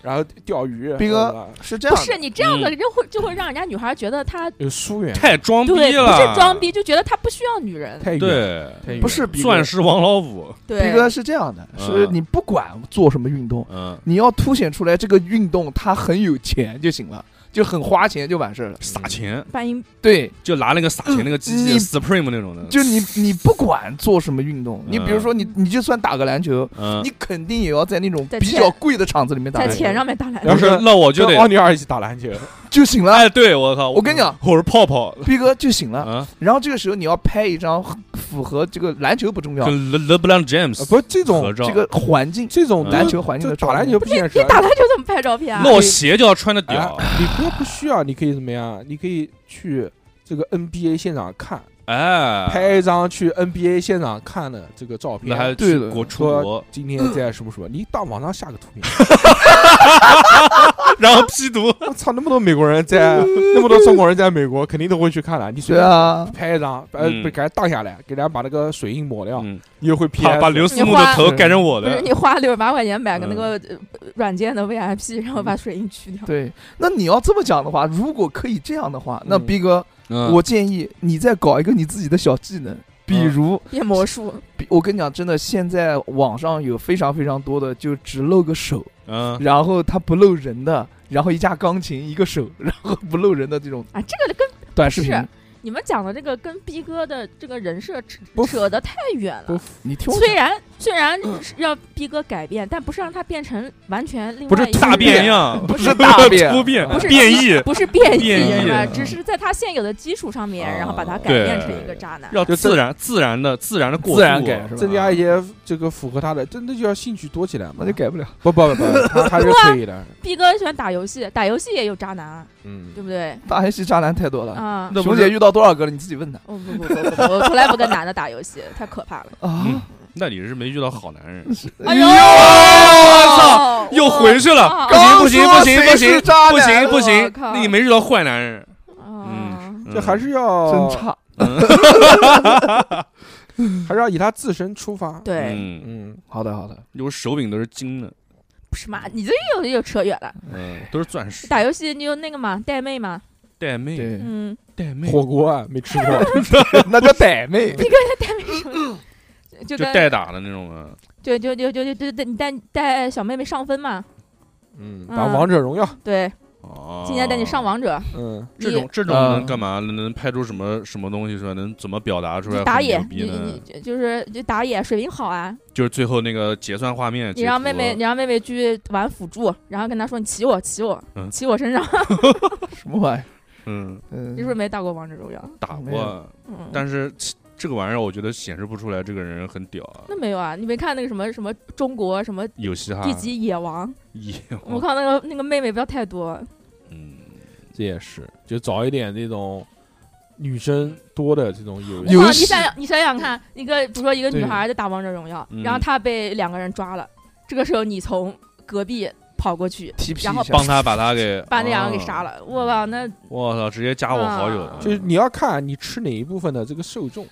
B: 然后钓鱼。
D: 斌哥
B: 是吧
D: 是这
E: 不
D: 样
E: 是
B: 嗯
D: 的，
E: 你这样的人会就会让人家女孩觉得他
B: 有疏呃远，
C: 太装逼
E: 对不
C: 了，
E: 是装，逼，就觉得他不需要女人。
B: 太远，
C: 对，
B: 太远
D: 不是斌哥
C: 钻石王老五，
E: 对
D: 斌，哥是这样的，是
C: 嗯
D: 你不管做什么运动，
C: 嗯，
D: 你要凸显出来这个运动它很有钱就行了，就很花钱就完事儿了。
C: 撒钱
E: 搬音
D: 对，
C: 就拿那个撒钱那个机器
D: 嗯你
C: Supreme 那种的，
D: 就你
B: 嗯
D: 你不管做什么运动，你比如说你你就算打个篮球，
C: 嗯
D: 你，肯定也要在那种
E: 在
D: 比
E: 钱
D: 较贵的场子里面打
E: 在
D: 篮球
E: 钱上面打篮
B: 然
C: 不
B: 后
E: 球，
C: 是，那我就
B: 跟
C: 得
B: 奥尼尔一起打篮球，
D: 就行了。
C: 哎，对我靠，
D: 我跟你讲，
C: 我是泡泡
D: 逼哥就行
B: 嗯
D: 了。
C: 啊，
D: 然后这个时候你要拍一张符合这个篮球不重要，
C: 跟 Le LeBron
B: 呃
C: James
B: 不，这
C: 合
B: 种
C: 照
D: 这，个环境
B: 这种
C: 嗯
D: 篮球环境
B: 就
D: 的
B: 打篮球不现实
E: 你。打篮球怎么拍照片啊
C: 那？我鞋就要穿的
B: 哎
C: 屌，，啊
B: 你不要不需要，你可以怎么样？你可以去这个 NBA 现场看，
C: 哎，
B: 拍一张去 NBA 现场看的这个照片。
C: 那还
D: 对
C: 去
D: 的
C: 国出
B: 说
C: 国，
B: 今天在什
C: [LAUGHS]
B: 么什么，你到网上下个图片。
C: [LAUGHS] 然后 P 图，
B: 我操，那么多美国人在，那么多中国人在美国，肯定都会去看的。你随
D: 对
B: 便
D: 啊，
B: 拍一张，呃，
C: 嗯
B: 不是给它荡下来，给人家把那个水印抹掉，
C: 嗯
B: 你又会 P
C: 把
B: S。
C: 把刘思慕的头改成我
E: 不是
C: 的，
E: 你花六十八块钱
B: 嗯
E: 买个那个呃软件的 VIP，然后把水印去掉。
D: 对。那你要这么讲的话，如果可以这样的话，那
B: 嗯
D: 逼哥，
C: 嗯
D: 我建议你再搞一个你自己的小技能，比如，
E: 变魔术，
D: 比我跟你讲，真的，现在网上有非常非常多的，就只露个手，
C: 嗯，
D: 然后他不露人的，然后一架钢琴一个手，然后不露人的这种
E: 啊，这个跟
D: 短视频
E: 是。你们讲的这个跟逼哥的这个人设扯
B: 不
E: 扯得太远
B: 不
E: 了。
D: 你听我
E: 虽
D: 讲，
E: 然虽然是要逼哥改变，但不是让他变成完全另
B: 不是
E: 外一个
C: 大
E: 人
C: 变样， [LAUGHS]
D: 不是大变
C: 突变
E: 不，是
C: 变异，
E: 不是变
C: 变
E: 异
D: 异
E: 是吧？
D: 嗯
E: 只是在他现有的基础上面，
B: 啊
E: 然后把他改
C: 对
E: 变成一个渣男。
C: 要
B: 就
C: 自然自然的自然的过渡，啊
D: 自然改是吧
B: 增加一些这个符合他的，这那就要兴趣多起来嘛
D: 那就。改不了。
B: 不不不不，他他是可以的。
E: 逼哥喜欢打游戏，打游戏也有渣男啊，
B: [LAUGHS] 嗯，
E: 对不对？
D: 大黑系渣男太多了。
E: 啊，
C: 那不
D: 熊
C: 是
D: 姐遇到多少个了？你自己问他
E: 我哦不不不不不，我从来不跟男的打游戏，太可怕了。
C: 嗯
D: 啊！
C: 那你是没遇到好男人，
E: 哎呦，
C: 我
E: 操
C: 又回去了，
E: 哇
C: 不行不行
D: 刚
C: 不行
D: 说谁
C: 不
D: 是
C: 行
D: 渣男
C: 不行不
E: 哦我
C: 行，
E: 靠
C: 那你没遇到坏男人，
E: 啊！
C: 嗯
B: 这还是要
D: 真差，
C: 哦
B: 还是要以他自身出发。，
E: 对，
C: 嗯，
B: 嗯，
D: 好的好的，
C: 我手柄都是金的，
E: 不是嘛？你这又又扯远了。
C: 嗯，都是钻石，
E: 打游戏你就那个嘛，带妹嘛，
C: 带妹
D: 对， [LAUGHS]
E: 嗯，
C: 带妹，
B: 火锅啊没吃过，
D: 那叫傣妹，
E: 带妹
C: [COUGHS]
E: 什么？
C: 就
E: 就跟
C: 带打的那种啊，
E: 就就就就就就就你带带小妹妹上分嘛，
B: [LAUGHS] 嗯，打
E: 嗯
B: 王者荣耀，
E: 对，
C: 哦，
E: 今天带你上。王者，
B: 嗯，
C: 这
E: 你
C: 种这种
D: 啊
C: 能干嘛？能能拍出什么什么东西出来？能怎么表达出
E: 你
C: 来？
E: 打野
C: 野，逼
E: 你
C: 呢
E: 你？就就是就打野，水平好啊！
C: 就是最后那个结算画面，
E: 你
C: 截
E: 让
C: 图啊
E: 妹妹，你让妹妹去玩辅助，然后跟她说你骑我，骑我
C: 嗯，
E: 骑我身上。 [LAUGHS]
D: 什么玩意儿？
C: 嗯
D: 嗯
E: 你是不是没打过王者荣耀？
C: 打
D: 没有
C: 过，啊
E: 嗯，
C: 但是其这个玩意儿我觉得显示不出来这个人很屌啊，
E: 那没有啊，你没看那个什么什么中国什么
C: 有嘻哈
E: 地级野王？
C: 也
E: 我靠，那个那个妹妹不要太多，
C: 嗯
B: 这也是，就找一点那种女生多的这种游戏
D: 游
E: 哇
D: 戏
E: 你想想，你想想看，一个比如说一个女
D: 对
E: 孩在打王者荣耀，
C: 嗯
E: 然后她被两个人抓了，这个时候你从隔壁跑过去，
D: 提皮
E: 然后
D: 一下
C: 帮他把他给
E: 把那两个给啊杀
C: 了。
E: 了，我靠，那嗯
C: 我操，直接加我好友
E: 啊，
B: 就是你要看你吃哪一部分的这个受众，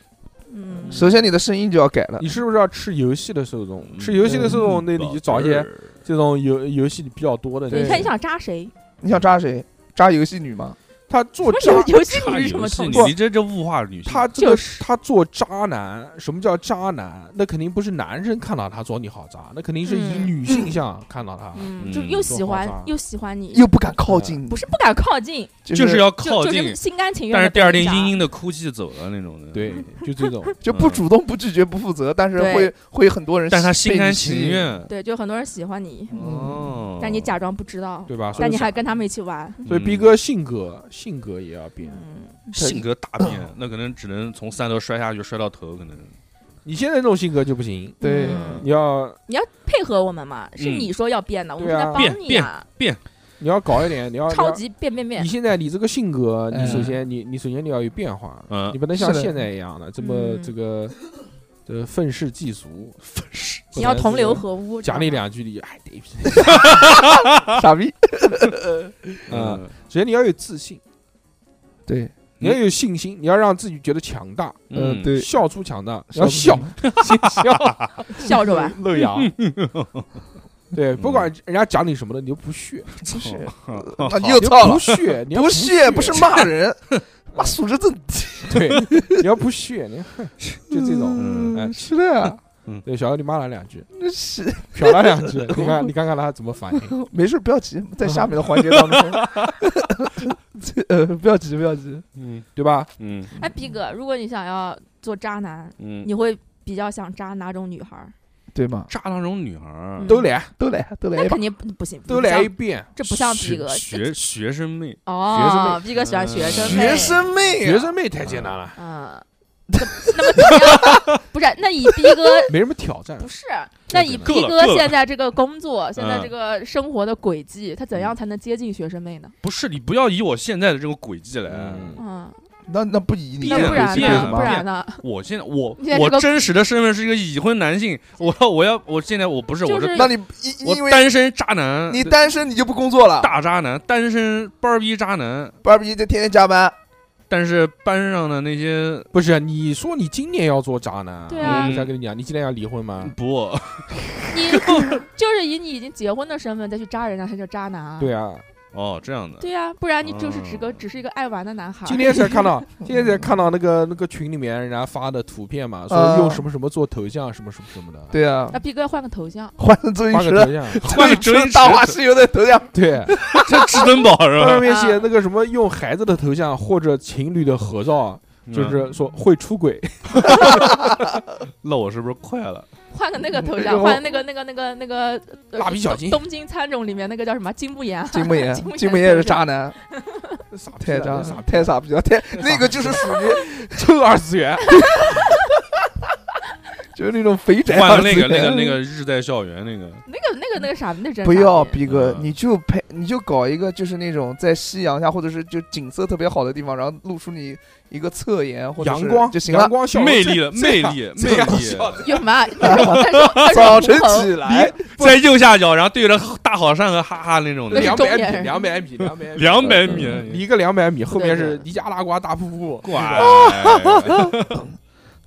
E: 嗯，
D: 首先你的声音就要改了
B: 你，是不是要吃游戏的受众？吃游戏的受众，那你就找一些这种游游戏比较多的。
D: 对
E: 你看你想扎谁？
D: 你想扎谁？扎游戏女吗？
B: 他做
E: 不是
B: 渣，
E: 游游戏
C: 差
E: 女是什
C: 游
E: 么
C: 戏，
E: 东
C: 你
E: 西？
C: 你这这物化女性，
B: 他这
E: 就
B: 个
E: 是
B: 他做渣男，什么叫渣男？那肯定不是男生看到他说你好渣，那肯定是以
E: 嗯
B: 女性向看到他。
E: 嗯，
C: 嗯
E: 就又喜欢
B: 多好渣
E: 又喜欢你，
D: 又不敢靠近，
E: 嗯不是不敢靠近，
D: 就
C: 就是
D: 是
C: 要
E: 就
C: 靠
E: 就
C: 近
E: 是，心甘情愿。
C: 但是第二天嘤嘤，的哭泣走了那种的。
B: 对，就
E: [LAUGHS]
B: 这种。
D: 就不主动、不拒绝、不负责，但是
E: 对
D: 会会很多人，
C: 但是他心甘情。愿。
E: 对，就很多人喜欢你，
D: 嗯
C: 哦，
E: 嗯但你假装不知道，
B: 对吧？所
E: 但
B: 以
E: 你还跟他们一起玩。
D: 嗯
B: 所以逼哥性格性格也要变。
E: 嗯，
C: 性格大变，那可能只能从三楼摔下去，摔到头，可能
B: 你现在这种性格就不行，
D: 对，
E: 嗯
B: 你要
E: 你要配合我们嘛，是
C: 嗯
E: 你说要变的，我们
B: 对
E: 是在
B: 啊
E: 帮你啊，
B: 你要搞一点，你要
E: 超。级变变
B: 你要
E: 变
B: 你。现在你这个性格，
D: 嗯
B: 你首先你你首先你要有变化，
C: 嗯
B: 你不能像
D: 是的
B: 现在一样的这么
E: 嗯
B: 这个呃愤世嫉俗，愤世
E: [LAUGHS] 你要同流合污，
B: [LAUGHS] 讲你
E: 你
B: 两句你哎得批，
D: 傻逼。
B: 嗯，，首先你要有自信，
D: 对，
B: 你要有信心，你要让自己觉得强大，
D: 嗯，对，
B: 笑出强大，要 [LAUGHS] 笑，笑，
E: 笑着玩。
B: 露牙。对，不管人家讲你什么的，你就不屑，
D: 不是，
C: 嗯
D: 啊，你又
B: 你
D: 操
B: 要
D: 了
B: 不，屑，你要
D: 不
B: 屑，
D: 屑不是骂人，妈素质真低。
B: 对，你要不屑，你 [LAUGHS] 哼就这种。
C: 嗯
B: 哎
D: 是的，
B: [LAUGHS] 对，小妖你骂了两句，
D: 那是 [LAUGHS]
B: 瞟了两句，你看你看看他怎么反应。
D: 没事，不要急，在下面的环节当中，这 [LAUGHS] 呃，不要急，不要急，
C: 嗯
B: 对吧？
C: 嗯
E: [LAUGHS] 哎，逼哥，如果你想要做渣男，
C: 嗯，
E: 你会比较想渣哪种女孩儿？
D: 对吗？
C: 渣那种女孩儿
E: 嗯
D: [LAUGHS]
B: 都来，
D: 都来，啊都来
E: 那
D: 一把
E: 肯，定不不行，
B: 都来
E: 不
B: 一
E: 像
B: 遍。
E: 这不像逼
C: 学
E: 哥
C: 学学生妹，
E: 哦，逼哥喜欢学生妹
D: 学生妹啊，
B: 学生妹太简单了，
E: 嗯。那那么怎么样？不是，那以逼哥
B: 没什么挑战
E: 不。是，那以
C: 够
E: 逼
C: 了
E: 哥
C: 够了
E: 现在这个工作，现在这个生活的轨迹，他怎样才能接近学生妹呢？
C: 不是你不要以我现在的这个轨迹来，
B: 嗯，
E: 嗯，
D: 那那不啊以你
C: 变
E: 那不然
C: 变
E: 呢？
C: 变
E: 不
C: [LAUGHS]
E: 然呢？
C: 啊我现在我
E: 你现在这个
C: 我真实的身份是一个已婚男性，我我要我现在我不是
E: 就
C: 我
E: 是
D: 那你因因
C: 我
D: 为
C: 单身渣男，
D: 你单身你就不工作了，
C: 大渣男，单身班儿逼渣男，
D: 二逼就天天加班，
C: 但是班上的那些
B: 不是，你说你今年要做渣男，
E: 对啊嗯
B: 我才跟你讲，你今年要离婚吗？
C: 不，
E: 你就是以你已经结婚的身份再去扎人家，他叫渣男啊。
B: 对啊，
C: 哦这样的，
E: 对呀，不然你就是只个
C: 嗯
E: 只是一个爱玩的男孩。
B: 今天才看 [LAUGHS] 到，今天才看到那个那个群里面人家发的图片嘛，说
D: 啊
B: 用什么什么做头像，什么什么什么的，
D: 对啊
E: [LAUGHS] 那，逼哥换个头像，
D: 换成周星
B: 画个
D: 驰，
B: 头像，
C: 换个周星驰
D: 大话西游的头像，
B: 对，
C: [LAUGHS]
B: [LAUGHS]
C: 这至尊宝是
B: 上
C: 吧？
B: 面写那个什么用孩子的头像或者情侣的合照，嗯就是说会出轨，
C: 那我是不是快了？
E: 换个那个头
B: 然
E: 像，
B: 后
E: 换那个那个那个那个呃
B: 蜡笔小新
E: 东东京参种里面那个叫什么金木啊研，
D: [LAUGHS] 金木研
E: [LAUGHS] 金木，研
D: 金木研也是渣男，
B: [LAUGHS] 傻逼啊
D: 太
B: 了
D: 渣
B: 这傻，逼
D: 太傻逼了，太 [LAUGHS] 那个就是属于 [LAUGHS]
B: 臭二次元，
D: 就是那种肥宅
C: 换
D: 二
C: 个
D: 次
C: 那
D: 元，
C: 个那个那
D: [LAUGHS]
C: 个日在校园那个，
E: 那个那个那个傻逼，那真
D: 不
E: 傻
D: 要逼哥，
C: 嗯
D: 你就拍，你就搞一个，就是那种在夕阳下，或者是就景色特别好的地方，然后露出你一个侧颜或者是
B: 阳光
D: 就，行
B: 阳
D: 了。
B: 光笑容
C: 魅
B: 这 [LAUGHS]
C: 力了，
B: 这
C: 魅
B: 样
C: 力，
B: 这
C: 魅
B: 样
C: 力，
B: 笑
E: 有嘛？那是那是
D: 早晨
E: 那
D: [LAUGHS]
E: 是
D: 起来，
C: 在右下角，然后对着大好山和哈哈那种的
E: 那是
B: 两，
E: 中
B: 百
E: 年
B: 米，
E: 人
B: 两百 [LAUGHS] 米，两百米，
C: 两百米，
B: 离个两百米，后面是
E: 对对
B: 尼加拉瓜大瀑布，
C: 怪，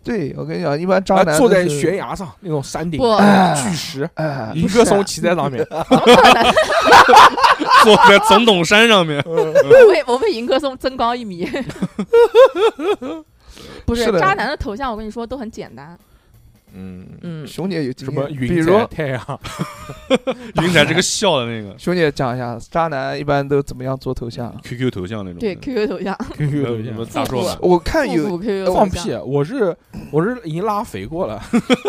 D: 对我跟你讲，一般渣
B: 啊，
D: 男
B: 坐
D: 都
B: 在
D: 是
B: 悬崖上那种山 [LAUGHS] 顶
E: 不，
B: 巨石，
D: 哎，
B: 一个松骑在上面，
C: 坐在总统山上面，
E: 我为我为银歌颂增高一米。 [LAUGHS] 不是
D: 是的
E: 渣男的头像，我跟你说都很简单。
B: [LAUGHS] 嗯，
E: 嗯，
D: 熊姐有经
B: 什么
D: 验，比
B: 云
D: 如
B: 彩太 [LAUGHS] 阳，
C: 云彩这个笑的
D: [LAUGHS]
C: 那个
D: 熊姐讲一下，渣男一般都怎么样做头像？啊
C: QQ 头像那种，
E: 对 QQ 头像，
B: QQ 头
C: 什
B: 像
C: 么大硕吧，
D: 我看
E: 复
D: 有，
E: 古 QQ 头像
B: 放屁！，啊我是我是已经拉肥过了，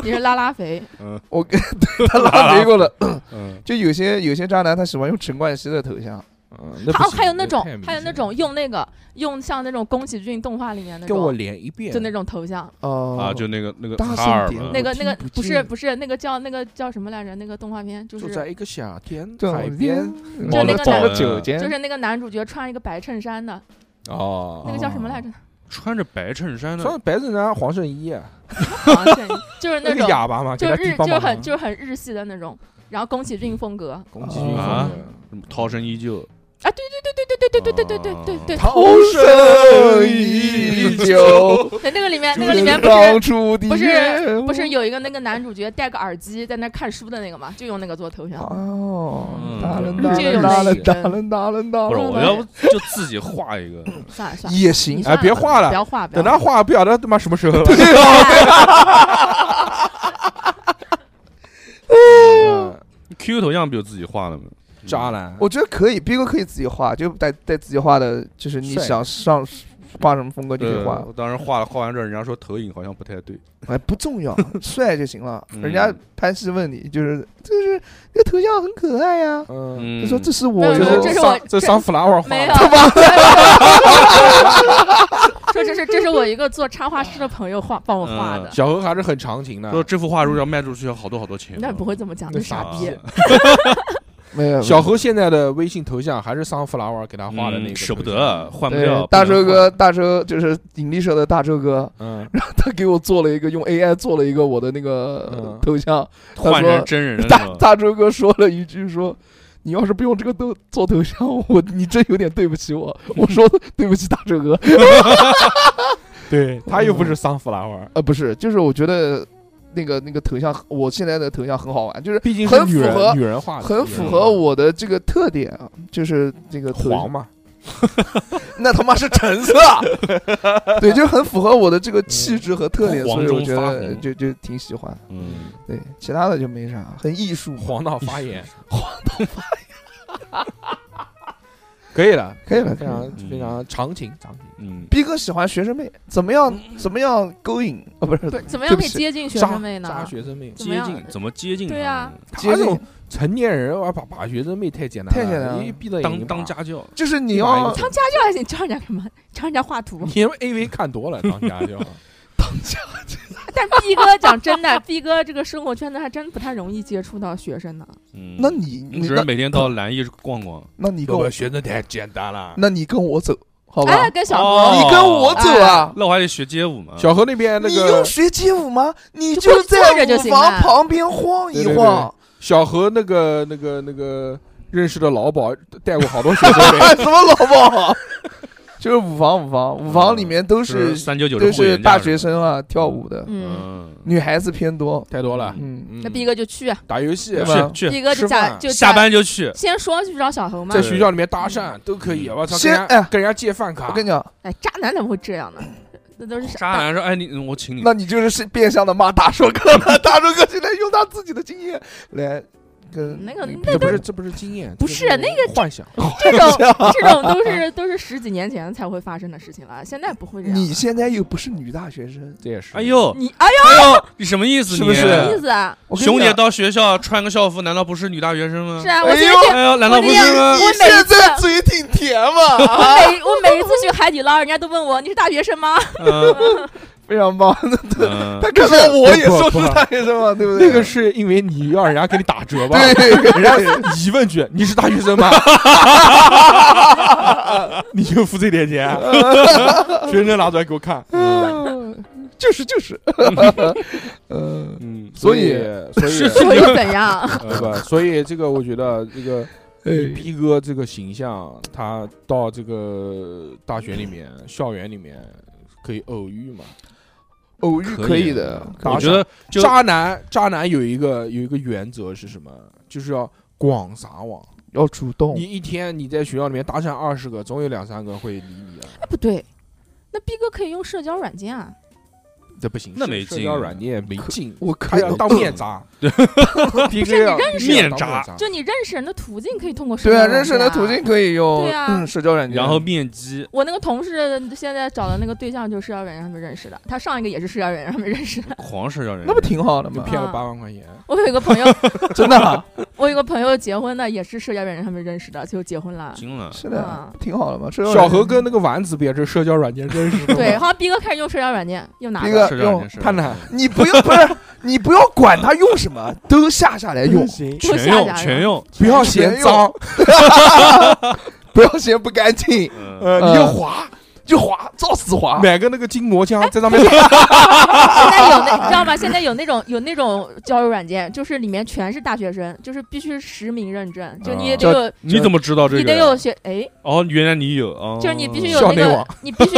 E: 你是拉拉肥，
D: 我跟 [LAUGHS] 对他拉没过了，
C: 嗯，
D: 就有些有些渣男他喜欢用陈冠希的头像，
B: 嗯那
E: 还有
B: 不
E: 哦
B: 行
E: 还有那种
B: 太明显
E: 还有那种用那个用像那种宫崎骏动画里面那
B: 跟我
E: 种
B: 连一遍，
E: 就那种头像，
D: 哦
C: 啊，就那个那个
D: 大
C: 哈尔
D: 声点
B: 呃
C: 嘛
E: 那个那
D: 听
E: 个
D: 不
E: 不是
D: 见
E: 不是那个叫那个叫什么来着？那个动画片就
B: 就是在一个夏天
D: 对
B: 海边
E: 就那个
D: 放
E: 男
D: 个酒间，
B: 哎
E: 就是那个男主角穿一个白衬衫的
B: 哦
E: 那个叫什么来着？
C: 穿着白衬衫的
B: 穿白衬衫、黄圣依，啊
E: 防晒就是
B: 那
E: 那
B: 个
E: 种
B: 哑巴嘛，给
E: 就
B: 他
E: 日
B: 递棒
E: 就是
B: 棒
E: 很
B: 糖。
E: 就是很日系的那种，然后宫崎骏风格，
B: 宫崎骏
C: 啊
B: 风格
C: 涛声依旧，
E: 啊，对对对对对对对对对对对
B: 涛
D: 声依
E: [LAUGHS]
D: 旧，
E: 对，那个里面那个里面不
D: 当
E: 是
D: 初的
E: 不
D: 愿
E: 是
D: 望
E: 不是有一个那个男主角戴个耳机在那看书的那个嘛，就用那个做头像。
D: 哦
C: 嗯，
D: 打了
E: 嗯
D: 打了
E: 这有
D: 打
E: 那
D: 了
E: 个
D: 打了打了打
C: 不是，
D: 了，
C: 我要不就自己画一个，
E: 算了算了，
D: 也
E: 你
D: 行。
E: 算
B: 哎别画了
E: 不要画，不要
B: 等他画，不晓得他妈什
E: [LAUGHS]
B: 么时候。 [LAUGHS] 嗯
C: QQ 头像不就自己画的吗？
B: 渣男，
D: 我觉得可以，逼哥可以自己画，就带带自己画的，就是你
B: 帅
D: 想上画什么风格就可以
C: 对，
D: 画
C: 我，呃当时画了，画完之后人家说投影好像不太对，
D: 哎，不
C: [LAUGHS]
D: 重要，帅就行了。
C: 嗯
D: 人家拍戏问你，就是就是那个头像很可爱呀，
B: 嗯，
D: 他说这是
E: 没
D: 我
E: 有没有
D: 哟
E: 这，是
B: 桑
E: 我
B: 这
E: 这
B: 桑弗拉尔画
E: 没有
B: 的，。
E: [LAUGHS] 说这是这是我一个做插画师的朋友画帮我画
C: 嗯
E: 的，
B: 小何还是很长情的
C: 说。这幅画如果要卖出去要好多好多钱。
E: 那不会这么讲，
B: 那
E: 那傻逼。
C: 啊
D: 没有没有
B: 小何现在的微信头像还是桑弗拉尔给他画的那个，
C: 嗯舍不得，。换不掉
D: 对。大
C: 不能
D: 周哥，大周就是引力社的大周哥，
B: 嗯，
D: 他给我做了一个用 AI 做了一个我的那个
B: 嗯
D: 头像，他
C: 换
D: 说
C: 成真人的那
D: 大
C: 种
D: 大周哥说了一句说。你要是不用这个头做头像，我你真有点对不起我。我说对不起大周哥，
B: 对他又不
D: 嗯
B: 是桑弗拉尔，
D: 呃，不是，就是我觉得那个那个头像，我现在的头像很好玩，就是
B: 毕竟是
D: 很
B: 女
D: 符合
B: 人，女人画的，
D: 很符合我的这个特点啊，就是这个头像
B: 黄 [LAUGHS] 嘛。
D: 那他妈是橙色， [LAUGHS] 对，就很符合我的这个气质和特点，
C: 黄
D: 所以我
C: 中
D: 觉
C: 发
D: 得
C: 红
D: 就就挺喜欢。
C: 嗯，
D: 对，其他的就没啥，很艺术。
B: 黄到发炎，黄到发炎， [LAUGHS] 可以了，
D: 可以了可
B: 非常
C: 以了
B: 非常长情，长情。
C: 嗯，
D: 逼哥喜欢学生妹，怎么样？怎么样勾引？啊，不是，
E: 嗯怎么
D: 对
E: 样
D: 不
E: 可以
D: 起
E: 接近学
B: 渣
E: 生妹
B: 渣
E: 呢？
B: 学生妹，
E: 怎么
C: 接
E: 样
C: 近怎么接近他呢？
E: 对啊
B: 他
D: 接
B: 这
D: 近
B: 种成年人，我要把把学生妹太简单了，
D: 太简单了
B: 一闭了眼
C: 当
B: 睛
C: 当
B: 把
C: 家教，
D: 就是你
B: 一把一
D: 要
B: 个
E: 当家教还行，教人家干嘛？教人家画图。
B: 你们 A V 看多了，当家就
E: 但逼哥讲真的，逼哥这个生活圈子还真不太容易接触到学生呢。
C: 嗯，
D: 那你
C: 你
D: 你
C: 只是
D: 那
C: 每天到蓝艺逛逛，
D: 那 [LAUGHS] 你跟
B: 各
D: 我
B: 位，学生太简单了。
D: 那你跟我走，好吧
E: 哎，？跟小何
C: 哦
D: 你跟我走啊！
C: 那我还得学街舞嘛。
B: 嗯小何那边那
D: 你用
B: 个
D: 学街舞吗？你
E: 就过去坐
D: 在
E: 着就
D: 舞
E: 行
D: 房
E: 了
D: 旁边晃一
B: 对对
D: 晃，
B: 小何那个那个那个认识的老鸨带过好多学生妹，
D: [LAUGHS] 哎，什么老鸨？ [LAUGHS] 就是舞房，舞房，舞房里面都
C: 就是三九九
D: 都是大学，生啊，跳舞的
E: 嗯，
C: 嗯，
D: 女孩子偏多。
B: 太多了。
D: 嗯，
E: 那逼哥就去，啊
B: 打游戏
D: 对吧
C: 去去
E: 逼哥就
B: 吃
E: 假
B: 饭
E: 嗯就
C: 下
E: 假
C: 班就去，
E: 先说去找小何嘛
B: 在。学校里面搭讪都可以，
C: 嗯
B: 我操，跟
D: 先
B: 人
D: 哎
B: 家跟人家借饭卡
C: 啊
D: 我，跟你讲，
E: 哎，渣男怎么会这样呢？那都是
C: 渣。男说：“哎，你我请你。
D: 那你就是是变相的骂大硕
C: [LAUGHS]
D: 哥了。大硕哥现在用他自己的经验来跟
E: 那个
D: 你
E: 那
B: 这
E: 个
B: 不是这不是经验，
E: 不
B: 这
E: 是那
B: 个幻想。
E: 这种这种都是都是十几年前才会发生的事情了，现在不会这样了。
D: 你现在又不是女大学生，
B: 这也”是。
C: 哎，呦，
E: 你哎
C: 哎呦，你什么意思？
D: 是不
C: 你
D: 哦是
E: 呀，什么意思啊？
D: 我跟你
C: 熊姐
D: 讲，
C: 到学校穿个校服，难道不是女大学生吗
E: 是？
D: 哎
E: 啊，我今天
D: 呦
E: 去
C: 哎呦，难道不是吗
E: 我？
D: 你
E: 每
D: 现在
E: 次
D: 嘴挺甜 [LAUGHS] 嘛，
E: 我每我每一次去海底捞，人家都问我你是大学生吗？
D: [LAUGHS]
C: 嗯
D: 非常棒。
C: 嗯
D: 他看到我也
B: 不
D: 说
B: 不
D: 是大学生嘛，对不对？啊
B: 那个是因为你要人家给你打折吧？
D: 对，
B: 人家疑问句：“你是大学生 [LAUGHS] 吗？”你就付这点钱，啊学生拿出来给我看。
D: [LAUGHS] 就是就是，嗯，
C: 嗯，
D: 所以
B: 所以，
E: 所以怎 [LAUGHS] 样？
B: 呃不，所以这个我觉得这个
D: 哎，
B: 逼哥这个形象，他到这个大学里面、校园里面可以偶遇嘛？
D: 偶遇可以的，
B: 打
C: 我
B: 赏
C: 觉得就
B: 渣男，渣男有一个有一个原则是什么？就是要广撒网。
D: 要主动
B: 你。一天你在学校里面搭讪二十个，总有两三个会理你的。
E: 不对，那逼哥可以用社交软件啊。
B: 这不行，
C: 那没
B: 社
C: 劲
B: 交
C: 啊
B: 软件没劲，
D: 我
B: 他
D: 可以
B: 要哎当面砸，必须要
E: 认识
B: 必须要当
C: 面砸
B: 砸
E: 就你认识人的途径可以通过社交
D: [LAUGHS] 啊对啊，
E: 软件
D: 认识人的途径。可以用
E: 对啊
D: 嗯社交软件，
C: 然后面基，
E: 我那个同事现在找的那个对象就是社交软件上面认识的，他上一个也是社交软件上面认识的。 [LAUGHS]
C: 狂社交人，
D: 那不挺好的
B: 就
D: 吗？
B: 骗了八万块钱。
E: 我有一个
D: [LAUGHS]
E: 朋友，
D: 真的啊，
E: 我有一个朋友结婚的也是社交软件上面认识的，就结婚了。
C: 惊了？
D: 是的啊，
E: 嗯
D: 不挺好的吗？社交
B: 小
D: 软件
B: 何跟那个丸子不也是社交软件认识的吗？
E: 对，好像逼哥开始用社交软件，用哪
D: 逼
E: 个？
D: 哥
C: 社交人，
B: 探探
D: 你不用不是你不要管他用什么，都下下来用，
B: 行，
E: 多
C: 全
E: 下
C: 用
E: 载
C: 全用，
B: 不要嫌脏，
D: 不要嫌不干净。
C: 嗯
B: 呃，你就滑，
D: 就划，照死划。
B: [LAUGHS] 买个那个筋膜枪
E: [LAUGHS]
B: 在上面打，
E: 现在有那，你知道吗？现在有那种有那种交友软件，就是里面全是大学生，就是必须实名认证，
D: 哦
E: 就你也得有，
C: 你怎么知道这个？
E: 你得有学，哎，
C: 哦，原来你有哦，
E: 就是你必须
B: 校
E: 有那
B: 内
E: 个
B: 网，
E: [LAUGHS] 你必须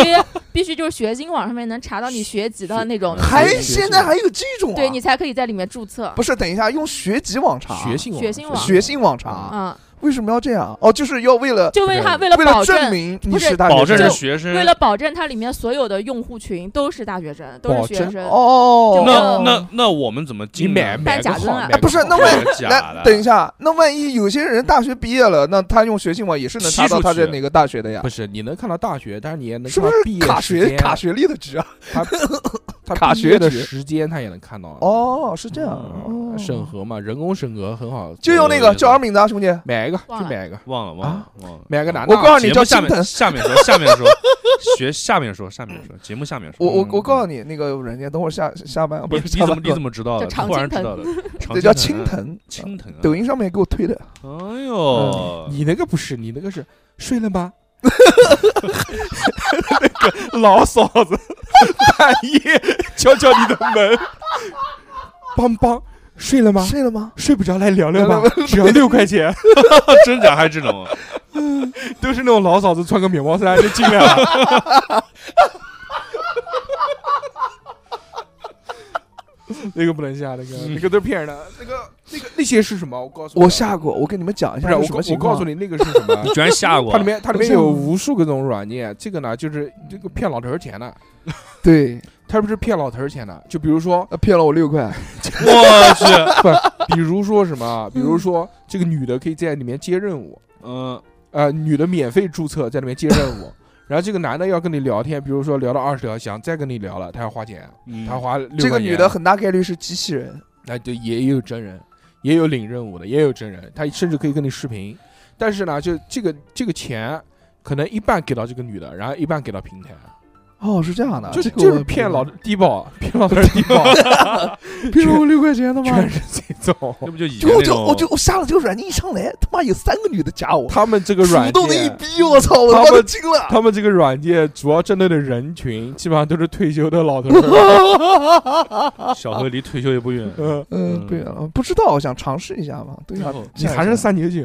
E: 必须就是学金网上面能查到你学籍的那种，
D: 还
B: 学习
D: 现在还有这种、啊？
E: 对你才可以在里面注册。
D: 不是等一下用学籍网查，
B: 学信网，
E: 学信网
D: 学信网查，
E: 嗯，
D: 为什么要这样？哦，就是要为了
E: 就为他为
D: 为
E: 保
D: 了
E: 证
D: 证，明你
E: 不是
D: 是大
C: 保
D: 学
C: 证
E: 就是
D: 生。
C: 学生。
E: 为了保证它里面所有的用户群都是大学生，都
B: 保
E: 是学
B: 证
E: 生。
D: 哦，
C: 那那那我们怎么
B: 你
C: 进呢？
B: 买买
E: 办
B: 个
E: 假证
B: 号
E: 啊，
B: 买个
D: 不是
B: 号
D: 那
C: 这
D: 万
C: 个假
D: 那
C: 的？
D: 等一下，那万一有些人大学毕业了，那他用学信网也是能查到他
C: 踢出
D: 在
C: 去
D: 哪个大学的呀
B: 不？是你能看到大学，但是你也能
D: 是
B: 看
D: 不
B: 到
D: 是
B: 毕业
D: 卡
B: 时
D: 学
B: 间
D: 卡学历的值啊？
B: 他他
D: 卡
B: 毕
D: 学
B: 业的
D: 局
B: 时间他也能看到。
D: 哦，是这样，哦
B: 嗯审核嘛，人工审核很好，
D: 就用那
C: 有
D: 个
C: 意思
D: 叫什么名字啊，兄弟？
B: 买一个就
E: 忘了
B: 买一个，
C: 忘了忘了忘了，
B: 买个男
D: 我
B: 的。
D: 告诉你
C: 节
D: 叫
C: 目下
D: 金
C: 面
D: 腾。
C: 下面说下面说学下面说下面说节目下面说。
D: 我我
B: 嗯
D: 我告诉你，那个软件，等会儿下下班啊不
C: 你
D: 是
C: 你
D: 下
C: 怎么
D: 班了，
C: 你怎么知道的？
E: 叫常
C: 突然
E: 青
C: 知道的，常
D: 这
E: [LAUGHS]
D: 叫
C: 青
D: 青
C: 藤啊
B: 嗯
D: 藤，
C: 青藤啊。
D: 抖音上嗯面给我推的，
C: 哎呦，
B: 你那个不是，你那个是睡了吗？
D: [LAUGHS] 老嫂子，
B: 半夜敲敲你的门，邦邦，睡了吗？
D: 睡了吗？
B: 睡不着来聊聊
D: 聊
B: 吧
D: 聊，
B: 只要六块钱，
C: [LAUGHS] 真假还这种？啊
D: [LAUGHS]
B: 都是那种老嫂子穿个棉毛衫就进来了。
D: [LAUGHS]
B: 那个不能下，那个那个都是骗人的。那个那个那些是什么？我告诉你
D: 嗯我下过，我跟你们讲一
B: 不
D: 下
B: 是
D: 是
B: 我
D: 什么
B: 告我
D: 情
B: 告
D: 况
B: 诉。你那个是什么
D: [LAUGHS]
C: 你？居然吓我
B: 它里！面它里面
D: 我
B: 有无数个这种软件，这个呢就是这个骗老头儿钱的，
D: 对，
B: 它不是骗老头儿钱的，就比如说
D: 呃骗了我六块，
C: 我去，
B: 比如说什么啊，比如说这个女的可以在里面接任务，
C: [LAUGHS] 嗯，
B: 呃，女的免费注册在里面接任
D: [LAUGHS]
B: 务，然后这个男的要跟你聊天，比如说聊到二十条，想再跟你聊了，他要花钱，
C: 嗯
B: 他花六
D: 这个
B: 块钱
D: 女的，很大概率是机器人，
B: 那就也有真人，也有领任务的，也有真人，他甚至可以跟你视频，但是呢，就这个这个钱。可能一半给到这个女的，然后一半给到平台，
D: 哦，是这样的，
B: 就
D: 这个
B: 就
D: 我
B: 是
D: 不
B: 骗
D: 知
B: 老
D: 道
B: 低
D: [LAUGHS]
B: 保，骗老头儿低保，
D: 骗了我六块钱的吗？
B: 全是这种。
C: 要不就以前
D: 就我
C: 那
D: 就
C: 种
D: 我就我下了这个软件一上来，他妈有三个女的加我，
B: 他们这个软
D: 主动的一
B: 件，
D: 逼，我操，我他妈
B: 他
D: 都
B: 们
D: 惊了。
B: 他们这个软件主要针对的人群基本上都是退休的老头儿。
D: [LAUGHS] 嗯，
C: 小何离退休也不远。
D: [LAUGHS]
B: 嗯，
D: 对啊，不知道，我想尝试一下嘛。对啊
C: 然后，
B: 你还是三九九，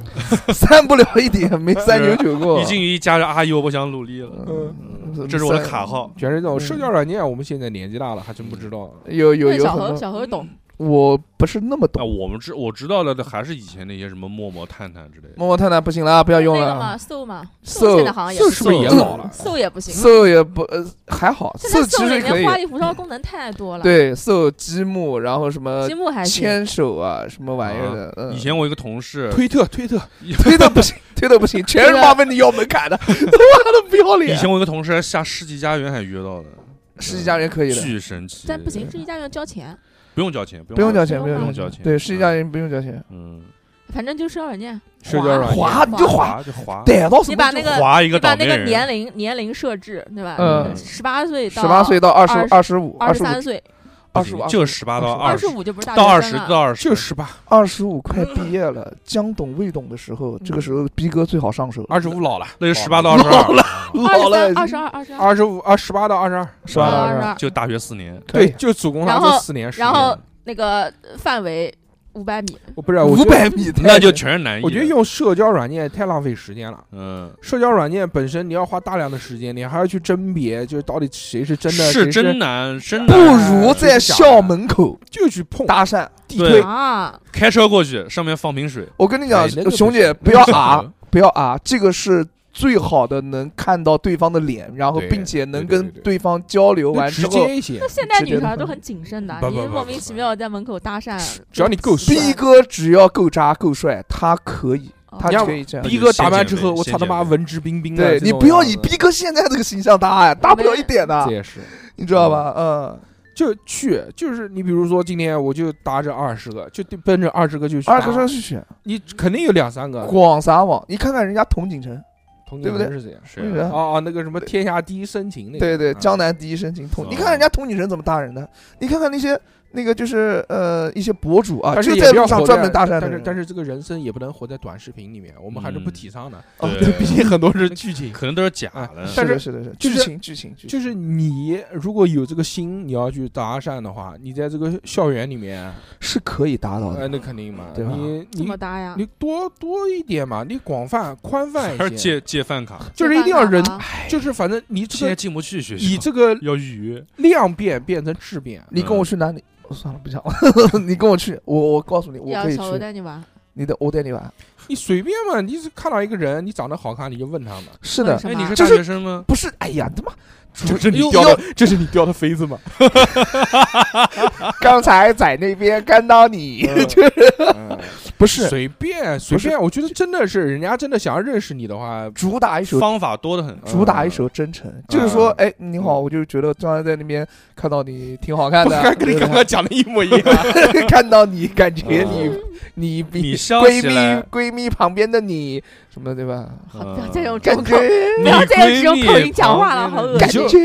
D: 三不了一点，没三九九过。
C: 一进一加着阿姨，我不想努力了。
D: 嗯，
C: 这是我的
D: 三
C: 卡。号，
B: 全是这种社交软件。我们现在年纪大了，还真不知道。
D: 有有
E: 对
D: 有
E: 小
D: 很
E: 何
D: 多，
E: 小何懂，
D: 我不是那么
C: 那
D: 懂。
C: 啊我们知我知道了的还是以前那些什么陌陌、探探之类
B: 啊
C: 的。
D: 摸摸探探不行了，不要用
E: 那个嘛
D: 了。
E: ，so 嘛，so 现
D: so
E: 在好像也
B: 这是不是也老了？
E: so 也不行。
D: 搜也不呃还好，
E: 现在
D: 搜其
E: so
D: 实
E: 里
D: 可
E: 面
D: 以。
E: 花里胡哨功能太多了，，
D: 对，搜积木，然后什么
E: 积木还行。
D: 牵手啊，什么玩意儿的。嗯
C: 以前我一个同事，
B: 推特，推特，
C: [LAUGHS]
D: 推的不行，推的不行，全是他妈问你要门槛的，他妈的不要
C: 以
D: 脸。
C: 前我一个同事还下世纪佳缘还约到的，
D: 世纪佳缘可以的，
C: 巨神奇。
E: 但不行，世纪佳缘交钱，
C: 不用交钱，不
D: 不用交钱，
E: 不
D: 不
E: 用
D: 用
C: 交钱
D: 钱。对，世纪佳缘不用交钱。
C: 嗯，
E: 反正就是软件，
B: 社交软件。
D: 划你就划，
C: 划就划，
D: 逮到什么
E: 你把那个
C: 划一个
E: 你把
C: 倒霉
E: 那个年
C: 人。
E: 龄年龄设置，对吧？
C: 呃
D: 嗯
E: 十八岁到
D: 十八岁到二十二十五
E: 二
D: 二
E: 十
D: 十五
E: 三岁，
D: 二十五
C: 就十八到
E: 二
C: 二
E: 十
C: 十，
E: 五就不是大学
C: 到二
E: 生啊
C: 十
E: 了
C: 到二十
B: 就是吧，
D: 二十五快毕业了，将懂未懂的时候，这个时候逼哥最好上手。
B: 二十五老了，
C: 那就十八到二十
D: 老
C: 二，
D: 老了
E: 23，二十二、二十二、
B: 二十五啊，十八到二十二，
D: 十八
E: 到
D: 到
E: 二
D: 二
E: 十
D: 十
E: 二 [LAUGHS]
D: 二，，
C: 就大学四年。
B: 对，就祖公拉
E: 然后
B: 扯四年时间。
E: 然后那个范围五百米，
B: 我不是，我
D: 五
B: 觉得
D: 百米，
C: 那就全是男艺。
B: 我觉得，用社交软件太浪费时间了。
C: 嗯，
B: 社交软件本身你要花大量的时间，你还要去甄别，就是到底谁是真的，
C: 是
B: 谁
C: 真男，真
D: 不
C: 男
D: 如在校门口
B: 就去碰
D: 搭讪。
B: 地
C: 对
B: 推。
E: 啊，
C: 开车过去，上面放瓶水，
D: 我跟你
B: 哎
D: 讲
B: 那个，不
D: 熊姐
B: 行
D: 不要
B: 那个不
D: 啊
B: 行，
D: 不要啊，这个是最好的能看到对方的脸，然后
B: 对
D: 并且能
B: 对对
D: 跟
B: 对
D: 对方交流
B: 那
D: 完之
B: 直
D: 后
B: 接，一些
E: 那，现在
D: 直接
E: 女
D: 的
E: 孩
D: 分
E: 都很谨慎的，
B: 不
E: 你
B: 不不
E: 莫名
B: 不
E: 其
B: 不
E: 妙在门口搭讪，
B: 只要你够帅
D: 逼哥只要够渣够帅，他可以，
E: 哦
D: 他
B: 哦要
D: 可以这样
C: 不。
B: 逼哥打完之后，我操他妈文质彬彬的。
D: 对
B: 这
D: 你
B: 种
D: 不要
B: 样
D: 以
B: 子
D: 逼哥现在这个形象搭呀，搭不了一点的
B: 这，也是，
D: 你知道吧？嗯，
B: 就去，就是你比如说今天我就搭这二十个，就奔着二十个就去搭。
D: 二哥说去选
B: 你肯定有两三个，
D: 广撒网，你看看人家童景城，
B: 通
D: 对
B: 缉
D: 不
B: 人
D: 对
B: 是谁啊？
C: 是
D: 为啥
B: 哦哦，那个什么天下第一深情那个，
D: 对对，
B: 啊
D: 江南第一深情
C: 哦
D: 通，你看人家通你人怎么搭人的，你看看那些那个就是呃一些博主啊，
B: 但是
D: 就
B: 也
D: 在
B: 不要
D: 路上
B: 活
D: 专
B: 在
D: 门搭讪的
B: 但
D: 人
B: 是，但是这个人生也不能活在短视频里面，我们还是不
C: 嗯
D: [LAUGHS]
B: 提倡的。
D: 哦
C: 对
D: 对，
B: 毕竟很多是剧情，
C: 可能都是假
B: 哎
C: 的。
D: [LAUGHS]
B: 但
D: 是的是
B: 是
D: 的是的
B: 就
D: 剧
B: 是
D: 情剧情剧情，
B: 就是你如果有这个心，你要去搭讪的话，你在这个校园里面，
D: 是可以搭到
B: 呃，
D: 的，
B: 那肯定嘛，
D: 哦对吧
B: 你
E: 怎
B: 你
E: 么搭呀？
B: 你多多一点嘛，你广泛宽泛
C: 还是
B: 一些，
C: 借借饭卡，
B: 就是一定要人哎
E: 借饭，
B: 就是反正你
C: 现
B: 这
C: 在
B: 个
C: 进不去学校，
B: 以这个
C: 要预约。
B: 量变变成质变，
D: 你跟
C: 嗯
D: 我去哪里？哦算了，不讲了。 [LAUGHS] 你跟我去，我我告诉你，我
E: 要
D: 可以
E: 小欧
D: 去。
E: 带你玩，
D: 你的，我带你玩。
B: 你随便嘛，你是看到一个人，你长得好看，你就问他嘛。
D: 是
E: 为
D: 的，
E: 什
C: 哎，
E: 么
C: 你是
D: 就
C: 大
D: 是
C: 学生吗？
D: 不是？哎呀，他妈！
B: 这是
D: 又
B: 你掉的
D: 又，
B: 这是你掉的妃子吗？
D: 刚才在那边干到你，
B: 呃
D: [LAUGHS]
B: [LAUGHS]
D: 不是
B: 随便随便，我觉得真的是，人家真的想要认识你的话，
D: 主打一
B: [LAUGHS]
D: 首，
C: 方法多得很。
D: 主打一首真诚，就是说，哎，你好，
B: 嗯
D: 我就觉得刚才在那边看到你挺好看的，
B: 还跟你
D: 对
B: 刚
D: 吧
B: 刚讲的一模一样。
D: [LAUGHS] 看到你，感觉你
E: 嗯
D: 你
C: 你
D: 比
C: 笑
D: 闺
C: 起
D: 蜜
C: 来，
D: 闺蜜旁边的你什么对吧？
E: 好，
C: 嗯
E: 不要再用这
D: 感
E: 种口，
D: 觉
E: 不要再用这种口音讲话了，好恶
D: 感
E: 心。
B: 就
D: 觉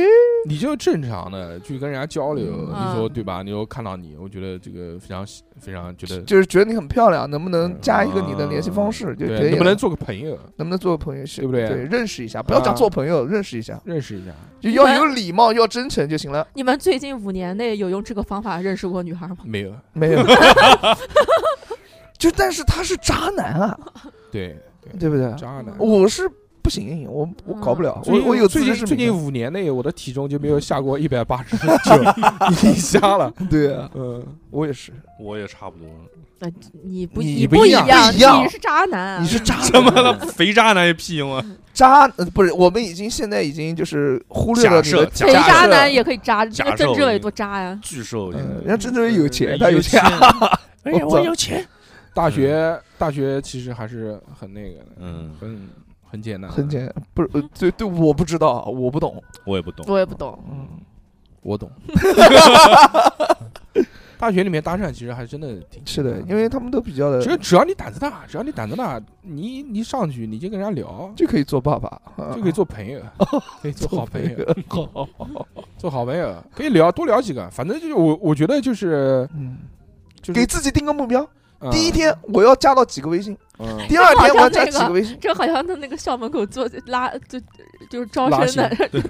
B: 你就正常的去跟人家交流，
E: 嗯
B: 你说对吧？你说看到你，我觉得这个非常喜非常觉得
D: 就是觉得你很漂亮，能不能加一个你的联系方式就可
B: 嗯对，
D: 以了？
B: 能不能做个朋友，
D: 能不能做个朋友是？
B: 对不对
D: 对，认识一下，不要讲做朋友，认识一
E: 啊
D: 下，
B: 认识一下？
D: 就要有礼貌，要真诚就行了。
E: [LAUGHS] 你们最近五年内有用这个方法认识过女孩吗？
B: 没有，
D: 没 [LAUGHS] 有，就但是他是渣男啊，
B: 对对，
D: 对不对？
B: 渣男。
D: 我是不行，我我搞不了，
E: 嗯
B: 最
D: 我
B: 近
D: 我有
B: 最
D: 自知
B: 近
D: 之
B: 最近
D: 明。啊
B: 五年内，我的体重就没有下过一百八十 [LAUGHS] 九以下了。
D: 对啊，
B: 嗯，
D: 我也是。
C: 我也差不多。
E: 呃，你不
D: 你
B: 不
E: 不
B: 一
E: 样
B: 样
D: 不一样
E: 你是渣男，
D: 你是渣啊
C: 他妈的肥渣男有屁用啊！
D: 渣，呃不是？我们已经现在已经就是忽略了你的
C: 假设
E: 谁渣男也可以渣，
C: 假
E: 那个郑
C: 设
E: 志
C: 我
E: 伟多渣呀！
C: 巨瘦，
D: 嗯人家郑州人有钱，他有
C: 有
D: 钱。
C: 哎
D: 呀我有
C: 钱。
B: 大学
D: 嗯
B: 大学其实还是很那个的，
C: 嗯，
B: 很很简单，
D: 很。简单，不是？呃对对，我不知道，我不懂。
C: 我也不懂。
E: 我也不懂，
D: 嗯，
B: 我懂。 [LAUGHS] 大学里面搭讪其实还真的挺
D: 是的，
B: 简单
D: 因为他们都比较的
B: 只要只要你胆子大，只要你胆子大，你你上去你就跟人家聊，
D: 就可以做爸爸，啊
B: 就可以
D: [LAUGHS]
B: 做朋友，可以做好朋友，，
D: 好好好好，
B: [LAUGHS] 做好朋友可以聊多聊几个，反正就是我我觉得就是
D: 嗯。
B: 就是
D: 给自己定个目标，
B: 嗯
D: 第一天我要加到几个微信，
B: 嗯
D: 第二天我要加
E: 这
D: 几
E: 好
D: 个
E: 像那个
D: [LAUGHS] 微信，
E: 这好像他那个校门口做拉就就是招
B: 拉
E: 生的，
D: 对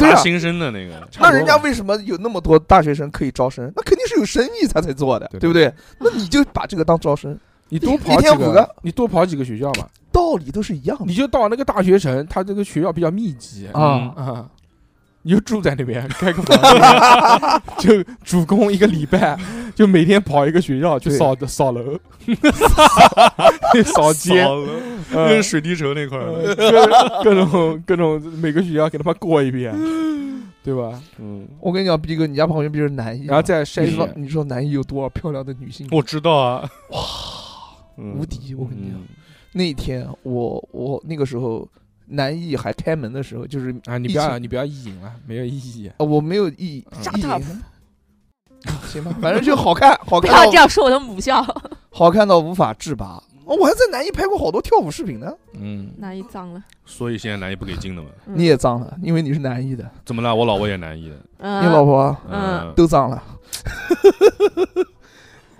C: 大
D: 啊。
C: 新生的那个，
B: 差
D: 那
B: 不多
D: 人家为什么有那么多大学生可以招生？那肯定是有生意他才做的，
B: 对
D: 对不对？那你就把这个当招生，[LAUGHS]
B: 你多跑
D: 一
B: 几
D: 天五个
B: 你多跑几个学校嘛，
D: 道理都是一样的
B: 你就到那个大学城，他这个学校比较密集
D: 啊。
E: 嗯
B: 啊，你就住在那边，开个房间， [LAUGHS] 就主攻一个礼拜，就每天跑一个学校去
D: 对
B: 扫扫楼，扫街，
C: 扫了
B: 嗯
C: 跟水滴筹那块儿的，
B: 呃各各种各种每个学校给他们过一遍，对吧？嗯，
D: 我跟你讲，逼哥，你家旁边不就是南艺吗？
B: 然后再
D: 你
B: 筛
D: 知道
B: 选，
D: 你知道南艺有多少漂亮的女性？
C: 我知道啊，
D: 无
C: 无
D: 敌！啊我跟你
B: 嗯
D: 讲，那一天我我那个时候南艺还开门的时候，就是
B: 啊，你不要你不要意淫了，没有意义。
D: 呃我没有意
B: 嗯
E: 渣
D: 意
E: 大
D: 淫 [LAUGHS] 行吧，反正就好看，好
E: 不
D: 看
E: 要
D: 到
E: 这样说我的母 [LAUGHS] 校，
D: 好看到无法自拔。哦我还在南艺拍过好多跳舞视频呢。
B: 嗯，
E: 哪一脏了？
C: 所以现在南艺不给进了嘛？
E: 嗯
D: 你也脏了，因为你是南艺的，
C: 怎么了？我老婆也南艺的，
E: 嗯，
D: 你老婆
E: 嗯
D: 都脏了，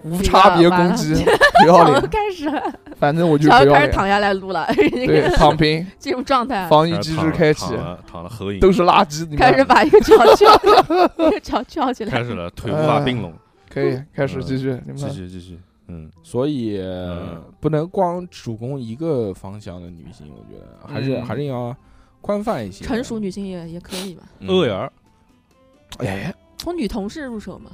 D: 无差别攻
E: [LAUGHS]
D: 击，不要
E: 小欧
D: 脸。
E: 开始，
D: 反正我就
E: 小
D: 不
E: 欧
D: 要
E: 开始
D: 脸，
E: 躺下来录了，
D: 对，躺平，
E: [LAUGHS] 进入状态，
D: 防疫
C: 呃
D: 机
C: 躺
D: 制
C: 了
D: 开启
C: 躺，了躺了合影，
D: 都是垃圾，你
E: 开始
D: 们
E: 把一个脚翘，
D: [LAUGHS]
E: 一个脚翘起
C: [LAUGHS]
E: 来
C: 开。始了，腿无法并拢，
D: 可以开始
C: 嗯
D: 继续，你
C: 继
D: 们
C: 续继续，嗯，
B: 所以、
D: 嗯
B: 不能光主攻一个方向的女性，我觉得还是、
D: 嗯
B: 还是要宽泛一些。
E: 成熟女性也也可以吧，
D: 嗯
C: 恶眼儿，
D: 哎，
E: 从女同事入手嘛。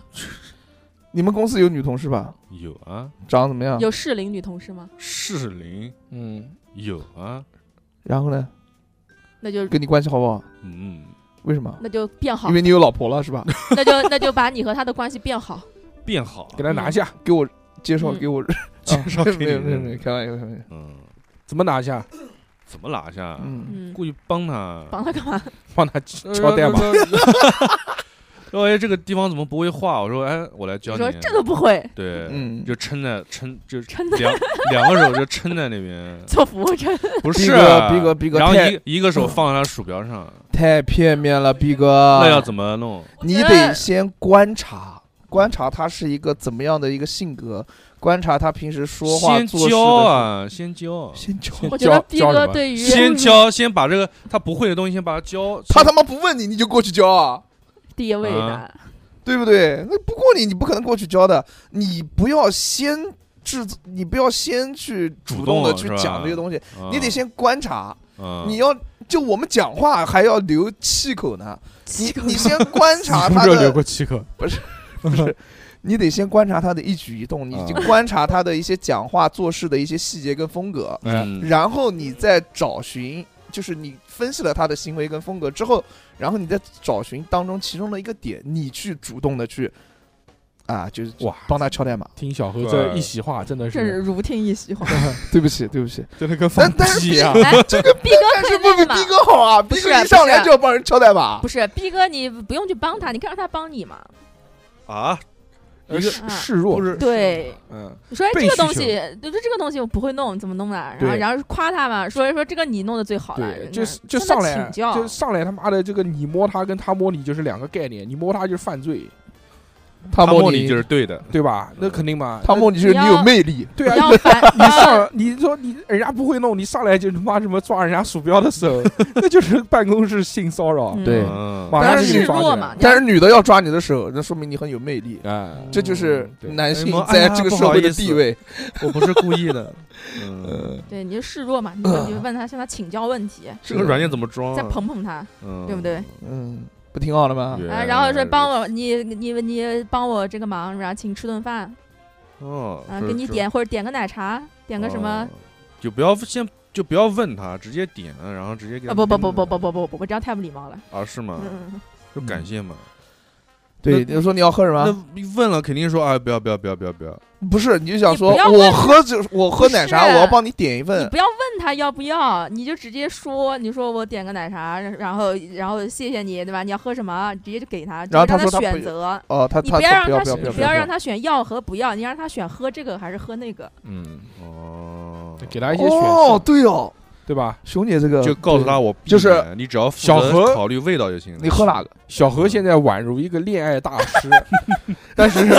D: 你们公司有女同事吧？
C: 有啊，
D: 长得怎么样？
E: 有适龄女同事吗？
C: 适龄
B: 嗯，
C: 有啊，
D: 然后呢，
E: 那就
D: 跟你关系好不好？
C: 嗯，
D: 为什么？
E: 那就变好
D: 因，为你有老婆了是
C: [LAUGHS]
D: 吧？
E: [LAUGHS] 那就那就把你和她的关系变好。
C: 变好，
B: 给他拿下，
D: 给我介绍，
E: 嗯
D: 给我
C: [LAUGHS]
D: 啊
C: 介绍给你
D: 没有没有没有，开玩笑开玩笑。
C: 嗯，
B: 怎么拿下？
C: 怎么拿下？
D: 嗯，
E: 嗯，
C: 过去帮他，
D: 呃
E: 帮她干嘛？
B: 帮他敲代码。
C: 呃。啊 [LAUGHS] 说哎这个地方怎么不会画？我说哎我来教
E: 你
C: 你。
E: 说这都不会
C: 对，
D: 嗯
C: 就撑在撑就
E: 撑在
C: 两 [LAUGHS] 两个手就撑在那边，
E: [LAUGHS] 做俯卧
B: [LAUGHS]
E: 撑，
C: 不
D: 逼
C: 是啊
D: 哥逼哥逼哥
C: 然后
D: 太啊
C: 一一个手放在他鼠标
D: [LAUGHS]
C: 上，
D: 太片面了，逼哥。
C: 那要怎么弄？
D: 你得先观察，观察他是一个怎么样的一个性格，观察他平时说话
C: 先
D: 做事的
C: 教啊，先教，
D: 先教。
E: 我觉得
B: 教
E: 逼
B: 教什
E: 哥
B: 么
E: 对于嗯
C: 先教，先把这个他不会的东西先把它教。
D: 他他妈不问你，你就过去教啊，
E: 地位的
C: 啊，
D: 对不对？那不过你，你不可能过去教的。你不要先制作，你不要先去主动的
C: 主动
D: 去
C: 是吧
D: 讲这些东西，
C: 嗯
D: 你得，先观察。
C: 嗯
D: 你要就我们讲话还要留气口呢，你你先观察
B: 从 [LAUGHS]
D: 他
B: 这流过
D: 的，
B: 七口，
D: 你得先观察他的一举一动，你
B: 啊
D: 就
C: 嗯
D: 观察他的一些讲话、做事的一些细节跟风格，
C: 嗯
D: 然后你再找寻，就是你分析了他的行为跟风格之后，然后你再找寻当中其中的一个点，你去主动的去啊，就是
B: 哇
D: 帮他敲代码。
B: 听小何
C: 对
B: 这一席话，真的
E: 这是
B: 是
E: 如听一席
B: 哎
E: 话。
D: 对不起，对不起，
B: 真的跟
D: 放但但是
C: 啊
B: 一样。
E: [LAUGHS] 哎，这
B: [LAUGHS]
E: 个逼
D: 但
E: 哥可
D: 是
E: 以
D: 不
E: 那
D: 比
E: 个嘛
D: 逼哥好啊，逼
E: 是
D: 哥一
E: 不
D: 上来
E: 是
D: 就要帮人敲代码
E: 不，是逼哥，你不用去帮他，你看让他帮你嘛。
C: 啊，
D: 呃
B: 一个
E: 啊
B: 示弱，
C: 是
E: 对，
B: 嗯，
E: 你说哎
B: 被
E: 这个
B: 需
E: 东
B: 求
E: 西，就是这个东西我不会弄，你怎么弄的？啊然后
B: 对
E: 然后夸他嘛，说说这个你弄的最好了
B: 对，，就
E: 那
B: 是就
E: 向
B: 上
E: 他
B: 来
E: 请教，
B: 就上来他妈的这个你摸他跟他摸你就是两个概念，你摸他就是犯罪，
D: 他摸
C: 你就是对的，
B: 对吧？那肯定嘛，
D: 他摸你就是你有魅力，
B: 对啊，
E: 要
B: [LAUGHS]
E: 反
B: 你上你说你人家不会弄，你上来就他妈什么抓人家鼠标的手，那就是办公室性骚扰，
D: 对
C: 嗯
B: 马
E: 要
B: 上就给
E: 示
B: 你抓
E: 弱
B: 起
E: 嘛
B: 来。，
E: 你要
D: 但是女的要抓你的手，那说明你很有魅力。
B: 哎，
D: 这就是
B: 对
D: 男
C: 嗯哎
D: 性
C: 妈哎
D: 在
C: 呀
D: 这个
C: 不
D: 社
C: 好
D: 会的
C: 意思
D: 地位。
C: 我不是故意的， [LAUGHS] 嗯，
D: 呃，
E: 对，你就示弱嘛，你就你就问他，向他请教问题，
C: 这个软件怎么装啊？
E: 再捧捧他，
C: 嗯，
E: 对不对？
D: 嗯，不挺好的吗？
C: 原
E: 啊，
C: 来
E: 然后说
C: 如
E: 帮
C: 此，
E: 我，你你你帮我这个忙，然后请吃顿饭，
C: 哦，
E: 啊，
C: 就
E: 给
C: 是
E: 你
C: 这
E: 点或者点个奶茶，点个什么
C: 哦？就不要先就不要问他，直接点，然后直接给
E: 啊？
C: 他
E: 不不
C: 拎
E: 不
C: 着
E: 不不不不不，我这样太不礼貌了。
C: 啊是吗？
E: 嗯，
C: 就感谢嘛。
D: 对，你说你要喝什
C: 那
D: 么？
C: 你问了肯定说啊不要不要不要不要不要，
D: 不是，你就想
E: 你
D: 说
E: 不要
D: 我
E: 问
D: 喝酒，我喝奶茶，
E: 不
D: 我
E: 是
D: 要帮你点一
E: 你
D: 份。
E: 不要问他要不要，你就直接说，你说我点个奶茶，然后然后谢谢你，对吧？你要喝什么，直接就给他，直接
D: 然后
E: 让
D: 他说他不
E: 选择。
D: 哦，他
E: 你
D: 他
E: 要
D: 他
E: 让
D: 不要
E: 他
D: 不要
E: 选，
D: 不要
E: 你不要让他选要和不要，你让他选喝这个还是喝那个。
C: 嗯哦，
B: 给他一些选
D: 哦，
B: 择，
D: 对哦，
B: 对吧？
D: 熊姐这个
C: 就告诉他
D: 对
C: 我避
D: 就是
C: 免你只要负
B: 小
C: 责
B: 何
C: 考虑味道就行了。
D: 你喝哪个？
B: 小何现在宛如一个恋爱大师， [LAUGHS] 但是 [LAUGHS]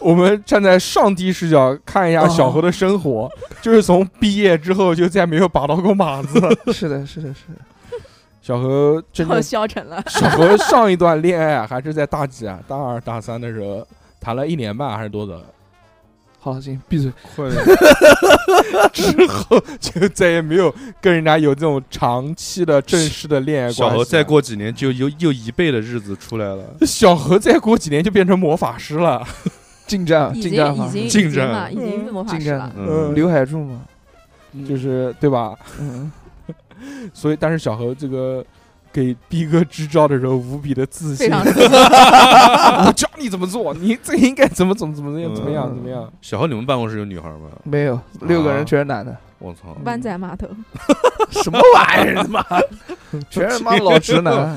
B: 我们站在上帝视角看一下小何的生活，就是从毕业之后就再没有把到过码子。 [LAUGHS]
D: 是的，是的，是的。
B: 小何真
E: [LAUGHS] 我
B: 的，
E: 消沉
D: [LAUGHS]
E: 了，
B: 小何上一段恋爱啊还是在大几啊，大二大三的时候谈了一年半还是多的，
D: 好，行，闭嘴。
B: 快 [LAUGHS] 之后就再也没有跟人家有这种长期的正式的恋爱关系
C: 小
B: 啊。
C: 何再过几年就又又一倍的日子出来了，
B: 小何再过几年就变成魔法师了，
D: 近战，
E: 已
D: 近
E: 经
D: 战
E: 已
D: 法， [LAUGHS]
E: 经已
C: 竞
E: 经
C: 争
E: 了，已经魔法
D: 近
E: 师
D: 战
E: 了。
B: 嗯
D: 刘海柱嘛。
B: 就是对吧？
D: 嗯，
B: [LAUGHS] 所以，但是小何这个给逼哥支招的时候，无比的自
E: 非
B: 信。
E: 常
B: 我教你怎么做，你这应该怎么怎么怎么样
C: 嗯
B: 怎么样怎么样。
C: 小何，你们办公室有女孩吗？
D: 没有，六个人
C: 啊
D: 全是男的，
C: 我操！
E: 湾仔码头，
D: [LAUGHS] 什么玩意儿？他妈， [LAUGHS] 嗯全是妈老直男。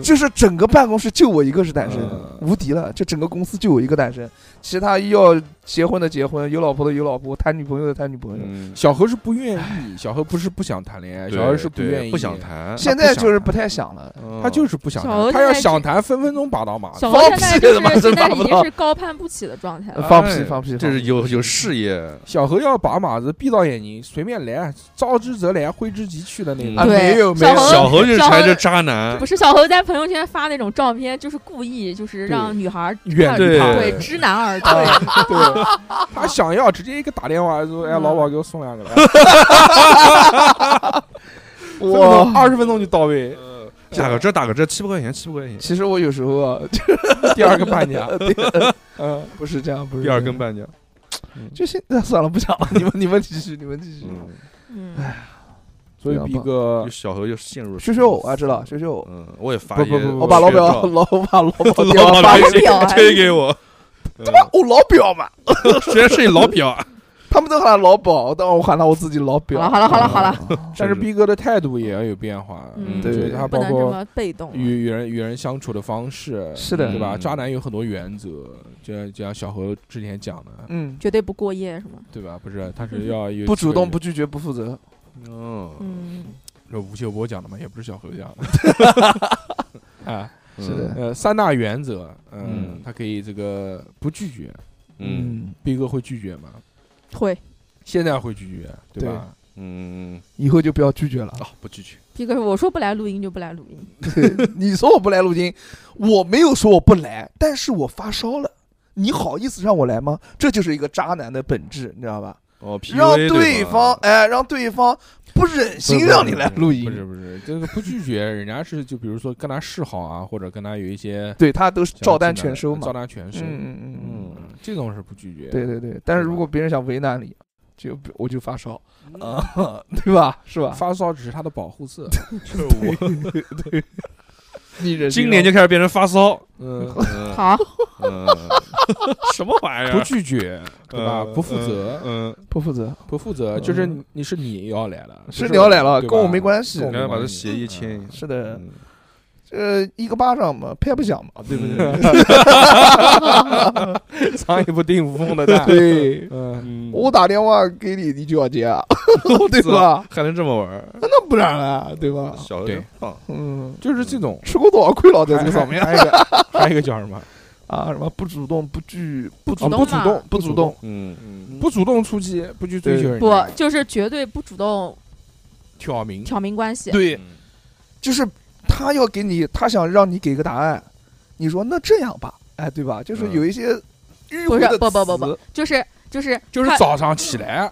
D: 就是整个办公室就我一个是单身
B: 嗯，
D: 无敌了。就整个公司就我一个单身，其他要结婚的结婚，有老婆的有老婆，谈女朋友的谈女朋友。
C: 嗯，
B: 小何是不愿意，小何不是不想谈恋爱，
C: 对
B: 小何是
C: 对
B: 愿意，
C: 不想。谈，
D: 现在就是不太想了，
B: 他就是是不想
E: 小
B: 谈，
E: 何
B: 他要
E: 现在
B: 想谈，分分钟把到马。
E: 小
D: 放
E: 罗现在
D: 屁
E: 就
D: 他妈
E: 是
D: 真
E: 现在
D: 拿不
E: 已
D: 到
E: 经是高攀不起的状态了。
D: 哎放屁放屁，
C: 哎这
D: 放
C: 是
D: 屁
C: 有有事业，
B: 小何要把马子闭到眼睛，随便来，招之则来，挥之即去的
C: 嗯
B: 那
D: 啊
B: 种。
E: 对
D: 没有没有
E: 小何
C: 小何就是
E: 小何
C: 才是渣男
E: 不，是小何在朋友圈发那种照片，就是故意就是让女孩儿
B: 远
C: 对
B: 离他，
E: 对知难而退。
B: 啊对，他想要直接一个打电话说：“哎，
E: 嗯
B: 老板，给我送两个来。”
D: 我
B: 二十分钟就到位，
C: 打个折打个折，七百块钱七百块钱，
D: 其实我有时
C: [LAUGHS]
D: 候啊，
B: 第二个半价。嗯，
D: 呃不是这样，不是
C: 第二
D: 这
C: 根
D: 样，
C: 半价。
D: 就现在算了，不讲了。你们你们继续，你们继续。
C: 嗯，
E: 嗯，
B: 所以逼哥
C: 就，小何就陷入
D: 学学我啊，知道学学我，
C: 嗯，我也发
B: 不
C: 一
B: 不不
C: 些
B: 不
D: 我把老表
C: 学
D: 老我
C: [LAUGHS]
D: 把老
C: 照
D: 表电
C: 老
D: 话
C: 表
D: 发
E: 老
C: [LAUGHS]
D: 给
E: 表
D: [LAUGHS]
C: 推给我，嗯
D: 他妈我老表嘛，
C: 谁是你老表？啊
D: 他们都喊他老宝，但我喊他我自己老表。嗯
E: 好了好了好了
D: 好了，
B: 但是逼哥的态度也要有变化，
E: 嗯
B: 就
D: 对
B: 是他
E: 不
B: 包
E: 能这
B: 括
E: 么被动。
B: 与与人与人相处的方式，
D: 是的
B: 对吧？
C: 嗯
B: 渣男有很多原则，就像就像小何之前讲的，
D: 嗯，
E: 绝对不过夜是吗？
B: 对吧？不是，他是要有
D: [LAUGHS] 不主动、
B: 这
D: 不拒绝、不负责。
C: 嗯，
E: 嗯，
B: 个，这吴秀波讲的嘛，也不是小何讲
D: [LAUGHS]
B: 的啊。
D: 是的，
B: 呃，三大原则，嗯
C: 嗯，
B: 他可以这个不拒绝，
C: 嗯，
B: 逼哥会拒绝吗？
E: 会。
B: 现在会拒绝，对
D: 对
B: 吧？
C: 嗯，
D: 以后就不要拒绝了。
C: 啊，不拒绝，
E: 逼哥说：“我说不来录音就不来录音，
D: [LAUGHS] 你说我不来录音，我没有说我不来，但是我发烧了，你好意思让我来吗？这就是一个渣男的本质，你知道吧？
C: 哦，
D: 让
C: PUA
D: 对
C: 对
D: 方
C: 方，
D: 哎，让对方不忍心让你来录
B: 不
D: 音
B: 是。不是，这个不拒绝，人家是就比如说跟他示好啊，或者跟他有一些
D: 对他都是
B: 想要
D: 照单
B: 进来
D: 全收嘛
B: 照。单全收。
D: 嗯嗯嗯，
C: 嗯，
B: 这种是不拒绝。
D: 对对对。但是如果别人想为难你，就我就发烧啊， [LAUGHS] 对吧？是吧？
B: 嗯发烧只是他的保护色。
C: 就是我
D: 你
C: [LAUGHS]
D: 忍心哦
C: 今年就开始变成发骚，
B: 嗯，
C: 嗯
E: 好，
C: 嗯， [LAUGHS] 什么玩意
B: 不
C: 儿？啊
B: 拒绝，
D: 呃
B: 对吧？
C: 嗯
B: 不负责，
C: 嗯，
D: 不负责，
B: 不负责，
D: 嗯
B: 就是你你是你要来了，
D: 是
B: 不
D: 你要来了
B: 对吧
D: 跟我没关系
B: 跟我
C: 你
B: 没
C: 要把
B: 关
C: 这
B: 系
C: 协议签一下，
D: 是的，
C: 嗯啊
D: 这一个巴掌嘛，拍不响
B: [LAUGHS]
D: 嘛，对不
C: [LAUGHS]
D: 对？
B: 苍蝇不叮无缝的蛋。
D: 对，
B: 嗯，
C: 嗯
D: 我打电话给你，你就要接啊，对吧？
C: 还能这么玩儿？啊
D: 那不然呢，对吧？
C: 小的
B: 对
C: 真棒，
D: 嗯，
B: 就是这种。
D: 吃过多少亏了，在这
B: 还
D: 个上面
B: 还有一个，还有一个叫什么？
D: [LAUGHS] 啊？什么不主动、不拒、哦不
E: 主
D: 主
E: 动啊
B: 不主
E: 嘛
B: 动，
D: 不主动，啊
C: 嗯嗯，
B: 不主动出击，不去追求人家，
E: 不就是绝对不主动
B: 挑明。
E: 挑明关系。
C: 嗯
D: 对，就是他要给你，他想让你给个答案，你说那这样吧，哎，对吧？就是有一些迂
E: 不
D: 回
E: 是
D: 的
E: 不不不不
D: 词
E: 就是就是
B: 就是
E: 他
B: 早上起来，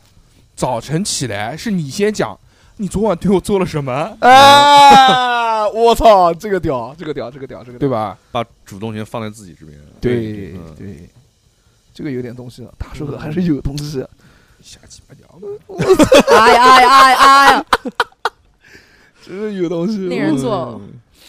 B: 早晨起来是你先讲，你昨晚对我做了什么，
D: 啊！我操，这个屌，这个屌，这个屌，这个
B: 对
D: 屌，
B: 吧？
C: 把主动权放在自己这边，
D: 对
C: 嗯
D: 对，这个有点东西啊，大手哥还是有东西。
B: 瞎鸡巴聊，
E: 哎呀哎呀哎呀哎呀，
D: 真是有东西。
E: 令人作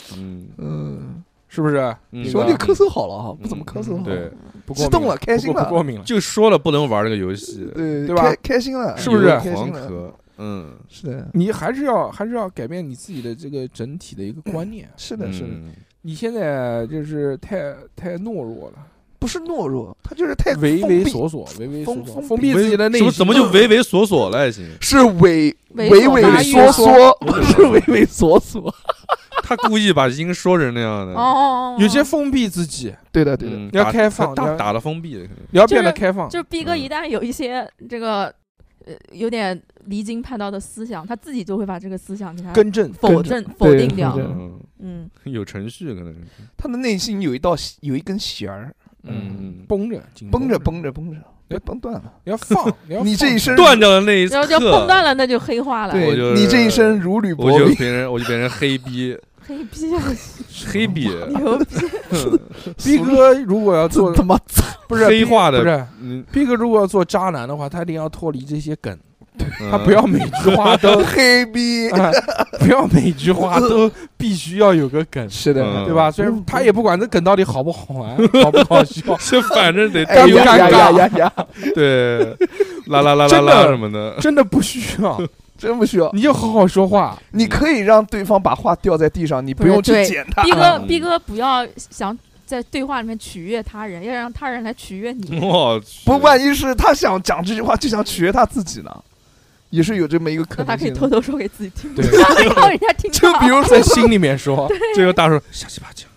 E: 呕。
C: 嗯，
D: 嗯，
B: 是不是？
C: 嗯
B: 对
D: 兄
B: 吧
D: 弟咳嗽好了哈，不怎么
C: 嗯
D: 咳嗽了。
C: 对，
B: 不
D: 激动了开心了
B: 不过敏了。
C: 就说了不能玩这个游戏，
D: 对
B: 对吧
D: 开开心了，
B: 是不是
D: 有
C: 有
D: 点开
C: 黄
D: 心了？
C: 壳？嗯，
D: 是的，
B: 你还是要还是要改变你自己的这个整体的一个观念。
D: 是的，是的，
C: 嗯，
B: 你现在就是太太懦弱了，
D: 不是懦弱，他就是太
B: 畏
D: 封
B: 畏
D: 闭
B: 缩缩，畏畏缩
D: 封
B: 缩，
D: 封闭
B: 封闭自己的内
C: 什么。
B: 心
C: 怎么就畏畏缩缩了？已经，
D: 是畏畏
E: 猥琐
D: 畏
E: 发育
D: 缩
E: 啊
D: 缩，不 [LAUGHS] 是畏畏缩缩。
C: [LAUGHS] 他故意把音说成那样
E: 哦
C: 的。
E: 哦哦，哦
B: 有些封闭自己？
D: 对的，对的，
C: 嗯，
B: 要
C: 打
B: 开放
C: 打
B: 要
C: 打了封闭的，可能
B: 你要变得
D: 啊
B: 开放
E: 就。是逼哥
C: 嗯
E: 一旦有一些这个呃有点离经叛道的思想，他自己就会把这个思想给他
B: 更正，
E: 否
D: 跟
E: 认
D: 着
E: 否
D: 对
E: 定
D: 否
E: 掉
D: 对。定
C: 嗯，
E: 嗯，
C: 有程序可能是，
D: 他的内心有一道有一根弦儿，
C: 嗯，哎
B: 绷着，紧
D: 绷着
B: 着，
D: 绷着绷着，别绷断了。
B: 你
D: [LAUGHS]
B: 要放，你要
D: 你这一
B: 身
D: 身
C: 断掉的那一刻，
E: 然后就碰断了，那就黑化了。
C: 我
D: 对
C: 就
D: 你这一
C: 是
D: 身如履
C: 我
D: 薄
C: 就
D: 冰，
C: 变成我就变成黑逼，
E: 黑逼啊，
C: 黑逼，
E: 牛逼！
B: 逼哥如果要做
D: 这他妈惨
B: 不是
C: 黑化的
B: 不是
C: 嗯，
B: 逼哥如果要做渣男的话，他一定要脱离这些梗，他
D: 嗯
C: 他
D: [LAUGHS]
B: 不要每句话都
D: 黑逼。
C: 嗯
B: 哎，不要每句话
D: 呃
B: 都必须要有个梗，
D: 是的，
C: 嗯，
B: 对吧？虽然他也不管这梗到底好不好玩，好不好
D: [LAUGHS]
B: 笑
C: 就反正得
D: 哎
B: 尴不
D: 呀
B: 尴
D: 呀呀
B: 尬
D: 呀呀！
C: 对，啦啦啦啦
B: 真的
C: 啦什么的，
B: 真的不需要，
D: 真不需要，
B: 你就好好说话。
D: 你可以让对方把话掉在地上，你
E: 不是
D: 用去
E: 对
D: 捡它。
E: 逼哥
C: 嗯
E: 逼哥不要想在对话里面取悦他人，要让他人来取悦你。
C: 我去，
D: 不，万一是他想讲这句话，就想取悦他自己呢，也是有这么一个可
E: 那他
D: 能
E: 可以
D: 性
E: 偷
D: 的。
E: 偷说给自己听，不
B: 对
E: 让人家听
B: [LAUGHS]
D: 就
E: 到。
D: 比如说
B: 在，心里面 [LAUGHS] 说，
C: 这个大叔瞎鸡巴讲，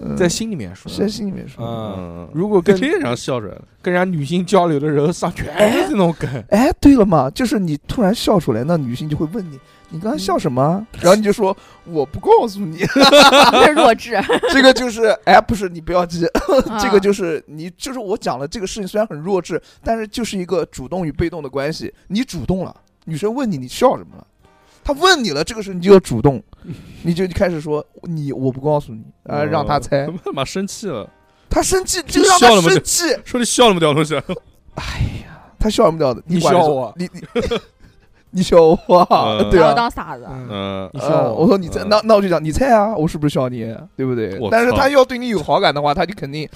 D: 嗯
B: 在心里面说，
D: 在心里面说，
B: 嗯，
C: 嗯，
B: 如果
C: 跟
B: 跟
C: 这然后笑出来了，
B: 跟人家女性交流的时候上全
C: 嗯
B: 是那种梗，
D: 哎，对了嘛，就是你突然笑出来，那女性就会问你，你刚才笑什么啊？然后你就说我不告诉 [LAUGHS] 你，
E: 这是弱智，
D: 这个就是哎，不是你不要
E: [LAUGHS]
D: 急， [LAUGHS] 这个
E: 啊
D: 就是你就是我讲了这个事情虽然很弱智，但是就是一个主动与被动的关系，你主动了，女生问你你笑什么了，她问你了，这个时候你就要主 [LAUGHS] 动，你就开始说你我不告诉你，啊，让她猜
C: 他，妈妈生气了，
D: 她生气就让她
C: 笑了吗
D: 生气，
C: 说你笑那么屌东西，啊
D: 她笑什么掉的，
B: 你
D: 管
B: 笑
D: 说
B: 我
D: 你你 [LAUGHS] 你笑我，
C: 嗯
D: [LAUGHS] 对
E: 把我
D: 啊。
E: 哦当傻子。
C: 嗯
B: 你笑
D: 呃，我说你猜，
C: 嗯
D: 那那我就讲你猜啊，我是不是笑你，对不对
C: 我？
D: 但是
C: 操
B: [LAUGHS]
D: 她要对你有好感的话，她就肯定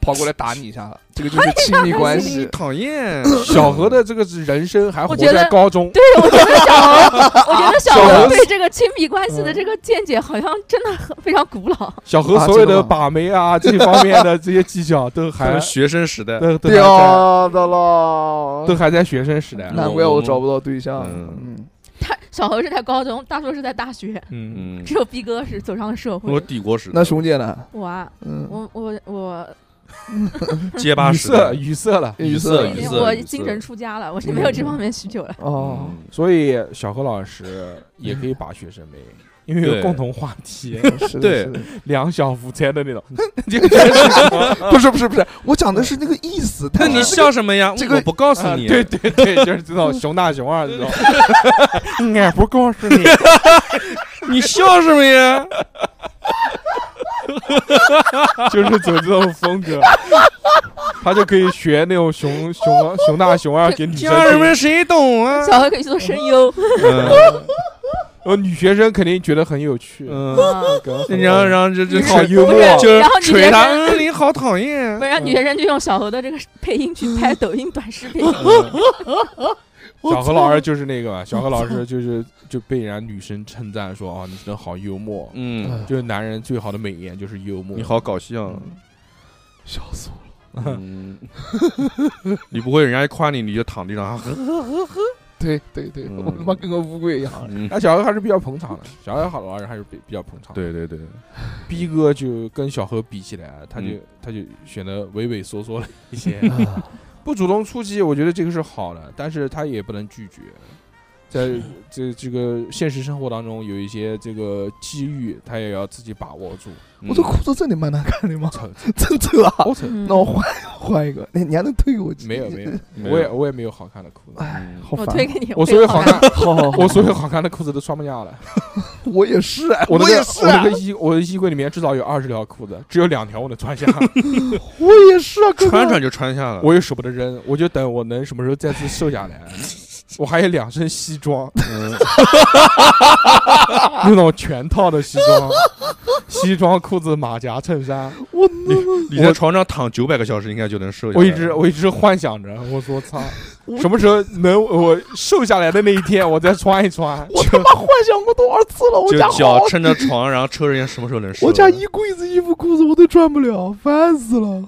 D: 跑过来打你一下了，这个就是
E: [LAUGHS]
D: 亲密关系。
C: 讨厌，
B: 小何的这个人生还活
E: 我觉得
B: 在高中，
E: 对，我觉得小何，我觉得小
B: 小
E: 何
B: 何
E: 对这个亲密关
D: 嗯
E: 系的这个见解好像真的很非常古老。
B: 小何
D: 啊
B: 所有
D: 这
B: 的
D: 个吗
B: 把妹啊这方面的这些技巧都还
C: 还学生时代，
B: 都都还在
D: 掉的了
B: 都，还在学生时代，
D: 啊难怪我找不到对象。
C: 嗯
D: 嗯，
E: 他小何是在高中，大硕是在大学，
B: 嗯，
C: 嗯
E: 只，有逼哥是走上了社
C: 我
E: 会。
C: 帝国时代
D: 那，熊姐呢？
E: 我啊，
D: 嗯，
E: 我我我，
C: 结巴
B: 语
C: 时代
B: 塞，语塞了。
C: 语
D: 塞
C: 塞
E: 已
C: 语
E: 经
C: 塞
E: 我
C: 语塞
E: 精神出家了，我是没有这方面需求了。
D: 哦，
C: 嗯
B: 所以小何老师也可以把学生妹，因为有
C: 对
B: 共同话题，
D: 是的，
C: 对
D: 是的，
B: 两小无猜的那种。
D: [LAUGHS] 不是不是不是，我讲的是那个意思。
C: 那
D: 但
C: 你
D: 是这个
C: 笑什么呀？
D: 这个
C: 我不告诉
B: 啊
C: 你，
B: 对对对， [LAUGHS] 就是这种熊大熊
C: [LAUGHS]
B: 二这种。俺不告诉你，
C: 你笑什么呀？
B: [LAUGHS] 就是走这种风格，他就可以学那种熊熊熊大熊二给女生
C: 家人
B: 听。
C: 们谁懂
E: [LAUGHS]
C: 啊？
E: 小何可以去做声优，
B: 呃，女学生肯定觉得很有趣。
C: 嗯，
E: [LAUGHS] 啊
B: 嗯
C: 然后然后就就
B: 好
C: 捶
B: 幽默，
C: 就
E: 然后
C: 是
E: 你
C: 捶
E: 觉
C: 他，
E: 得
C: 嗯，你好讨厌啊
E: 不。是让女学生就用小何的这个配音去
C: 嗯
E: 拍抖音短视频。
B: [LAUGHS] 小何老师就是那个嘛，小何老师就是就被人家女生称赞说啊，你真的好幽默，
D: 哎
C: 嗯，
B: 就是男人最好的美颜就是幽默。
C: 你，好搞笑。啊
D: 笑死我了。
C: 嗯，你不会人家一夸你，你就躺地上啊 [LAUGHS] 呵
D: 对对对，
C: 嗯
D: 我他妈跟个乌龟一样。
C: 嗯，
B: 那小何还是比较捧场的，小何好老师还是比比较捧场。，
C: 对对对，
B: 逼哥就跟小何比起来，啊他就
C: 嗯啊
B: 他就显得畏畏缩缩了一些， [LAUGHS] 不主动出击，我觉得这个是好的，但是他也不能拒绝。在这这个现实生活当中，有一些这个机遇，他也要自己把握住。
C: 嗯
D: 我这裤子真的蛮难看的吗？
B: 操，
D: 真丑啊！
B: 我操，
E: 嗯
D: 那我换换一个，哎你你还能推给我几
B: 没有没有，
C: 没有嗯
B: 我也我也没有好看的裤子，
D: 哎，好
E: 我
D: 烦
E: 推。给你，
B: 我
E: 非
B: 所啊有
E: 常
B: 好看，
D: 好好好，
B: 我所有好看的裤子都穿不下了。
D: 我也是，哎
B: [LAUGHS] 我那啊
D: 也
B: 个
D: 是
B: 我，那个衣我的衣柜里面至少有二十条裤子，只有两条我能
C: [LAUGHS]
B: 穿下，
D: 我也是啊，哥哥
C: 穿穿就穿下了。
B: 我也舍不得扔，我就等我能什么时候再次瘦下来。 [LAUGHS] 我还有两身西装， [LAUGHS] 那种全套的西装， [LAUGHS] 西装、裤子、马甲、衬衫。
D: 我那
C: [LAUGHS] 你在床上躺九百个小时，应该就能瘦下来。
B: 我一直我一直幻想着，我说操，什么时候能我瘦下来的那一天，我再穿一穿。
D: 我他妈幻想过多少次了？我
C: 就
D: 家
C: 脚
D: 好，
C: 撑着床， [LAUGHS] 然后抽着烟，什么时候能瘦？
D: 我家一柜子衣服裤子我都穿不了，烦死了！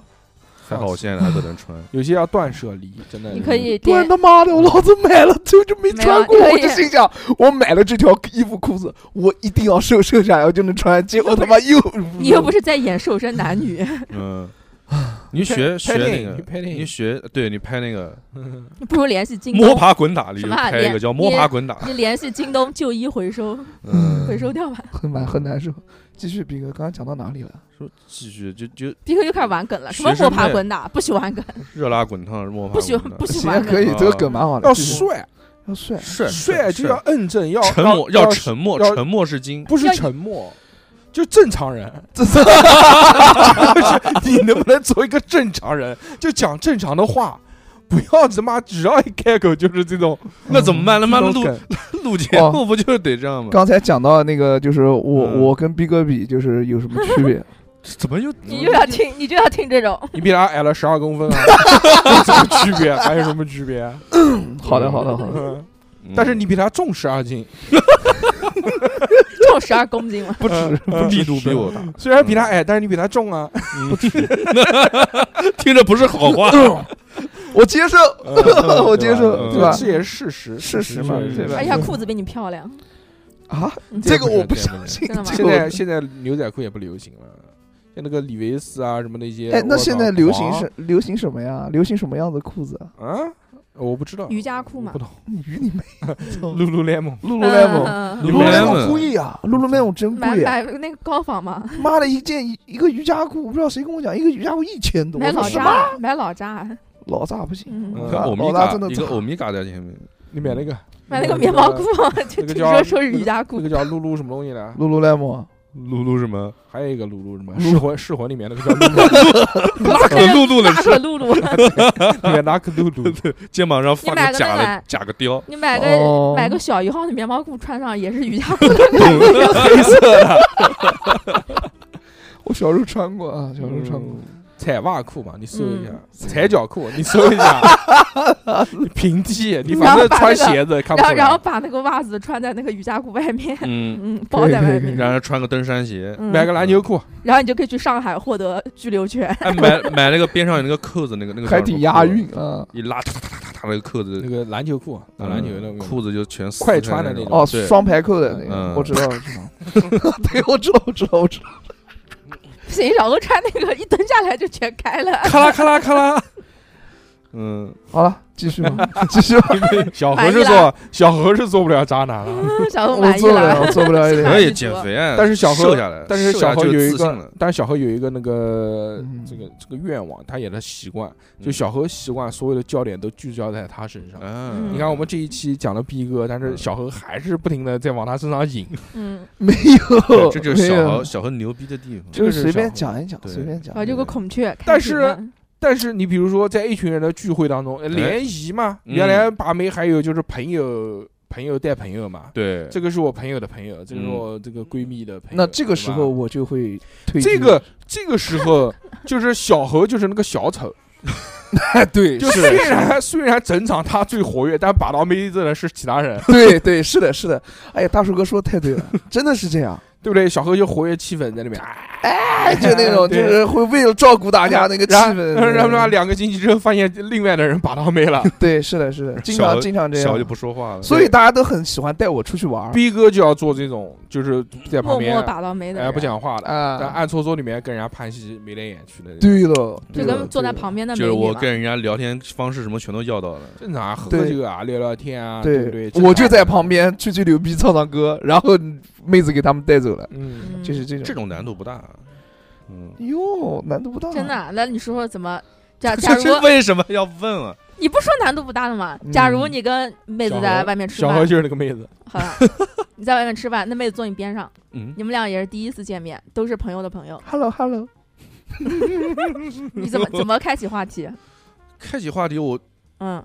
C: 还好，我现在还都能穿。
B: 有些要断舍离，真的。
E: 你可以
D: 不然
E: 点
D: 他妈的，我老子买了最后就没穿过，
E: 没有
D: 我
E: 你可以
D: 就心想，我买了这条衣服裤子，我一定要瘦瘦下来，我就能穿。结果他妈又，
E: 你又不是在演瘦身男女，
C: 嗯，你学学
B: [LAUGHS] 拍电
C: 那
B: 影，
C: 个
B: 你，拍电
C: 你
B: 影，
C: 学对你拍那个
E: 不如联系京
C: 摸
E: 东。
C: 爬滚打，你就
E: 什么啊
C: 拍一个叫
E: 你
C: 摸爬滚打。
E: 你联系京东就医回收，
C: 嗯，
E: 回收掉吧。
D: 很难很难受。继续，斌哥，刚刚讲到哪里了？
C: 说继续就就
E: 逼哥又开始玩梗了，什么
C: 学
E: 摸
C: 生
E: 爬
C: 妹
E: 滚打，不许玩梗，
C: [LAUGHS] 热拉滚烫，摸爬
E: 不许
C: 滚打
E: 不许
D: 行
E: 玩，
D: 可
E: 梗。
D: 以，
B: 啊
D: 这个梗蛮好的。
B: 要
D: 继续
B: 帅，
D: 要帅，
C: 帅
B: 帅就要摁正，要
C: 沉默，要
B: 要
C: 沉默，
B: 要
C: 沉默是金。
B: 不是
E: 要
B: 沉默，就正
C: [LAUGHS]
B: 常人。
D: 这是
B: 你能不能做一个正常人，就讲正常的话，不要他妈只要一开口就是这种
C: 那怎么办？他妈
B: 嗯
C: 录
B: 这种梗。哦
C: 录节目不就是得这样吗？
D: 刚才讲到那个，就是我、
C: 嗯
D: 我跟逼哥比，就是有什么区别？
C: 怎么又
B: 嗯
E: 你就要听，你就要听这种。
B: [LAUGHS] 你比他矮了十二公分啊，
E: [LAUGHS]
B: 有什么区别？还有什么区别？
D: 好的，好的，好的。
B: 嗯
C: 嗯
B: 但是你比他重十二斤，
E: 重十二公斤了，
B: 不止，
C: 力度嗯比我大，
B: 虽然比他
D: 嗯
B: 矮，但是你比他重啊。
C: 不止， [LAUGHS] 听着不是好话。
D: [COUGHS] 我接受， [LAUGHS] 我接受，
C: 嗯
D: 对吧？
B: 这也是事实，
D: 事实嘛
B: 是
D: 对吧
E: 而且她裤子比你漂亮。
D: 啊，
E: 嗯
D: 这个
B: 不是
D: 我不
B: 这个
D: 相
B: 不是
D: 信
E: 真的。吗
D: 这
B: 现
D: 个
B: 在
D: 我
B: 现在牛仔裤也不流行了，像那个李维斯啊什么那些。
D: 哎，那
B: 我操
D: 现在流行
B: 黄
D: 什流行什么呀？流行什么样的裤子啊？
B: 啊？我不知道，
E: 瑜伽裤嘛
B: 不懂。
D: 你与你妹
B: 露露 lemon，
D: 露露 lemon，
E: 嗯
C: 你
D: 露露
C: Lululemon
D: lemon 贵啊，露露 lemon 真
E: 买
D: 贵啊。
E: 买那个高仿嘛，
D: 妈的，一件一一个瑜伽裤，我不知道谁跟我讲，一个瑜伽裤一千多，
E: 买老
D: 什么？
E: 扎，买老扎，
D: 老炸不行，
E: 嗯，
B: 嗯
C: 你看欧米
D: 老大真
C: 伽，
D: 的
C: 一个欧米伽在前面，
B: 你买那个？
E: 买那个棉毛裤
B: 那个，
E: 就
B: 那个
E: 听
B: 叫
E: 说说是瑜伽
B: 那
E: 裤，
B: 个叫露露什么东西的？
D: 露露 lemon，
C: 露露什么？ [LAUGHS]
B: 还有一个露露什么？
D: 露
B: 噬魂噬魂里面那个叫露露，
E: 拉
C: 可露露了
E: 拉可露露，
B: [LAUGHS] 里面拉克露露。
C: 肩膀上放
E: 你买个
C: 假的
E: 那个
C: 假个
E: [LAUGHS]
C: 貂，
E: 你买
D: 哦
E: 个买个小一号的棉毛裤穿上也是瑜伽
B: [LAUGHS]
E: 裤，
B: 嗯
D: 我小时候穿过啊，小时候穿过。
B: 踩袜裤嘛，你搜一下
E: 嗯；
B: 踩脚裤，你搜一
E: [LAUGHS]
B: 下。你平地，你
E: 然
B: 反
E: 后
B: 正
E: 把
B: 穿
E: 那个
B: 鞋子看
E: 然
B: 不出
E: 后然后
B: 来。
E: 把那个袜子穿在那个瑜伽裤外面，
C: 嗯，
E: 嗯，包在外面，
C: 然后穿个登山鞋，
E: 嗯
B: 买个篮球裤，
E: 然后你就可以去上海获得居留权。
C: 哎，买买那个边上有那个扣子，那个那个
D: 还
C: 叫什么
D: 挺押
C: 扣子，
D: 韵啊。
C: 一拉，哒哒哒哒哒，那个扣
B: 那
C: 子，
B: 个篮球裤，
E: 嗯
B: 打篮球的那个
C: 裤子就全撕
B: 嗯快
C: 开
B: 穿的
C: 那
B: 那
D: 哦，
C: 对，
D: 双排扣的那
C: 嗯
D: 个，我知道，我知道。
B: [LAUGHS]
D: 对，我知道，我知道，我知道。
E: 不行，小欧穿那个一蹲下来就全开了，
B: [LAUGHS] 咔啦咔啦咔啦。
C: 嗯，
D: 好了，继续
B: [LAUGHS]
D: 吧，继续
E: [LAUGHS]
D: 吧。
B: 小何
E: 满意
B: 是
E: 了
B: 做小何是做不了渣男
C: 嗯
B: 了，
E: 嗯小欧
D: 我
E: 满意
D: 做不了，我做不了一点。
E: [LAUGHS]
C: 可以
E: 你
C: 减
E: 说
C: 肥啊，
B: 但是小
C: 瘦
B: 何
C: 下来，
B: 但是
C: 瘦下
B: 小
C: 来
B: 何
C: 啊就
B: 有一
C: 自信
B: 个
C: 了，
B: 但是小何有一个那个
D: 嗯
B: 这个这个愿望，他也是习惯，
C: 嗯
B: 就小何习惯所有的焦点都聚焦在他身上。
C: 嗯，
B: 你看，我们这一期讲了逼哥，但是小何还是不停的在往他身上引。
E: 嗯，
D: 没
C: [LAUGHS] 对
D: 有，
C: 这就是
D: 没
C: 小
D: 有
C: 何小何牛逼的地方，
D: 就是随便
B: 这个是小
D: 讲一讲，
C: 对
D: 随便讲。
E: 我啊就个孔雀，
B: 但
E: 开屏
B: 是
E: 了
B: 但是你比如说，在一群人的聚会当中，呃联谊嘛，
C: 嗯
B: 原来把妹还有就是朋友，朋友带朋友嘛，
C: 对，
B: 这个是我朋友的朋友，这个是
C: 嗯
B: 我这个闺蜜的朋友。
D: 那这个
B: 对
D: 时
B: 吧
D: 候我就会推
B: 这
D: 荐
B: 个这个时候就是小何就是那个小丑，
D: 哎对，
B: 就是虽
D: 的，
B: 然虽然整场他最活跃，但把到妹子的是其
C: [LAUGHS]
B: 他人，
D: 对对是的，是的。哎呀，大树哥说的太对
B: [LAUGHS]
D: 了，真的是这样。
B: 对不对？小何就活跃气氛在里面，
C: 啊
D: 哎，就那种就
B: 对
D: 是会为了照顾大家那个气
B: [LAUGHS] 然后
D: 氛，
B: 然后他妈两个星期之后发现另外的人把
C: [LAUGHS]
B: 到妹了，
D: 对，是的，是的，经
C: 小
D: 常经常这
C: 小何就
D: 样。
C: 不说话了，
D: 所以大家都很喜欢带我出去玩儿
B: 逼哥就要做这种，就是在旁
E: 默
B: 边
E: 默把到没的
B: 哎
E: 人，
B: 不讲话的，但
D: 啊。
B: 暗搓搓里面跟人家攀西眉来眼去的，
D: 对了，
E: 就
D: 对了
E: 跟坐在
D: 对了
E: 旁边的
C: 就是
E: 美女
C: 我
E: 嘛
C: 跟人家聊天方式什么全都要到了，
B: 正常啊喝
D: 对
B: 酒啊，聊聊天啊，对不
D: 对
B: 对？，
D: 我就在旁，边吹吹牛逼、唱唱歌，然后妹子给他们带走了，
B: 嗯，
E: 嗯
D: 就是这种。
C: 这种难度不大，嗯，
D: 哟，难度不大。
E: 真的啊。那你说说怎么？假假
C: 这
E: 如
C: 这为什么要问啊？
E: 你不说难度不大的嘛？假如你跟妹子
B: 小
E: 在
B: 何
E: 外面吃
B: 小何
E: 饭，
B: 就是那个妹子，
E: 好了，你在外面吃饭，那妹子坐你边上，
C: 嗯，
E: 你们俩也是第一次见面，都是朋友的朋友，
D: Hello，Hello，
E: 你怎么怎么开启话题？啊
C: 开启话题我
E: 嗯，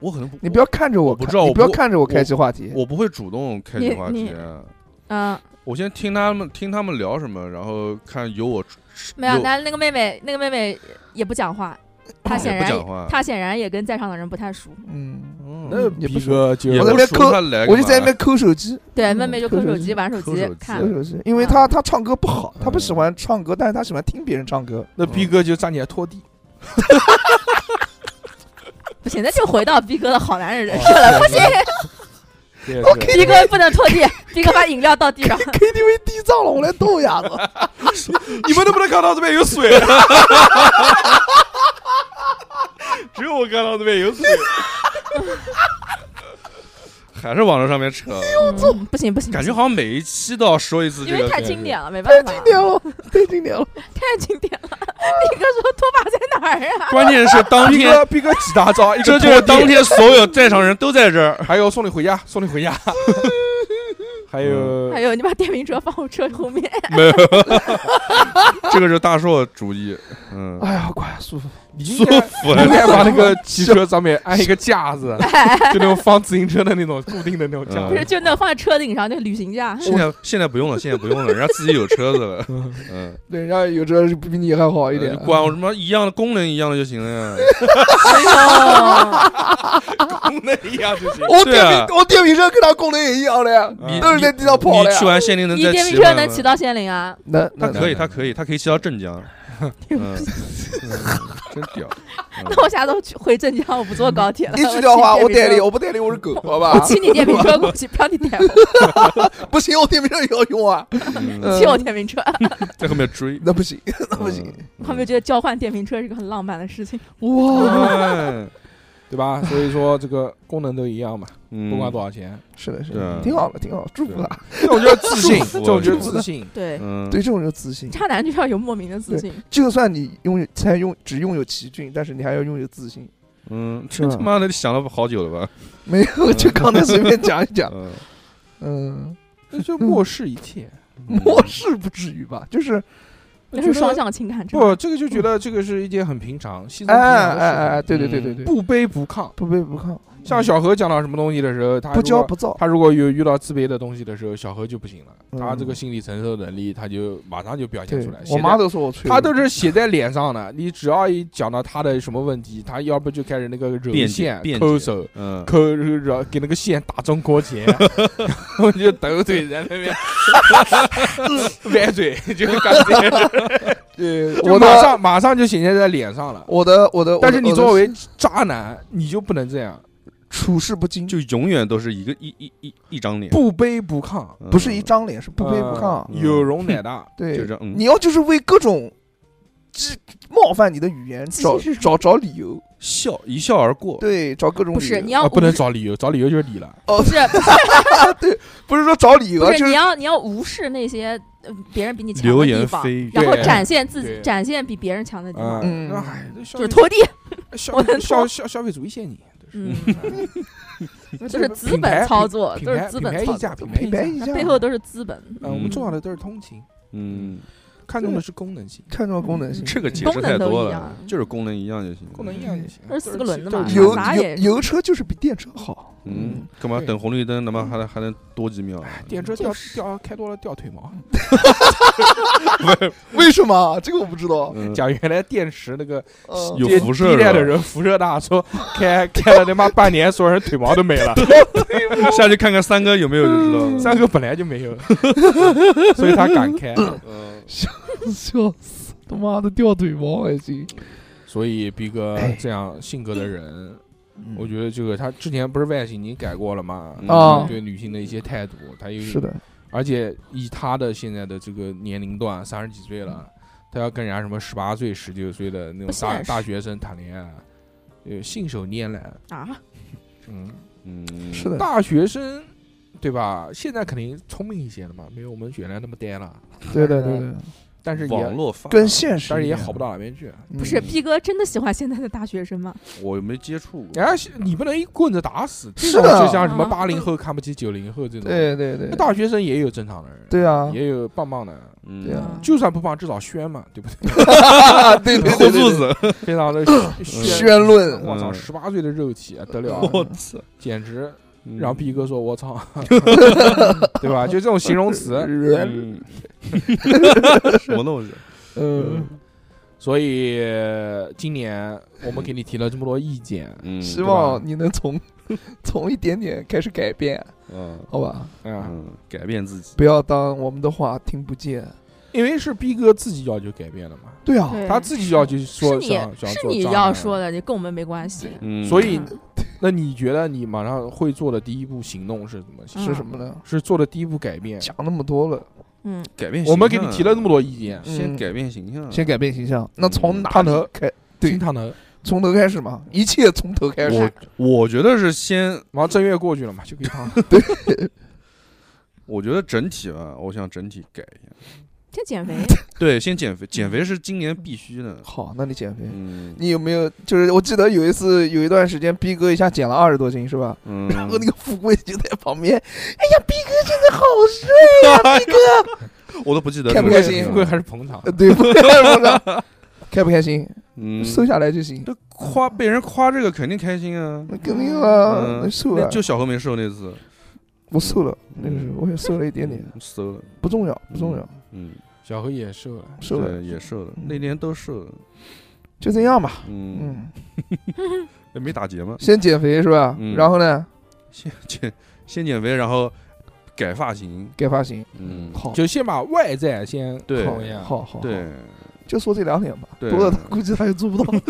C: 我可能不
D: 你不要看着我
C: 我不
D: 开
C: 知道
D: 你
C: 我
D: 不要
C: 不
D: 看着我开启话题。
C: 我不会主动开启
E: 你
C: 话题
E: 你
C: 啊。
E: 嗯，
C: 我先听他们听他们聊什么，然后看有我
E: 没有，
C: 有
E: 那那个妹妹，那个妹妹也不讲话，她显
C: 也不
E: 然
C: 讲话，
E: 她显然也跟在场的人不太熟。
D: 嗯，
B: 那
C: 嗯
D: 也不
B: 逼哥就
C: 也
D: 我
C: 不
D: 在那边
C: 熟
D: 抠
C: 他来干
D: 我就在那
C: 嘛
D: 边抠手机，
E: 对，
D: 嗯
E: 妹妹就
D: 抠
E: 抠
D: 手
E: 手
D: 机
E: 机、玩手
C: 抠
E: 机
C: 手机
E: 看
D: 抠，手机，因
C: 嗯
D: 为他他唱歌不好，他不喜欢唱歌，但是他喜欢听别人唱歌。嗯
B: 那逼哥就站起来拖地，
E: 不行，那就回到逼哥的好男人人设了。不行，
B: 啊对
D: 我
B: 对
D: 给
E: 逼哥不能拖地，逼哥把饮料倒地上。
D: KTV 地藏了，我来逗一
C: [LAUGHS]
D: 下子。
B: 你们能不能看到这边有水？
C: 只有我看到那边
B: [LAUGHS]
C: 有水，还是往这上面扯，
E: 嗯不行不行，
C: 感觉好像每一期都要说一次
E: 因
C: 这
E: 为
C: 个，
E: 太经典了，没办
C: 啊
E: 法，
D: 经典了，太经典了。
E: 太经典了。 [LAUGHS] 逼哥说拖把在哪儿啊？
C: 关键是当
B: 逼
C: 天，
B: 哥逼哥几大招，一个
C: 这就是
B: 拖地
C: 当天所有在场人都在这儿，
B: 还有送你回家，送你回家，还有
E: 还有，哎你把电瓶车放我车后面。
C: 没有，这个是大硕主意，嗯，
D: 哎呀，快舒服。
B: 啊你
C: 舒
B: 应该
C: 服
B: [LAUGHS] 应该把那个汽车上面安一个架子，就那种放自行车的那种固定的那种架
E: 不
B: 子
E: 是，。就那放在车顶上那个旅行架，
C: 嗯现在现在不用了，现在不用了，人家自己有车子
B: [LAUGHS]
C: 了，嗯，
D: 对，人家有这比你还好一点
C: 呃。管我什么一样的功能一样的就行了呀，
B: [LAUGHS]
E: [LAUGHS] 哎
B: 功能一样就行。
D: 我
C: 对啊
D: 电瓶，我电瓶车跟他功能也一样的呀，
C: 你
D: 都是在地上跑的
C: 你去
D: 呀。
C: 完限定能
E: 呦，你
C: 再
E: 电
C: 骑
E: 瓶车
C: 吗？
E: 能骑到仙林啊？ [LAUGHS]
D: 那
C: 他
D: 那
B: 嗯
C: 可以，他可以，他可以骑到镇江。嗯，真屌！
E: 那我下次我去回镇江，我不坐高铁了。
D: 一句的话，我
E: [LAUGHS] 骑电
D: 带你，[LAUGHS]
E: 瓶车
D: 我不带你，我是狗，好吧
E: 我？骑你电瓶车过去，不要你带
D: 不行，我电瓶车也要用啊。
E: 我，
D: 嗯
E: 骑我电瓶车。
C: 在后面追，
D: 那不行， [LAUGHS] 那不行。
E: 他们觉得交换电瓶车是个很浪漫的事情。
D: 哇，
C: 嗯，
B: 对吧？所以说这个功能都一样嘛，
C: 不
B: 不管多少钱，
D: 是的，是
C: 对啊
D: 的，挺好的，挺好的，祝福他。
B: 这种就是自信， [LAUGHS]
C: 舒服
B: 这种就是自信。
E: 对，
C: 嗯，
D: 对，这种就自信。
E: 渣男就要有莫名的自信。
D: 就算你拥有才拥只拥有奇骏，但是你还要拥有自信。
C: 嗯，
D: 是
C: 这
D: 吧
C: 他妈的想了好久了吧？
D: 没有，就刚才随便讲一讲。
C: 嗯，
D: 嗯，
B: 那就漠视一切，
D: 漠视不至于吧？就是
E: 那
B: 觉
E: 是
B: 得
E: 双向情感障
B: 不，
E: 碍。
B: 这个就觉得这个是一件很平常、稀松
D: 哎
B: 平常
D: 哎哎
B: 的
D: 哎，
B: 事
D: 对对对对对，
B: 情，不卑不亢。
D: 不卑不亢，
B: 像小何讲到什么东西的时候，他
D: 不骄
B: 如果
D: 不躁，
B: 他如果有遇到自卑的东西的时候，小何就不行了，
D: 嗯
B: 他这个心理承受能力，他就马上就表现
D: 对
B: 出来。
D: 我
B: 写
D: 妈
B: 在
D: 都说我脆弱，
B: 他都是写在脸上的，你只要一讲到他的什么问题，他要不就开始那个揉
C: 辩
B: 线
C: 解、辩
B: 抠
C: 解
B: 手。
C: 嗯，
B: 抠揉给那个线打中国结，我就抖腿在那边 [LAUGHS] 歪嘴，就感觉，对，
D: 呃我
B: 我
D: 的
B: 马上马上就显现在脸上了。
D: 我的我的，
B: 但是你
D: 我的
B: 作为渣男，你就不能这样，
D: 处事不惊，
C: 就永远都是一个一一一一张脸，
B: 不卑不亢，
C: 嗯
D: 不是一，张脸，是不卑不亢
B: 呃，有容乃大。
D: 对
C: 就，这样嗯
D: 你要就是为各种激冒犯你的语言找
E: 是
D: 找找理由，
C: 笑一笑而过，
D: 对，找各种
E: 不是
D: 理由哦
E: 你要
B: 啊不能
E: 无视
B: 找理由，找理由就是你了。
D: [LAUGHS]
E: 不是
D: 不是说找理由
E: 不
D: 啊，
E: 是
D: 就
E: 你
D: 是
E: 要你要无视那些呃别人比你强
C: 流
E: 的地
C: 言
E: 方
C: 蜚，语，
E: 然后
B: 对
E: 展现自己
B: 对
E: 展现比别人强的地方，
D: 嗯
B: 嗯，哎，
E: 就
B: 就是
E: 拖地，
B: 消
E: 我能
B: 消
E: 拖
B: 消消费主义陷
D: [LAUGHS]
B: 阱，
E: 嗯，
B: 就
E: 就是资本操作，都是资
B: 品牌
E: 本
B: 溢
E: 操
B: 价，
E: 作，
B: 品牌
D: 品
B: 溢
D: 牌一下
B: 价。
E: 那，背后都是资本。
B: 嗯，我们重要的都是通勤，
C: 嗯，
B: 看重的是功能性，
D: 看重功能性，
C: 这个解
E: 功
C: 释
E: 能
C: 太
E: 都
C: 多
E: 一
C: 了，
E: 样
C: 就是功能一样就行，
B: 功能一样就行。
E: 都是四个轮的嘛
B: 都是
D: 油
E: 嗯啥
D: 油
E: 也
D: 油车就是比电车好，
C: 嗯，干嘛等红绿灯，他妈还
D: 嗯
C: 能还能多几秒？啊
B: 电车
E: 就
B: 掉
E: 是
B: 掉开多了掉腿毛，
D: 为什么？啊这个我不知道，
C: 嗯，
B: 讲原来电池那个
D: 嗯
C: 有
B: 电
C: 辐射是
B: 第一
C: 吧
B: 代的人辐射大，说开 [LAUGHS] 开了他妈半年，所有人腿毛都没 [LAUGHS] 了，
C: 下去看看三哥有没有就知
D: 嗯
C: 道了。
B: 三个本来就没 [LAUGHS] 有，所以他敢开。
D: 笑死，他妈的掉腿毛已经。
B: [COUGHS] 所以逼哥
D: 哎
B: 这样性格的人，
D: 嗯
B: 我觉得这个他之前不是外形已经改过了嘛？
C: 嗯
D: 啊
B: 对女性的一些态度，他有
D: 是，的，
B: 而且以他的现在的这个年龄段，三十几岁了，他要跟人家什么十八岁、十九岁的那
E: 不
B: 种
E: 现
B: 大
E: 实
B: 大学生谈恋爱，呃，信手拈来，
E: 啊，
B: 嗯，
C: 嗯，
D: 是的，
B: 大学生，对吧？现在肯定聪明一些了嘛，没有我们原来那么呆了，
D: 对的，对的，
B: 但是
C: 网
B: 也
C: 络发达，
D: 跟现实，
B: 但是也好不，到哪边去。
D: 嗯
E: 不是，逼哥真的喜欢现在的大学生吗？
C: 我没接触过，
B: 哎，你不能一棍子打死，这
D: 是
B: 种
D: 的
B: 就像什么
E: 啊
B: 八零后看不起九零后这种。，
D: 对对对，
B: 大学生也有正常的人，
D: 对啊， [LAUGHS]
B: 也有棒棒的，
C: 嗯 [LAUGHS]
D: 对啊
B: 就算不棒，至少炫嘛，对不对？
D: 对 [LAUGHS] 对
C: 活
D: 对
C: 肚
D: 对
C: 子，
B: 非常的
D: 对，
B: 炫。
D: 宣 [LAUGHS] 论，
B: 我操，
C: 嗯
B: 十八岁的肉体啊，得了啊，
C: 我操！
B: 简直
C: 嗯
B: 让逼哥说“我
D: [LAUGHS]
B: 操”，对吧？就这种形容词，
C: [LAUGHS] 嗯什么东西？
D: 嗯，
B: 所以今年我们给你提了这么多意见，
C: 嗯，
D: 希
B: 对
D: 望你能从 [LAUGHS] 从一点点开始改变，
C: 嗯
D: 好吧？
B: 啊，
C: 嗯，改变自己，
D: 不要当我们的话听不见。
B: 因为是逼哥自己要求改变了嘛，
D: 对啊，
E: 对
B: 哦他自己要求
E: 是
B: 说
E: 你
B: 想想
E: 是
B: 做
E: 你
B: 渣
E: 要
B: 男
E: 说的，你跟我们没关系。
C: 嗯，
B: 所以
E: 嗯，
B: 那你觉得你马上会做的第一步行动是什么？
E: 嗯
D: 是什么呢？
B: 是做的第一步改变。
D: 讲那么多了，
E: 嗯，
C: 改变，
B: 我们给
D: 啊
B: 你提了那么，多意见，
C: 先
D: 嗯
C: 改变形象，
D: 先改变形象。那从哪
B: 烫头
D: 里开？对
B: 金烫头，
D: 从头开始嘛，一切从头开始
C: 我。我觉得是先，
B: 马上正月过去了嘛，就可以
D: [LAUGHS]
B: 烫。
C: 我觉得整体吧，我想整体改一下。
E: 先减
B: [LAUGHS]
E: 肥，
C: 对，先减肥，减肥是今年必须的。
D: 好，那你减肥，
C: 嗯
D: 你有没有？就是我记得有一次，有一段时间，逼哥一下减了二十多斤，是吧？
C: 嗯，
D: 然后那个富贵就在旁边，哎呀，逼哥真的好啊帅
C: [LAUGHS]
D: 呀、逼哥，
C: 我都不记得
D: 开
C: 这
D: 不
C: 个
D: 开
C: 事
D: 心
C: 情
B: [LAUGHS]
C: 了。
B: 富贵还是捧场，
D: 呃 [LAUGHS] 对，不
C: [LAUGHS]
D: 是开不开心？
C: 嗯，
D: 瘦下来就行，
C: 这夸被人夸这个肯定开心啊。
D: 那肯定啊，
C: 嗯
D: 那瘦
C: 那
D: 了，
C: 就小何没瘦那次，
D: 我瘦了，
C: 嗯
D: 那个时候我也瘦了一点点，
C: 瘦了，
D: 不重要，不重要，
C: 嗯，
B: 小何也瘦了。
D: 瘦了
C: 对也瘦了
D: 嗯，
C: 那年都瘦了，
D: 就这样吧，
C: 嗯，
D: 嗯，
C: 那没打结嘛，
D: 先减肥是吧？
C: 嗯
D: 然后呢，
C: 先 [LAUGHS] 减先减肥，然后改发型，
D: 改发型，
C: 嗯，
D: 好，
B: 就先把外在先
C: 对
B: 控一下。
D: 好好，嗯好，
C: 对，
D: 就说这两点吧，
C: 对
D: 多了他估计他也做不到，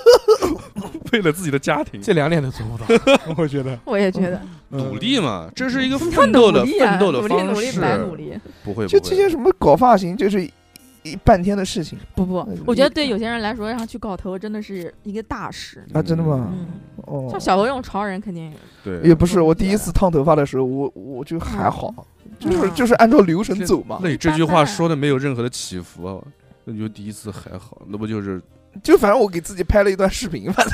C: [LAUGHS] 为了自己的家庭，
B: 这两点都做不到，我觉得。
E: 我也觉
B: 嗯
E: 得
C: 努力嘛，这是一个
E: [LAUGHS] 他
C: 奋斗的
E: 努力啊
C: 奋斗的
E: 努力
C: 方
E: 努力
C: 式，
E: 白努力。
C: 不会，
D: 就
C: 不
D: 这
C: 会
D: 些什么搞发型，就是一一半天的事情
E: 不不
D: 嗯，
E: 我觉得对有些人来说，让他去搞头真的是一个大事。
D: 啊，真的吗？
E: 嗯，
D: 哦
E: 像。小何这种潮人肯定
C: 对，
D: 也不是，我第一次烫头发的时候，我我就还好，就是
E: 嗯
D: 就是按照流程走嘛
C: 那，你这句话说的没有任何的起伏啊，那你就第一次还好，那不
E: [LAUGHS]
C: 就是嗯
D: 就反正我给自己拍了一段视频，反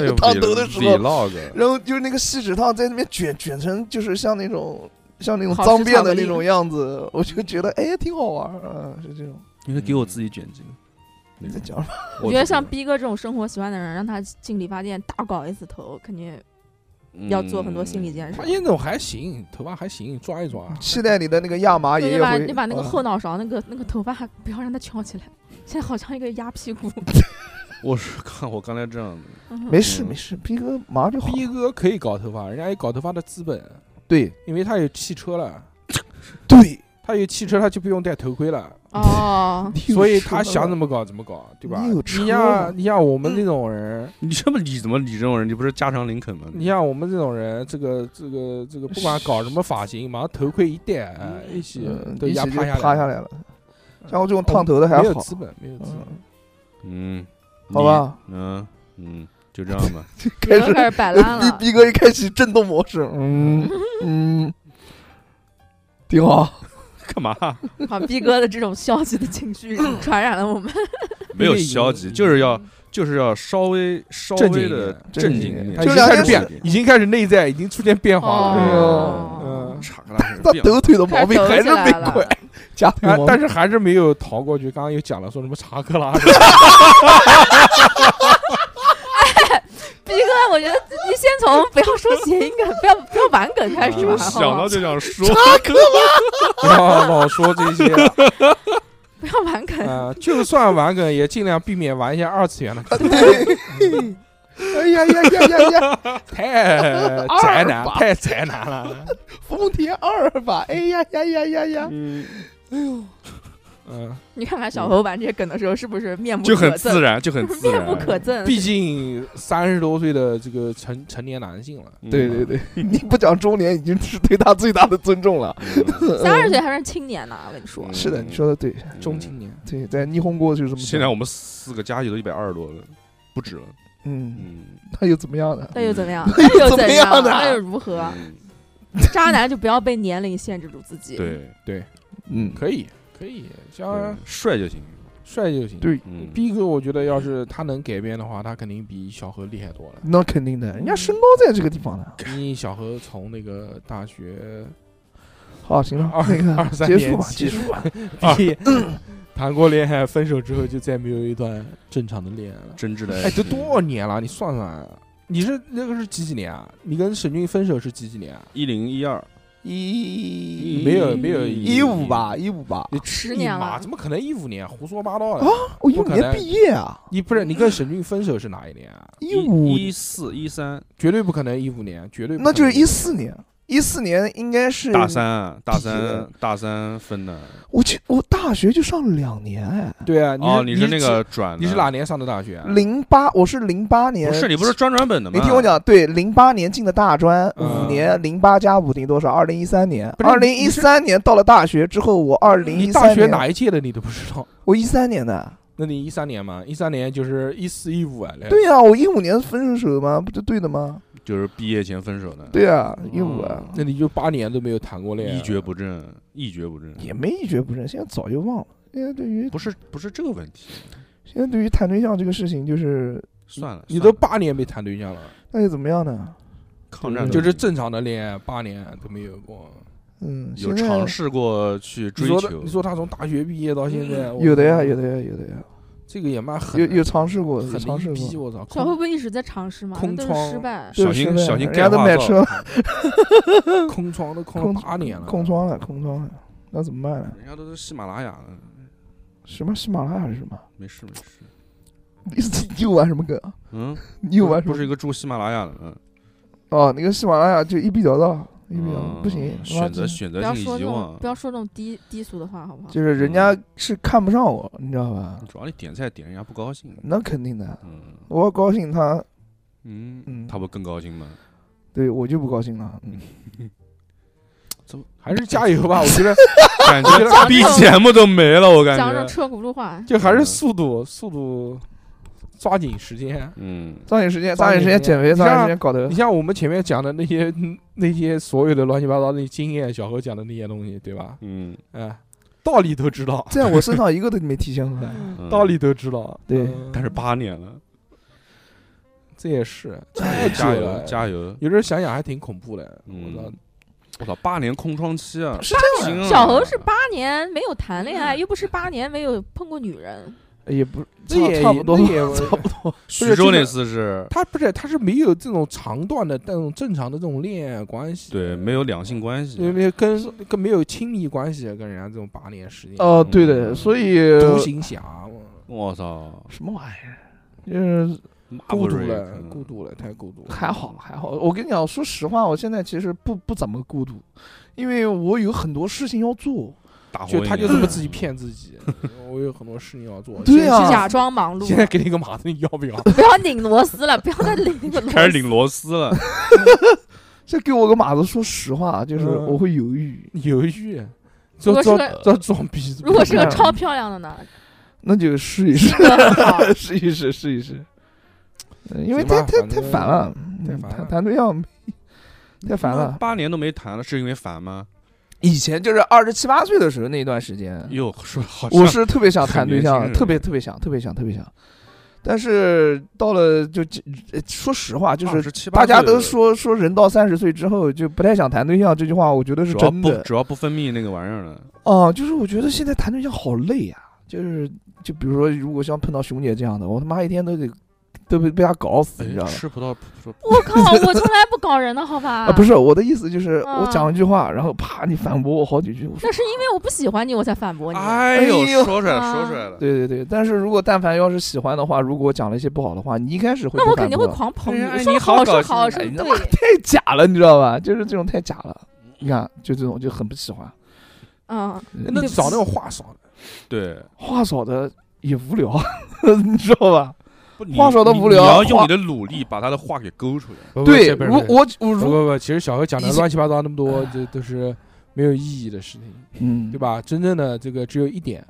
D: 正烫头的时候
C: vlog？
D: 然后就是那个锡纸烫在那边卷卷成，就是像那种像那种
E: 好
D: 脏
E: 吃
D: 辫
E: 巧
D: 的
E: 克
D: 那
E: 力
D: 种样子，我就觉得哎挺好玩儿，嗯，是这种。
C: 因为给我自己卷进。
B: 嗯
D: 你在讲什么？
E: 我嗯觉得像逼哥这种生活习惯的人，让他进理发店大搞一次头，肯定要做很多心
D: 嗯
E: 理建设
B: 发。现那种还行，头发还行，抓一抓。
D: 期待你的那个亚麻
E: 对
D: 爷
E: 你
D: 爷
E: 把
D: 回。
E: 你把那个
D: 啊
E: 后脑勺那个那个头发不要让它翘起来，现在好像一个鸭
D: [LAUGHS]
E: 屁股。
C: 我是 [LAUGHS] 看我刚才这样，
D: 没事
C: 嗯
D: 没事，逼哥马上就好。
B: 逼哥可以搞头发，人家有搞头发的资本，
D: 对
B: 因为他有汽车了，
D: 对，
B: 他有汽车，他就不用戴头盔了，
E: 哦，
B: [LAUGHS] 所以他想怎么搞怎么搞，对吧？
D: 你有车
B: 你
D: 了
B: 像你像我们这种人，
C: 你这么你怎么你这种人，你不是家长林肯吗？
B: 你像我们这种人，这个这个这个，不管搞什么发型，马上头盔一戴，哎一起
D: 嗯，
B: 都
D: 一
B: 压
D: 起就
B: 趴下
D: 趴下
B: 来，
D: 来
B: 哦
D: 了。
E: 嗯
D: 像我这种烫头的还
B: 没有
D: 好
B: 资，本，没有资
D: 嗯
B: 本。
C: 嗯，
D: 好吧，
C: 你，嗯嗯，就这样吧。
D: [LAUGHS] 开始
E: 开始摆烂
D: 逼
E: 了。
D: 逼哥一开启震动模式，嗯嗯，挺好。
C: [LAUGHS] 干嘛？
E: 好，逼哥的这种消极的情绪
D: 嗯
E: 传染了我们。
C: [LAUGHS] 没有消极，就是要就是要稍微稍
B: 正经
C: 微
B: 一
C: 的
B: 点
C: 正
D: 正
C: 经
D: 经
C: 一
D: 一
C: 点，
D: 点
B: 他
D: 就
B: 已经
D: 两
B: 开
D: 天
B: 始
D: 时
B: 变，已经开始内在已经出现变化了。
E: 哦，
C: 查克拉是
D: 他
C: 变了
D: 抖腿的毛
E: 开始
D: 病
E: 抖
D: 还
E: 起
D: 是
E: 来
D: 没
E: 了
D: 拐，，加腿
B: 啊
D: 毛，
B: 但是还是没有逃过去。刚刚又讲了，说什么查克拉，
E: 逼哥，我觉得你先从不要说谐音梗，不要不要玩梗开始吧，
C: 想
E: 好
C: 到
E: 吗？
C: 嗯就想说，
B: 不要 [LAUGHS] 老说这些啊、
E: 不要玩
D: 嗯
E: 梗。
B: 呃就算玩梗，也尽量避免玩一些二次元的，
D: 对。哎呀呀呀呀呀！
B: 太宅男，太宅
C: [LAUGHS]
B: 男了。
D: 丰田二吧，哎呀呀呀呀呀！
C: 嗯，
B: 嗯，
E: 你看看小猴玩这些梗的时候，是不是面目
C: 就
E: 可
C: 很自
E: 憎？
C: 然，就很自
E: 面
C: 然
E: 目。可憎。
B: 毕竟三十多岁的这个成成年男性了，
C: 嗯
D: 对对，对，你不讲中年已经是对他最大的尊重了。
C: 嗯
E: 三十岁还是青年呢，我跟你说。
D: [LAUGHS] 是的，你说的对，
B: 中青。年。
D: 对，在霓虹国就是这么讲。
C: 嗯现在我们四个加起来都一百二十多了，不止了。
D: 嗯，
C: 嗯，
D: 那又怎么样呢？
E: 那又怎么样？
D: 那又
E: 又
D: 怎么
E: 怎
D: 样呢
E: 那又如何？
C: 嗯
E: 渣男就不要被年龄限制住自己。，
C: 对，
D: 嗯，
B: 可以，可以，像
E: 嗯
C: 对帅就行。
B: 帅就行。
D: 对
C: 嗯，
B: 逼哥，我觉得要是他能改变的话，他肯定比小何厉害多 [LAUGHS] 了。
D: 那肯定的，人家身高在这个地方呢。
B: 因为小何从那个大学
D: 好，行了，
B: 二
D: 那个
B: 二三
D: 结束
B: 年
D: 吧，
B: 级
D: 结束吧。
B: 毕业啊 [LAUGHS] 谈过恋爱，分手之后就再没有一段正常的恋爱了。
C: 真挚的
B: 哎，
C: 爱
B: 都
C: 情，
B: 多少年了？你算算，你是那个是几几年啊？你跟沈俊分手是几几年啊？
C: 一零一二
D: 一
B: 没有没有
D: 一五吧，一五吧。
B: 你
E: 十
B: 你
E: 年
B: 妈
E: 了
B: 怎。么可能一五年？胡说八道的！
D: 啊我一
B: 不
D: 五
B: 可
D: 年
B: 能
D: 毕业啊，
B: 你不是你跟沈俊分手是哪一年啊？
D: 一五嗯
C: 一四一三
B: 绝对不可能一五年，绝对不
D: 那
B: 可
D: 就是
B: 能
D: 一四年，一四年应该是
C: 大。三啊大
D: 对
C: 三大三分的。
D: 我去，我大学就上两年哎，
B: 对啊，你
C: 哦，
B: 你
C: 是那个转，
B: 你是哪？年上的大学啊？
D: 零八我是零八年，
C: 不是你不是专转本的吗？
D: 你听我，讲，对，零八年进的大专，
B: 嗯
D: 五年零八加五等于多少？二零一三年，
B: 不是
D: 二零一三年到了大学之后，我二零
B: 你
D: 一
B: 大
D: 三
B: 学
D: 年，
B: 哪一届的你都不知道？
D: 我一三年的，
B: 那你一三年嘛，一三年就是一四一五啊，来
D: 对呀、我一五年分手嘛，不就对的吗？
C: 就是毕业前分
B: 嗯
C: 手的，
D: 对呀、一五啊，
B: 那你就八年都没有谈过恋爱，
C: 一蹶不振，一蹶不振，
D: 也没一蹶不振，现在早就忘了。现在对于
C: 不是不是这个问题，
D: 现在对于谈对象这个事情，就是
C: 算了，
B: 你都
C: 算了嗯
B: 八年没谈对象了，
D: 那又怎么样呢？
C: 抗战
B: 就是
C: 这
B: 正常的恋爱八年都没有过。
D: 嗯，
C: 有
D: 现在
C: 尝试过去
B: 你
C: 追
B: 说的，
C: 求
B: 你，说他从大学毕业到现在，我
D: 嗯有的呀，
B: 靠
D: 有，的呀，有的呀，
B: 这个也蛮狠
D: 有
B: 的，
D: 有尝试过，
B: 狠
D: 有
B: 的
D: 尝试
B: 一逼，
D: 过。[LAUGHS]
B: 我操！
E: 小慧不一直在尝试吗？
B: 空
E: 那都是失败。
D: 对
C: 小
D: 是
C: 心
D: 的
C: 小心
D: 人
C: 钙
D: 家都
C: 化
D: 买
C: 灶
D: 车，
B: 空空窗都空
D: 空
B: 了八年了，
D: 空窗了，空窗了，那怎么办呢？
C: 人家都是喜马拉雅的，
D: 什么喜马拉雅是什么？
C: 没事没事，
D: 你你又玩什么梗啊？
C: 嗯，
D: [LAUGHS] 你又玩什
C: 不
D: 么
C: 是？一个住喜马拉雅的，嗯，
D: 哦，那个喜马拉雅就一笔得到，一笔得到，
C: 嗯
D: 哎不行，他妈
C: 选择选
E: 不
C: 择
E: 要
C: 性
E: 说
C: 遗
E: 这种
C: 忘啊
E: 不，要说这种低低俗的话，好不好？
D: 就是人家是看不上我，你知道吧？
C: 主要你点菜点人家不高兴，
D: 那肯定的，
C: 嗯
D: 我要高兴他，
C: 嗯，
D: 嗯
C: 他不更高兴吗？
D: 对我就不高兴了。嗯，
B: 还是加油
D: [LAUGHS]
B: 吧，我觉得
C: [LAUGHS] 感觉
B: 我觉得
C: BGM 都没了，我感
E: 讲这种
C: 觉，
E: 车轱辘话，
B: 就还
D: 嗯
B: 是速度，速度，抓紧时间。
C: 嗯，
D: 抓紧时间，
B: 抓
D: 抓
B: 紧
D: 紧时间
B: 时间
D: 减肥，
B: 你
D: 抓紧
B: 像
D: 时间搞得
B: 你像我们前面讲的那些那些所有的乱七八糟的经验，小何讲的那些东西，对吧？
C: 嗯，
B: 哎，道理都知道，
D: 在我身上一个都没体现出来。
C: 嗯
B: 道理，都知道，
D: 对
B: 嗯
C: 但是八年了，
B: 这也是
C: 加油
B: 油
C: 哎加油，
B: 哎有时候想想还挺恐怖的。
C: 嗯
B: 我操，
C: 我操，八年空窗期啊！
D: 是这样
C: 行
D: 的
C: 啊
E: 小猴是八年没有谈恋爱，又不是八年没有碰过女人，
D: 也不
B: 这也
D: 差差不多
B: 那
D: [LAUGHS]
B: 也
D: 差不多，
C: 徐州
B: 这个
C: 那次是
B: 他不是，他是没有这种长段的、这种正常的这种恋爱关系，
C: 对没有两性关系，
B: 因为跟跟没有亲密关系，跟人家这种八年十年
D: 哦，对的，所以
B: 独行侠，
C: 我操，
D: 什么玩意儿？就是
B: 孤独
C: Marbury
B: 了，
C: 嗯
B: 孤独了，太孤独了。
D: 还好还好，我跟你讲，说实话，我现在其实不不怎么孤独，因为我有很多事情要做。
C: 大
B: 就
C: 火
B: 他
C: 影
B: 就这么
C: 啊
B: 自己骗自己， [LAUGHS] 我有很多事情要 [LAUGHS] 做。
D: 对啊
E: 假装忙
B: 现在现在
E: 碌。
B: 给你一个马 [LAUGHS] 子，你要不要？
E: 不要拧螺丝了，不要再拧个螺
C: [LAUGHS]
E: 丝。
C: 开始拧螺丝了，
D: 这给我个码子，说实话，啊就是
B: 嗯
D: 我会犹豫，
B: 犹豫，
E: 如
B: 装
E: 果
B: 装
E: 是个
B: 装装逼。
E: 如果是个
D: 嗯
E: 超漂亮的呢？
D: 那就试 [LAUGHS] 一试，
E: 好
D: 试一试，试一试。嗯因为
B: 行吧
D: 太太太
B: 反正
D: 烦了，
B: 太
D: 嗯
B: 烦
D: 谈
B: 了
D: 谈对象 [LAUGHS] 太 [LAUGHS] 烦了。
C: 八年都没谈了，是因为烦吗？
D: 以前就是二十七八岁的时候那一段时间，
C: 哟，说好像
D: 嗯我是特别想谈
C: 很
D: 对
C: 年轻
D: 象，
C: 人
D: 特别特别想，特别想，特别想。但是到了就就呃说实话，就是
C: 27
D: 大家
C: 八岁
D: 都
C: 的
D: 说说人到三十岁之后就不太想谈对象，这句话我觉得是
C: 主要
D: 真
C: 不
D: 的。
C: 主要不分泌那个玩意儿了，
D: 哦、就是我觉得现在谈对象好累呀、就是就比如说，如果像碰到熊姐这样的，我他妈一天都得都被被她搞死，你知道
C: 哎
D: 吧？
C: 吃葡萄不说
E: 我靠，我从来不搞人的好吧？
D: 啊，不，是我的意思，就是
E: 啊
D: 我讲一句话，然后啪你反驳我好几句，我说
E: 那是因为我不喜欢你，我才反驳你。
C: 哎
D: 哎
C: 呦，
D: 呦
C: 说出来了
E: 啊
C: 说出来了，
D: 对对对，但是如果但凡要是喜欢的话，如果我讲了一些不好的话，你一开始会
E: 那我
D: 不反
E: 肯定会
D: 驳
E: 狂捧
C: 哎呀
E: 说
C: 你好
E: 好
C: 搞
E: 说好
C: 笑
E: 说
D: 哎你他
E: 对
D: 妈，太假了，你知道吧？就是这种太假了。你看，就这种就很不喜欢。
E: 嗯，
B: 那
E: 对不起
B: 找那种话少的，
C: 对，
D: 话少的也无聊， [LAUGHS] 你知道吧？
C: 不
D: 话说得
C: 你
D: 无聊
C: 你要用
D: 话
C: 你的努力把他的话给勾出来。
D: 对，如我我
B: 不不
D: 如
B: 不，其实小何讲的
D: 以前
B: 乱七八糟那么多，这都是没有意义的事情，
D: 哎嗯，
B: 对？吧？真正的这个只有一点，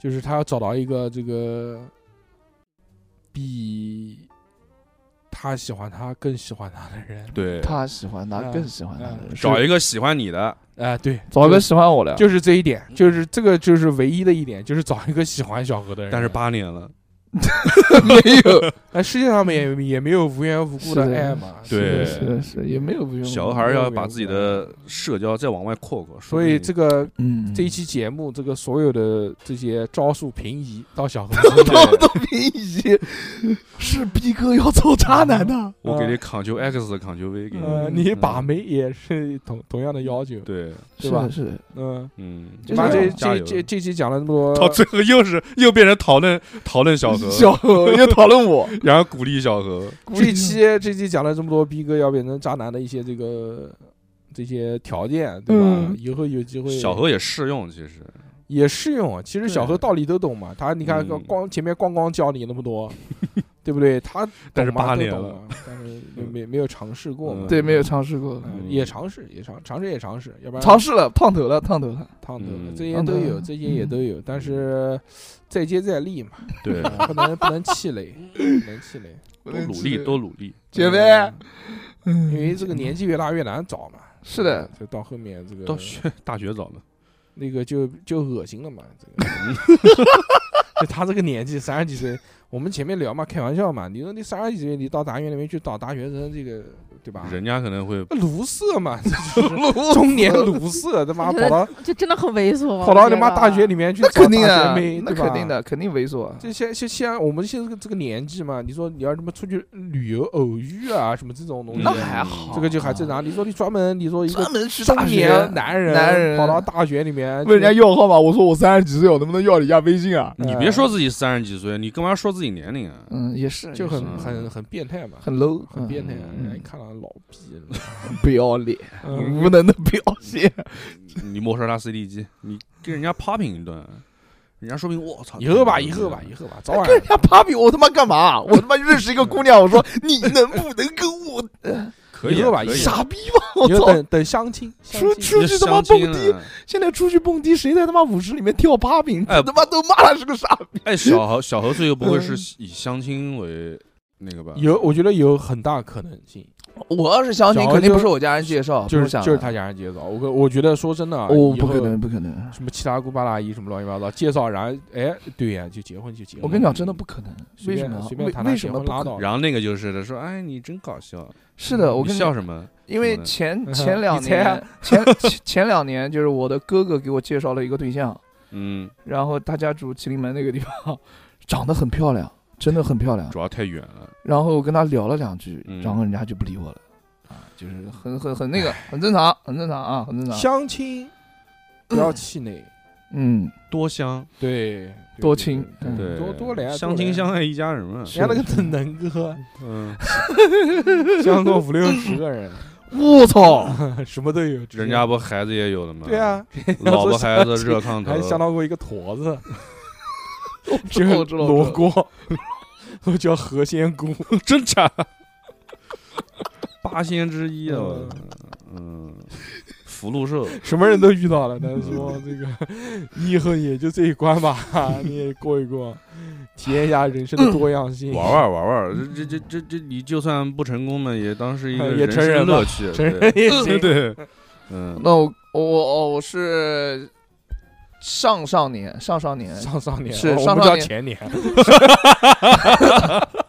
B: 就是他要找到一个这个比他喜欢他更喜欢他的人。
C: 对，
D: 他喜欢他，
B: 嗯
D: 更喜欢他
B: 嗯
D: 的人，
C: 找
D: 是
C: 一个喜欢你的，
B: 哎，对，
D: 找一个
B: 就
D: 喜欢我的，
B: 就是这一点，就是这个就是唯一的一点，就是找一个喜欢小何的人。
C: 但是八年了，
B: 没有，哎，世界上面也也没有无缘无故的
D: 是的
B: 爱嘛。
C: 对
B: 是的
D: 是是是，也没有不用。
C: 小孩儿要把自己的社交再往外扩扩。说
B: 所
C: 不
B: 以
C: 定
B: 这个
D: 嗯，
B: 这一期节目，这个所有的这些招数平移到小何
C: [LAUGHS] 对
D: [LAUGHS] 道德平移 [LAUGHS] 是逼哥要揍渣男啊的，
C: 我给你 Ctrl X Ctrl V 给你，
B: 呃，你把妹也是同同样的要求，
C: 嗯对，
B: 对
D: 是
B: 吧
D: 的，是的，
B: 嗯，
C: 嗯，
D: 就是
B: 妈这
C: 加
B: 这
C: 油
B: 这这期讲了那么多，
C: 到最后又是又变成讨论讨论
D: [LAUGHS]
C: 小何，
D: 小何又讨论我，
C: 然后鼓励小何，
B: 这期这期讲了这么多逼哥要变成渣男的一些这个这些条件，对吧
D: 嗯？
B: 以后有机会
C: 小何也适用，其
D: [LAUGHS]
C: 实
B: 也适用啊。其实
C: 对
B: 小何道理都懂嘛，他你看
C: 嗯
B: 光前面光光教你那么
C: [LAUGHS]
B: 多，对不对？他
C: 但是
B: 懂嘛
C: 八
B: 都
C: 年
B: 懂
C: 了
B: 嘛，但是没没没有尝试过嘛
C: 嗯，
D: [LAUGHS] 对，没有尝试过，
B: 嗯
C: 嗯
B: 也尝试也尝尝试也尝试，要不然
D: 尝试了，烫头了，烫头了。
B: 烫头了
C: 嗯
B: 这些
D: 烫
B: 都
D: 头
B: 有，
D: 了
B: 这些也
D: 嗯
B: 都有，但是再接再厉嘛，
C: 对，
B: 啊不能不能气
E: [LAUGHS]
B: 馁，不能气馁，
C: 多努力，多努力，
D: 姐妹，
B: 嗯
D: 嗯
B: 因为这个年纪越大越难找嘛。
D: 是的，
B: 就到后面这个
C: 到学大学早了，
B: 那个就就恶心了嘛，这个。
D: [LAUGHS]
B: 就他这个年纪三十几岁，我们前面聊嘛，开玩笑嘛。你说你三十几岁，你到大学里面去找大学生，这个对吧？
C: 人家可能会
B: 卢瑟嘛，这就是中年卢瑟，他妈跑到
E: 就真的很猥琐。
B: 跑到
E: 我觉
B: 他妈
E: 得啊
B: 大学里面去
D: 那
B: 找
D: 肯定
B: 大
D: 啊
B: 学妹，，
D: 那
B: 对吧
D: 肯定。的，肯定猥琐啊。
B: 这现现现在我们现在这个这个年纪嘛，你说你要什么出去旅游偶遇啊，什么这种东西，
D: 那还好，啊
B: 这个就还正。常。你说你专门你说一个
D: 专门去
B: 中
D: 大学
B: 年男人
D: 男人
B: 跑到大学里面
D: 问人家要号码，我说我三十几岁，我能不能要你家微信啊？
C: 你别说自己三十几岁，你干嘛说自己年龄啊？
D: 嗯，也是，
B: 就
D: 也是
B: 很很很变态嘛，
D: 很啊 low，
B: 很变态，
C: 嗯
D: 哎
B: 人家一看到老逼了，
D: [LAUGHS] 嗯不要脸，[LAUGHS]
B: 嗯
D: 无能的表现。 [LAUGHS]
C: 你没收他 CD 机，你跟人家 popping 一顿，人家说不定我操，
B: 以后吧，以后
D: 嗯
B: 吧，以后吧，早晚
D: 跟人家 Papi，我他妈干 [LAUGHS] 嘛？我他妈认识一个姑娘，我说你能不能跟 [LAUGHS] 我
C: 可以
B: 以
C: 啊
B: 后吧
C: 可以啊
B: 以后
D: 傻逼吧？我
B: 以后
D: 操！
B: 等等相亲，相
D: 出
B: 亲
D: 出去他妈
C: 相亲
D: 蹦迪，
C: 了
D: 现在出去蹦迪，谁在他妈舞池里面跳 Papi？
C: 哎
D: 他妈都骂他是个傻逼。
C: 哎，小何
B: 嗯
C: 小何最后不会是以相亲为那个吧？
D: 嗯
B: 有，我觉得有很大可能性，
D: [LAUGHS] 我要是相亲，
B: 小孩
D: 肯定
B: 就
D: 不是我家人介绍，
B: 就
D: 哦不
B: 是
D: 想
B: 就是
D: 的
B: 他。家人介绍。我跟我觉得说真的啊，
D: 哦，
B: 以
D: 不
B: 后
D: 可能，不可能！
B: 什么七大姑八大姨什么乱七八糟介绍，然后哎，对呀，就结婚就结婚。
D: 我跟你讲，真的不可能。为
B: 随便
D: 什么
B: 随？便
D: 为
B: 谈谈
D: 为什
B: 结
D: 么
B: 婚
D: 不
B: 拉
D: 可
B: 倒
D: 能？
C: 然后那个就是的说，哎，你真搞笑。
B: [LAUGHS]
D: 是的，我
C: 你
D: 跟你
C: 笑什么？
D: 因为
C: 什么的
D: 前
B: 嗯
D: 前两
B: 你猜
D: 年
B: 啊
D: 前前前两年就是我的哥哥给我介绍了一个对象，
C: 嗯，
D: 然后他家住麒麟门那个地方， [LAUGHS] 长得很漂亮，真的很漂
C: [LAUGHS]
D: 亮。
C: 主要太远了。
D: 然后我跟他聊了两句，
C: 嗯
D: 然后人家就不理我了，啊，就是很很很那个，很正常，很正常啊，很正常。
B: 相亲不要气馁，
D: 嗯，
C: 多香，
B: 对，对
D: 多
B: 对
D: 亲
B: 对
D: 嗯
C: 对，
B: 多多来啊
C: 相亲相。爱一家人嘛。
B: 多来啊人家那个等能哥
C: 嗯，
B: [LAUGHS] 相过五六十个人，
D: 我 [LAUGHS] 操，
B: [LAUGHS] 什么都有，直接
C: 人家不孩子也有了吗？
B: 对，啊，
C: 老婆孩子热炕头
B: 还，相到过一个坨 [LAUGHS] 子，
D: 知
B: [LAUGHS] 就
D: 道
B: 是
D: 我知道
B: 罗
D: 我知道
B: 锅， [LAUGHS] 都叫河鲜 [LAUGHS] 菇，
C: 真假？八仙之一啊！我
B: 嗯
C: 嗯，福禄寿，
B: 什么人都遇到了。但是说 [LAUGHS] 这个，你以后也就这一关吧， [LAUGHS] 你也过一过，体验一下人生的多样性， [LAUGHS]
C: 玩玩玩玩，这这这这这，你就算不成功嘛，也当是一个
B: 也成
C: 生
B: 人吧
C: 乐趣，
B: 成
C: 对
B: 人也 [LAUGHS] 行。
C: 对，嗯，
D: [LAUGHS] 那我我我我是上上年上上年
B: 上上年
D: 是
B: 哦我
D: 上
B: 们
D: 上
B: 叫
D: 年
B: 前年，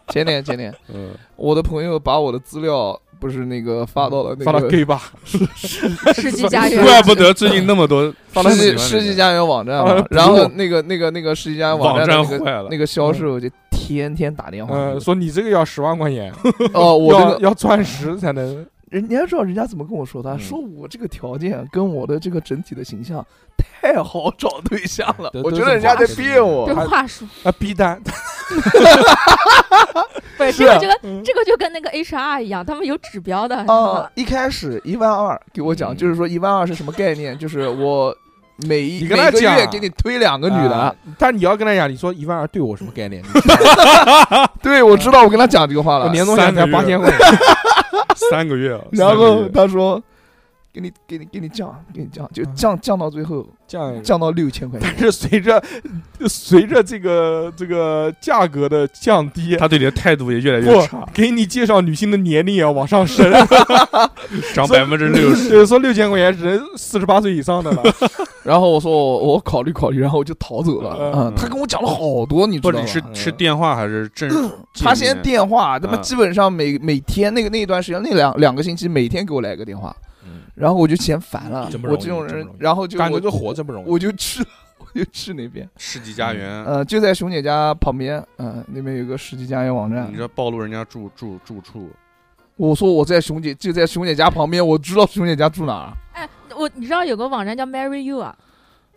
D: 前年前年，
C: 嗯，
D: 我的朋友把我的资料不是那个发到了那
B: 嗯发到
D: 个
B: gay 吧，
E: 世纪佳缘，
C: [LAUGHS] 怪不得最近 [LAUGHS]
E: [LAUGHS]
C: 那么多
B: 发到
D: 世纪
C: 喜欢
D: 世
C: 那
D: 纪
C: 个
D: 佳缘网站
B: 发到
D: 嘛
B: 了，
D: 然
B: 不
D: 后
B: 够
D: 那个那个那个世纪佳缘
C: 网
D: 站的
C: 站啊
D: 那
C: 坏
D: 个
C: 了
D: 那，个销售就天天打电话，
B: 嗯，说你这个要十万块钱，
C: 嗯 [LAUGHS]
D: 哦，我这
B: 要
D: 个
B: 要钻石才能，
D: 人你要知道人家怎么跟我说的，
C: 嗯
D: 说我这个条件跟我的这个整体的形象太好找对象了
B: 都，
D: 我
B: 都
D: 觉
B: 是
D: 得人家
B: 话
D: 在
B: 术
D: 骗我
E: 这。话术
B: 啊逼单，
E: 不是
D: 是
E: 这个这个这个就跟那个 HR 一样，他们有指标的，
D: 啊，一开始一万二给我讲，
C: 嗯
D: 就是说一万二是什么概念？就是我每一
B: 你
D: 每
B: 跟他
D: 个
B: 讲
D: 月给你推两个女的
B: 啊。，但你要跟他讲，你说一万二对我什么概念？
D: 对，我知道，我跟他讲这个话
B: 嗯我
D: 了。
B: 年终奖才
C: 三个月
B: 八千
C: [LAUGHS]
D: [LAUGHS]
B: 块钱，
C: 三个月啊，
D: 然
C: 三个
D: 后
C: 月
D: 他说，给你给你给你降，给你降，就降降到最后
B: 这样
D: 降到六千块钱。
B: 但是随着随着这个这个价格的降低，
C: 他对你的态度也越来越差
B: 不，给你介绍女性的年龄也要往上升，
C: 涨百分之六 [LAUGHS]
B: [LAUGHS]
C: 十。
B: 对，说六千块钱人四十八岁以上的了， [LAUGHS]
D: 然后我说我我考虑考虑，然后我就逃走了。
C: 嗯
D: 嗯，他跟我讲了好多，你知
C: 不
D: 道
C: 是
D: 吗
C: 你？是是电话还是正？
D: 他先
C: 见面
D: 电话，他妈
C: 嗯
D: 基本上每每天那个那一段时间，那两两个星期每天给我来个电话，
C: 嗯
D: 然后我就嫌烦了
B: 真。不容
D: 我
B: 易
D: 这种
B: 真不
D: 人
B: 容，易
D: 然后就
B: 感觉
D: 我
B: 这活真不容易。
D: 我就去， [LAUGHS] 我就去那边，
C: 世纪佳缘，嗯
D: 呃，就在熊姐家旁边，嗯、那边有个世纪佳缘网站
C: 你。这暴露人家住住住处，
D: 我说我在熊姐，就在熊姐家旁边，我知道熊姐家住哪儿，
E: 哎，我你知道有个网站叫 Marry You 啊，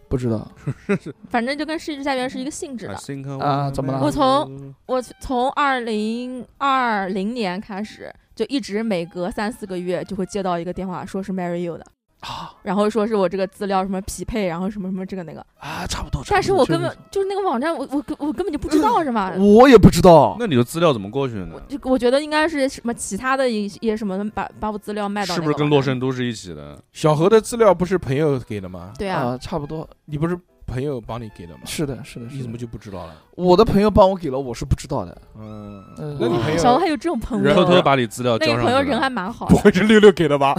D: 不知道。
E: 反正就跟世纪佳缘是一个性质的
B: 哎
C: I。think I
D: 啊怎么了
C: wanna
E: 我从我从二零二零年开始，就一直每隔三四个月就会接到一个电话，说是 Marry You 的，然后说是我这个资料什么匹配，然后什么什么这个那个，
D: 啊，差不多。
E: 但是我
D: 差不
E: 根
D: 多
E: 本啊就是那个网站，我我我根本就不知道是吧？
D: 我也不知道。
C: 那你的资料怎么过去
E: 我
C: 呢？
E: 就我觉得应该是什么其他的一些什么把把我资料卖到
C: 是
E: 那
C: 不
E: 个
C: 是跟
E: 网
C: 洛
E: 站
C: 圣都是一起的？
B: 小何的资料不是朋友给的吗？
E: 对啊，
D: 啊，差不多，
B: 你不是朋友帮你给的吗？
D: 是的，是的，是
B: 你怎
D: 的。
B: 么就不知道了？
D: 我的朋友帮我给了，我是不知道的。
B: 嗯
D: 嗯，
B: 那你
E: 哇
B: 朋
E: 小欧
B: 友
E: 还有这种朋友，
C: 然后偷偷把你资料
E: 那
C: 交
E: 个
C: 上
E: 朋友
C: 去
E: 人
C: 了
E: 还蛮好
B: 不
E: 的，
B: 会是六六给 [LAUGHS] 的吧？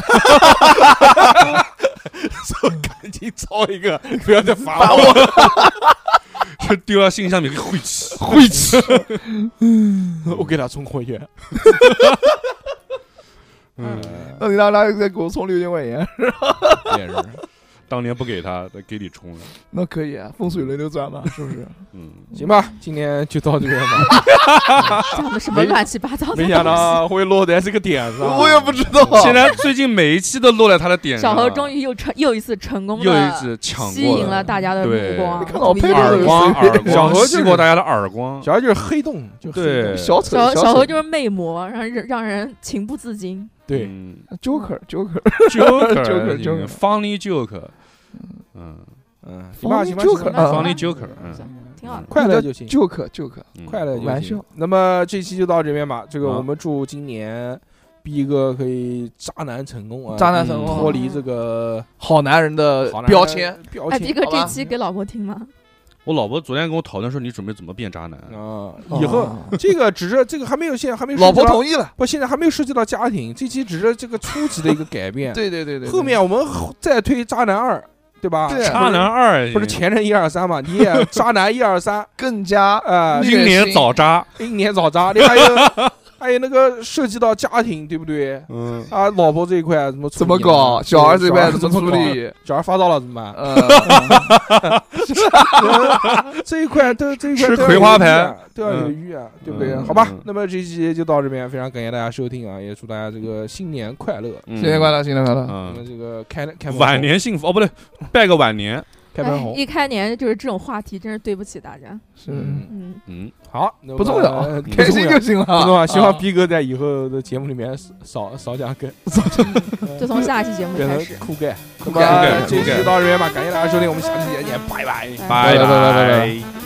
B: 说赶紧造一个，不要再烦我。
C: 丢到信箱里给晦气。
B: 晦气。我给他充会员，
C: 嗯，
D: [LAUGHS] 那你让他再给我送六千块钱，
B: 也是。
C: 当年不给他，他给你充了。
D: [LAUGHS] 那可以啊，风水轮流转嘛，是 [LAUGHS] 不是？
B: 啊
C: 嗯，
B: 行吧，今天就到这边吧。
E: 讲的什么
B: 没
E: 乱七八糟的东
B: [LAUGHS] 没
E: 西。
B: 想到会落在这个点上，
D: 我也不知道。
B: 哦
C: 现在最近每一期都落在他的点上
E: 小
C: 了。
E: 何终于又成又一次成功的
C: 又一次抢
E: 吸
C: 过
E: 引了大家的
C: 对
E: 目光
D: 你。看老佩
C: 耳光，耳光，
B: [LAUGHS] 小何就是
C: 吸过大家的耳光。
B: 小孩就是黑洞，就黑洞
C: 对，
D: [LAUGHS] 小丑，
E: 小小
D: 丑
E: 何就是魅魔，让人让人情不自禁。
B: 对，
C: 嗯
D: Joker，Joker，Joker，Joker
C: Joker，Joker，Funny Joker，嗯
B: 嗯，行
D: Funny
B: 吧，行吧，行吧
D: Joker，
E: 那
D: 啊
E: 行吧
C: ，Funny Joker，嗯，
E: 嗯挺好的。
B: 快乐就行，
D: ，Joker，Joker，
C: 嗯
B: 快乐就行
D: 玩笑。
B: 那么这期就到这边吧。这个
C: 好
B: 我们祝今年逼哥可以渣男成功啊，
D: 渣男成功
B: 脱离这个
D: 好男人的
B: 好男人
D: 呃标签。
B: 标
E: 哎，
B: 签
E: 逼。哥
D: 好吧
E: 这期给老婆听吗？
C: 我老婆昨天跟我讨论说，你准备怎么变渣男？
B: 啊，以后这个只是这个还没有现在还没有
D: 哦老婆
B: 涉及到
D: 同意了，
B: 不，现在还没有涉及到家庭，这期只是这个初级的一个改变。
D: 对对对对，对
B: [LAUGHS] 后面我啊们后再推渣男二，对吧？
D: 对
C: 渣男二
B: 不是前任一二
D: [LAUGHS]
B: 三嘛，你也渣男一二三，
D: 更加
B: 呃，
D: 嗯
C: 英年早渣，
B: 英年早渣，另
D: [LAUGHS]
B: 外还有还有那个涉及到家庭，对不对？
C: 嗯，
B: 啊，老婆这一块怎么处
D: 怎么
B: 理呢啊
D: 搞，小儿子一般
B: 对
D: 怎
B: 小
D: 么
B: 孩
D: 处
B: 搞？
D: 理？
B: 小孩发烧了怎么办？
D: 呃，
B: 这一块都这一块
C: 吃
B: 都要
C: 葵
B: 有
C: 花
B: 预案都要啊有
C: 嗯
B: 预案，对不对？
C: 嗯
B: 好吧
C: 嗯，
B: 那么这期就到这边，非常感谢大家收听啊，也祝大家这个新年快乐。
C: 新
D: 新年快，乐，新年快乐，
B: 那么
C: 嗯，
B: 这个开开门
C: 晚
B: 红
C: 年幸福哦，不对，拜个晚年，
B: 开门
E: 哎
B: 红，
E: 一开年就是这种话题，真是对不起大家。
D: 是
B: 嗯，
E: 嗯，
C: 嗯，
B: 好，那
D: 不
B: 么
D: 重要
B: 呃不
D: 开
B: 重
D: 心
B: 要
D: 就行了，
B: 不重要，希
D: 啊
B: 望逼哥在以后的节目里面少少讲梗，
E: 就嗯从下一期节目
B: 变
E: 开
B: 成
E: 始。
B: 酷盖。那
D: 盖
B: 么
C: 酷盖
B: 这期
C: 酷盖
B: 就到这边吧，感谢大家收听，我们下期再见，拜拜。
E: 拜
C: 拜
D: 拜拜拜
C: 拜
D: 拜。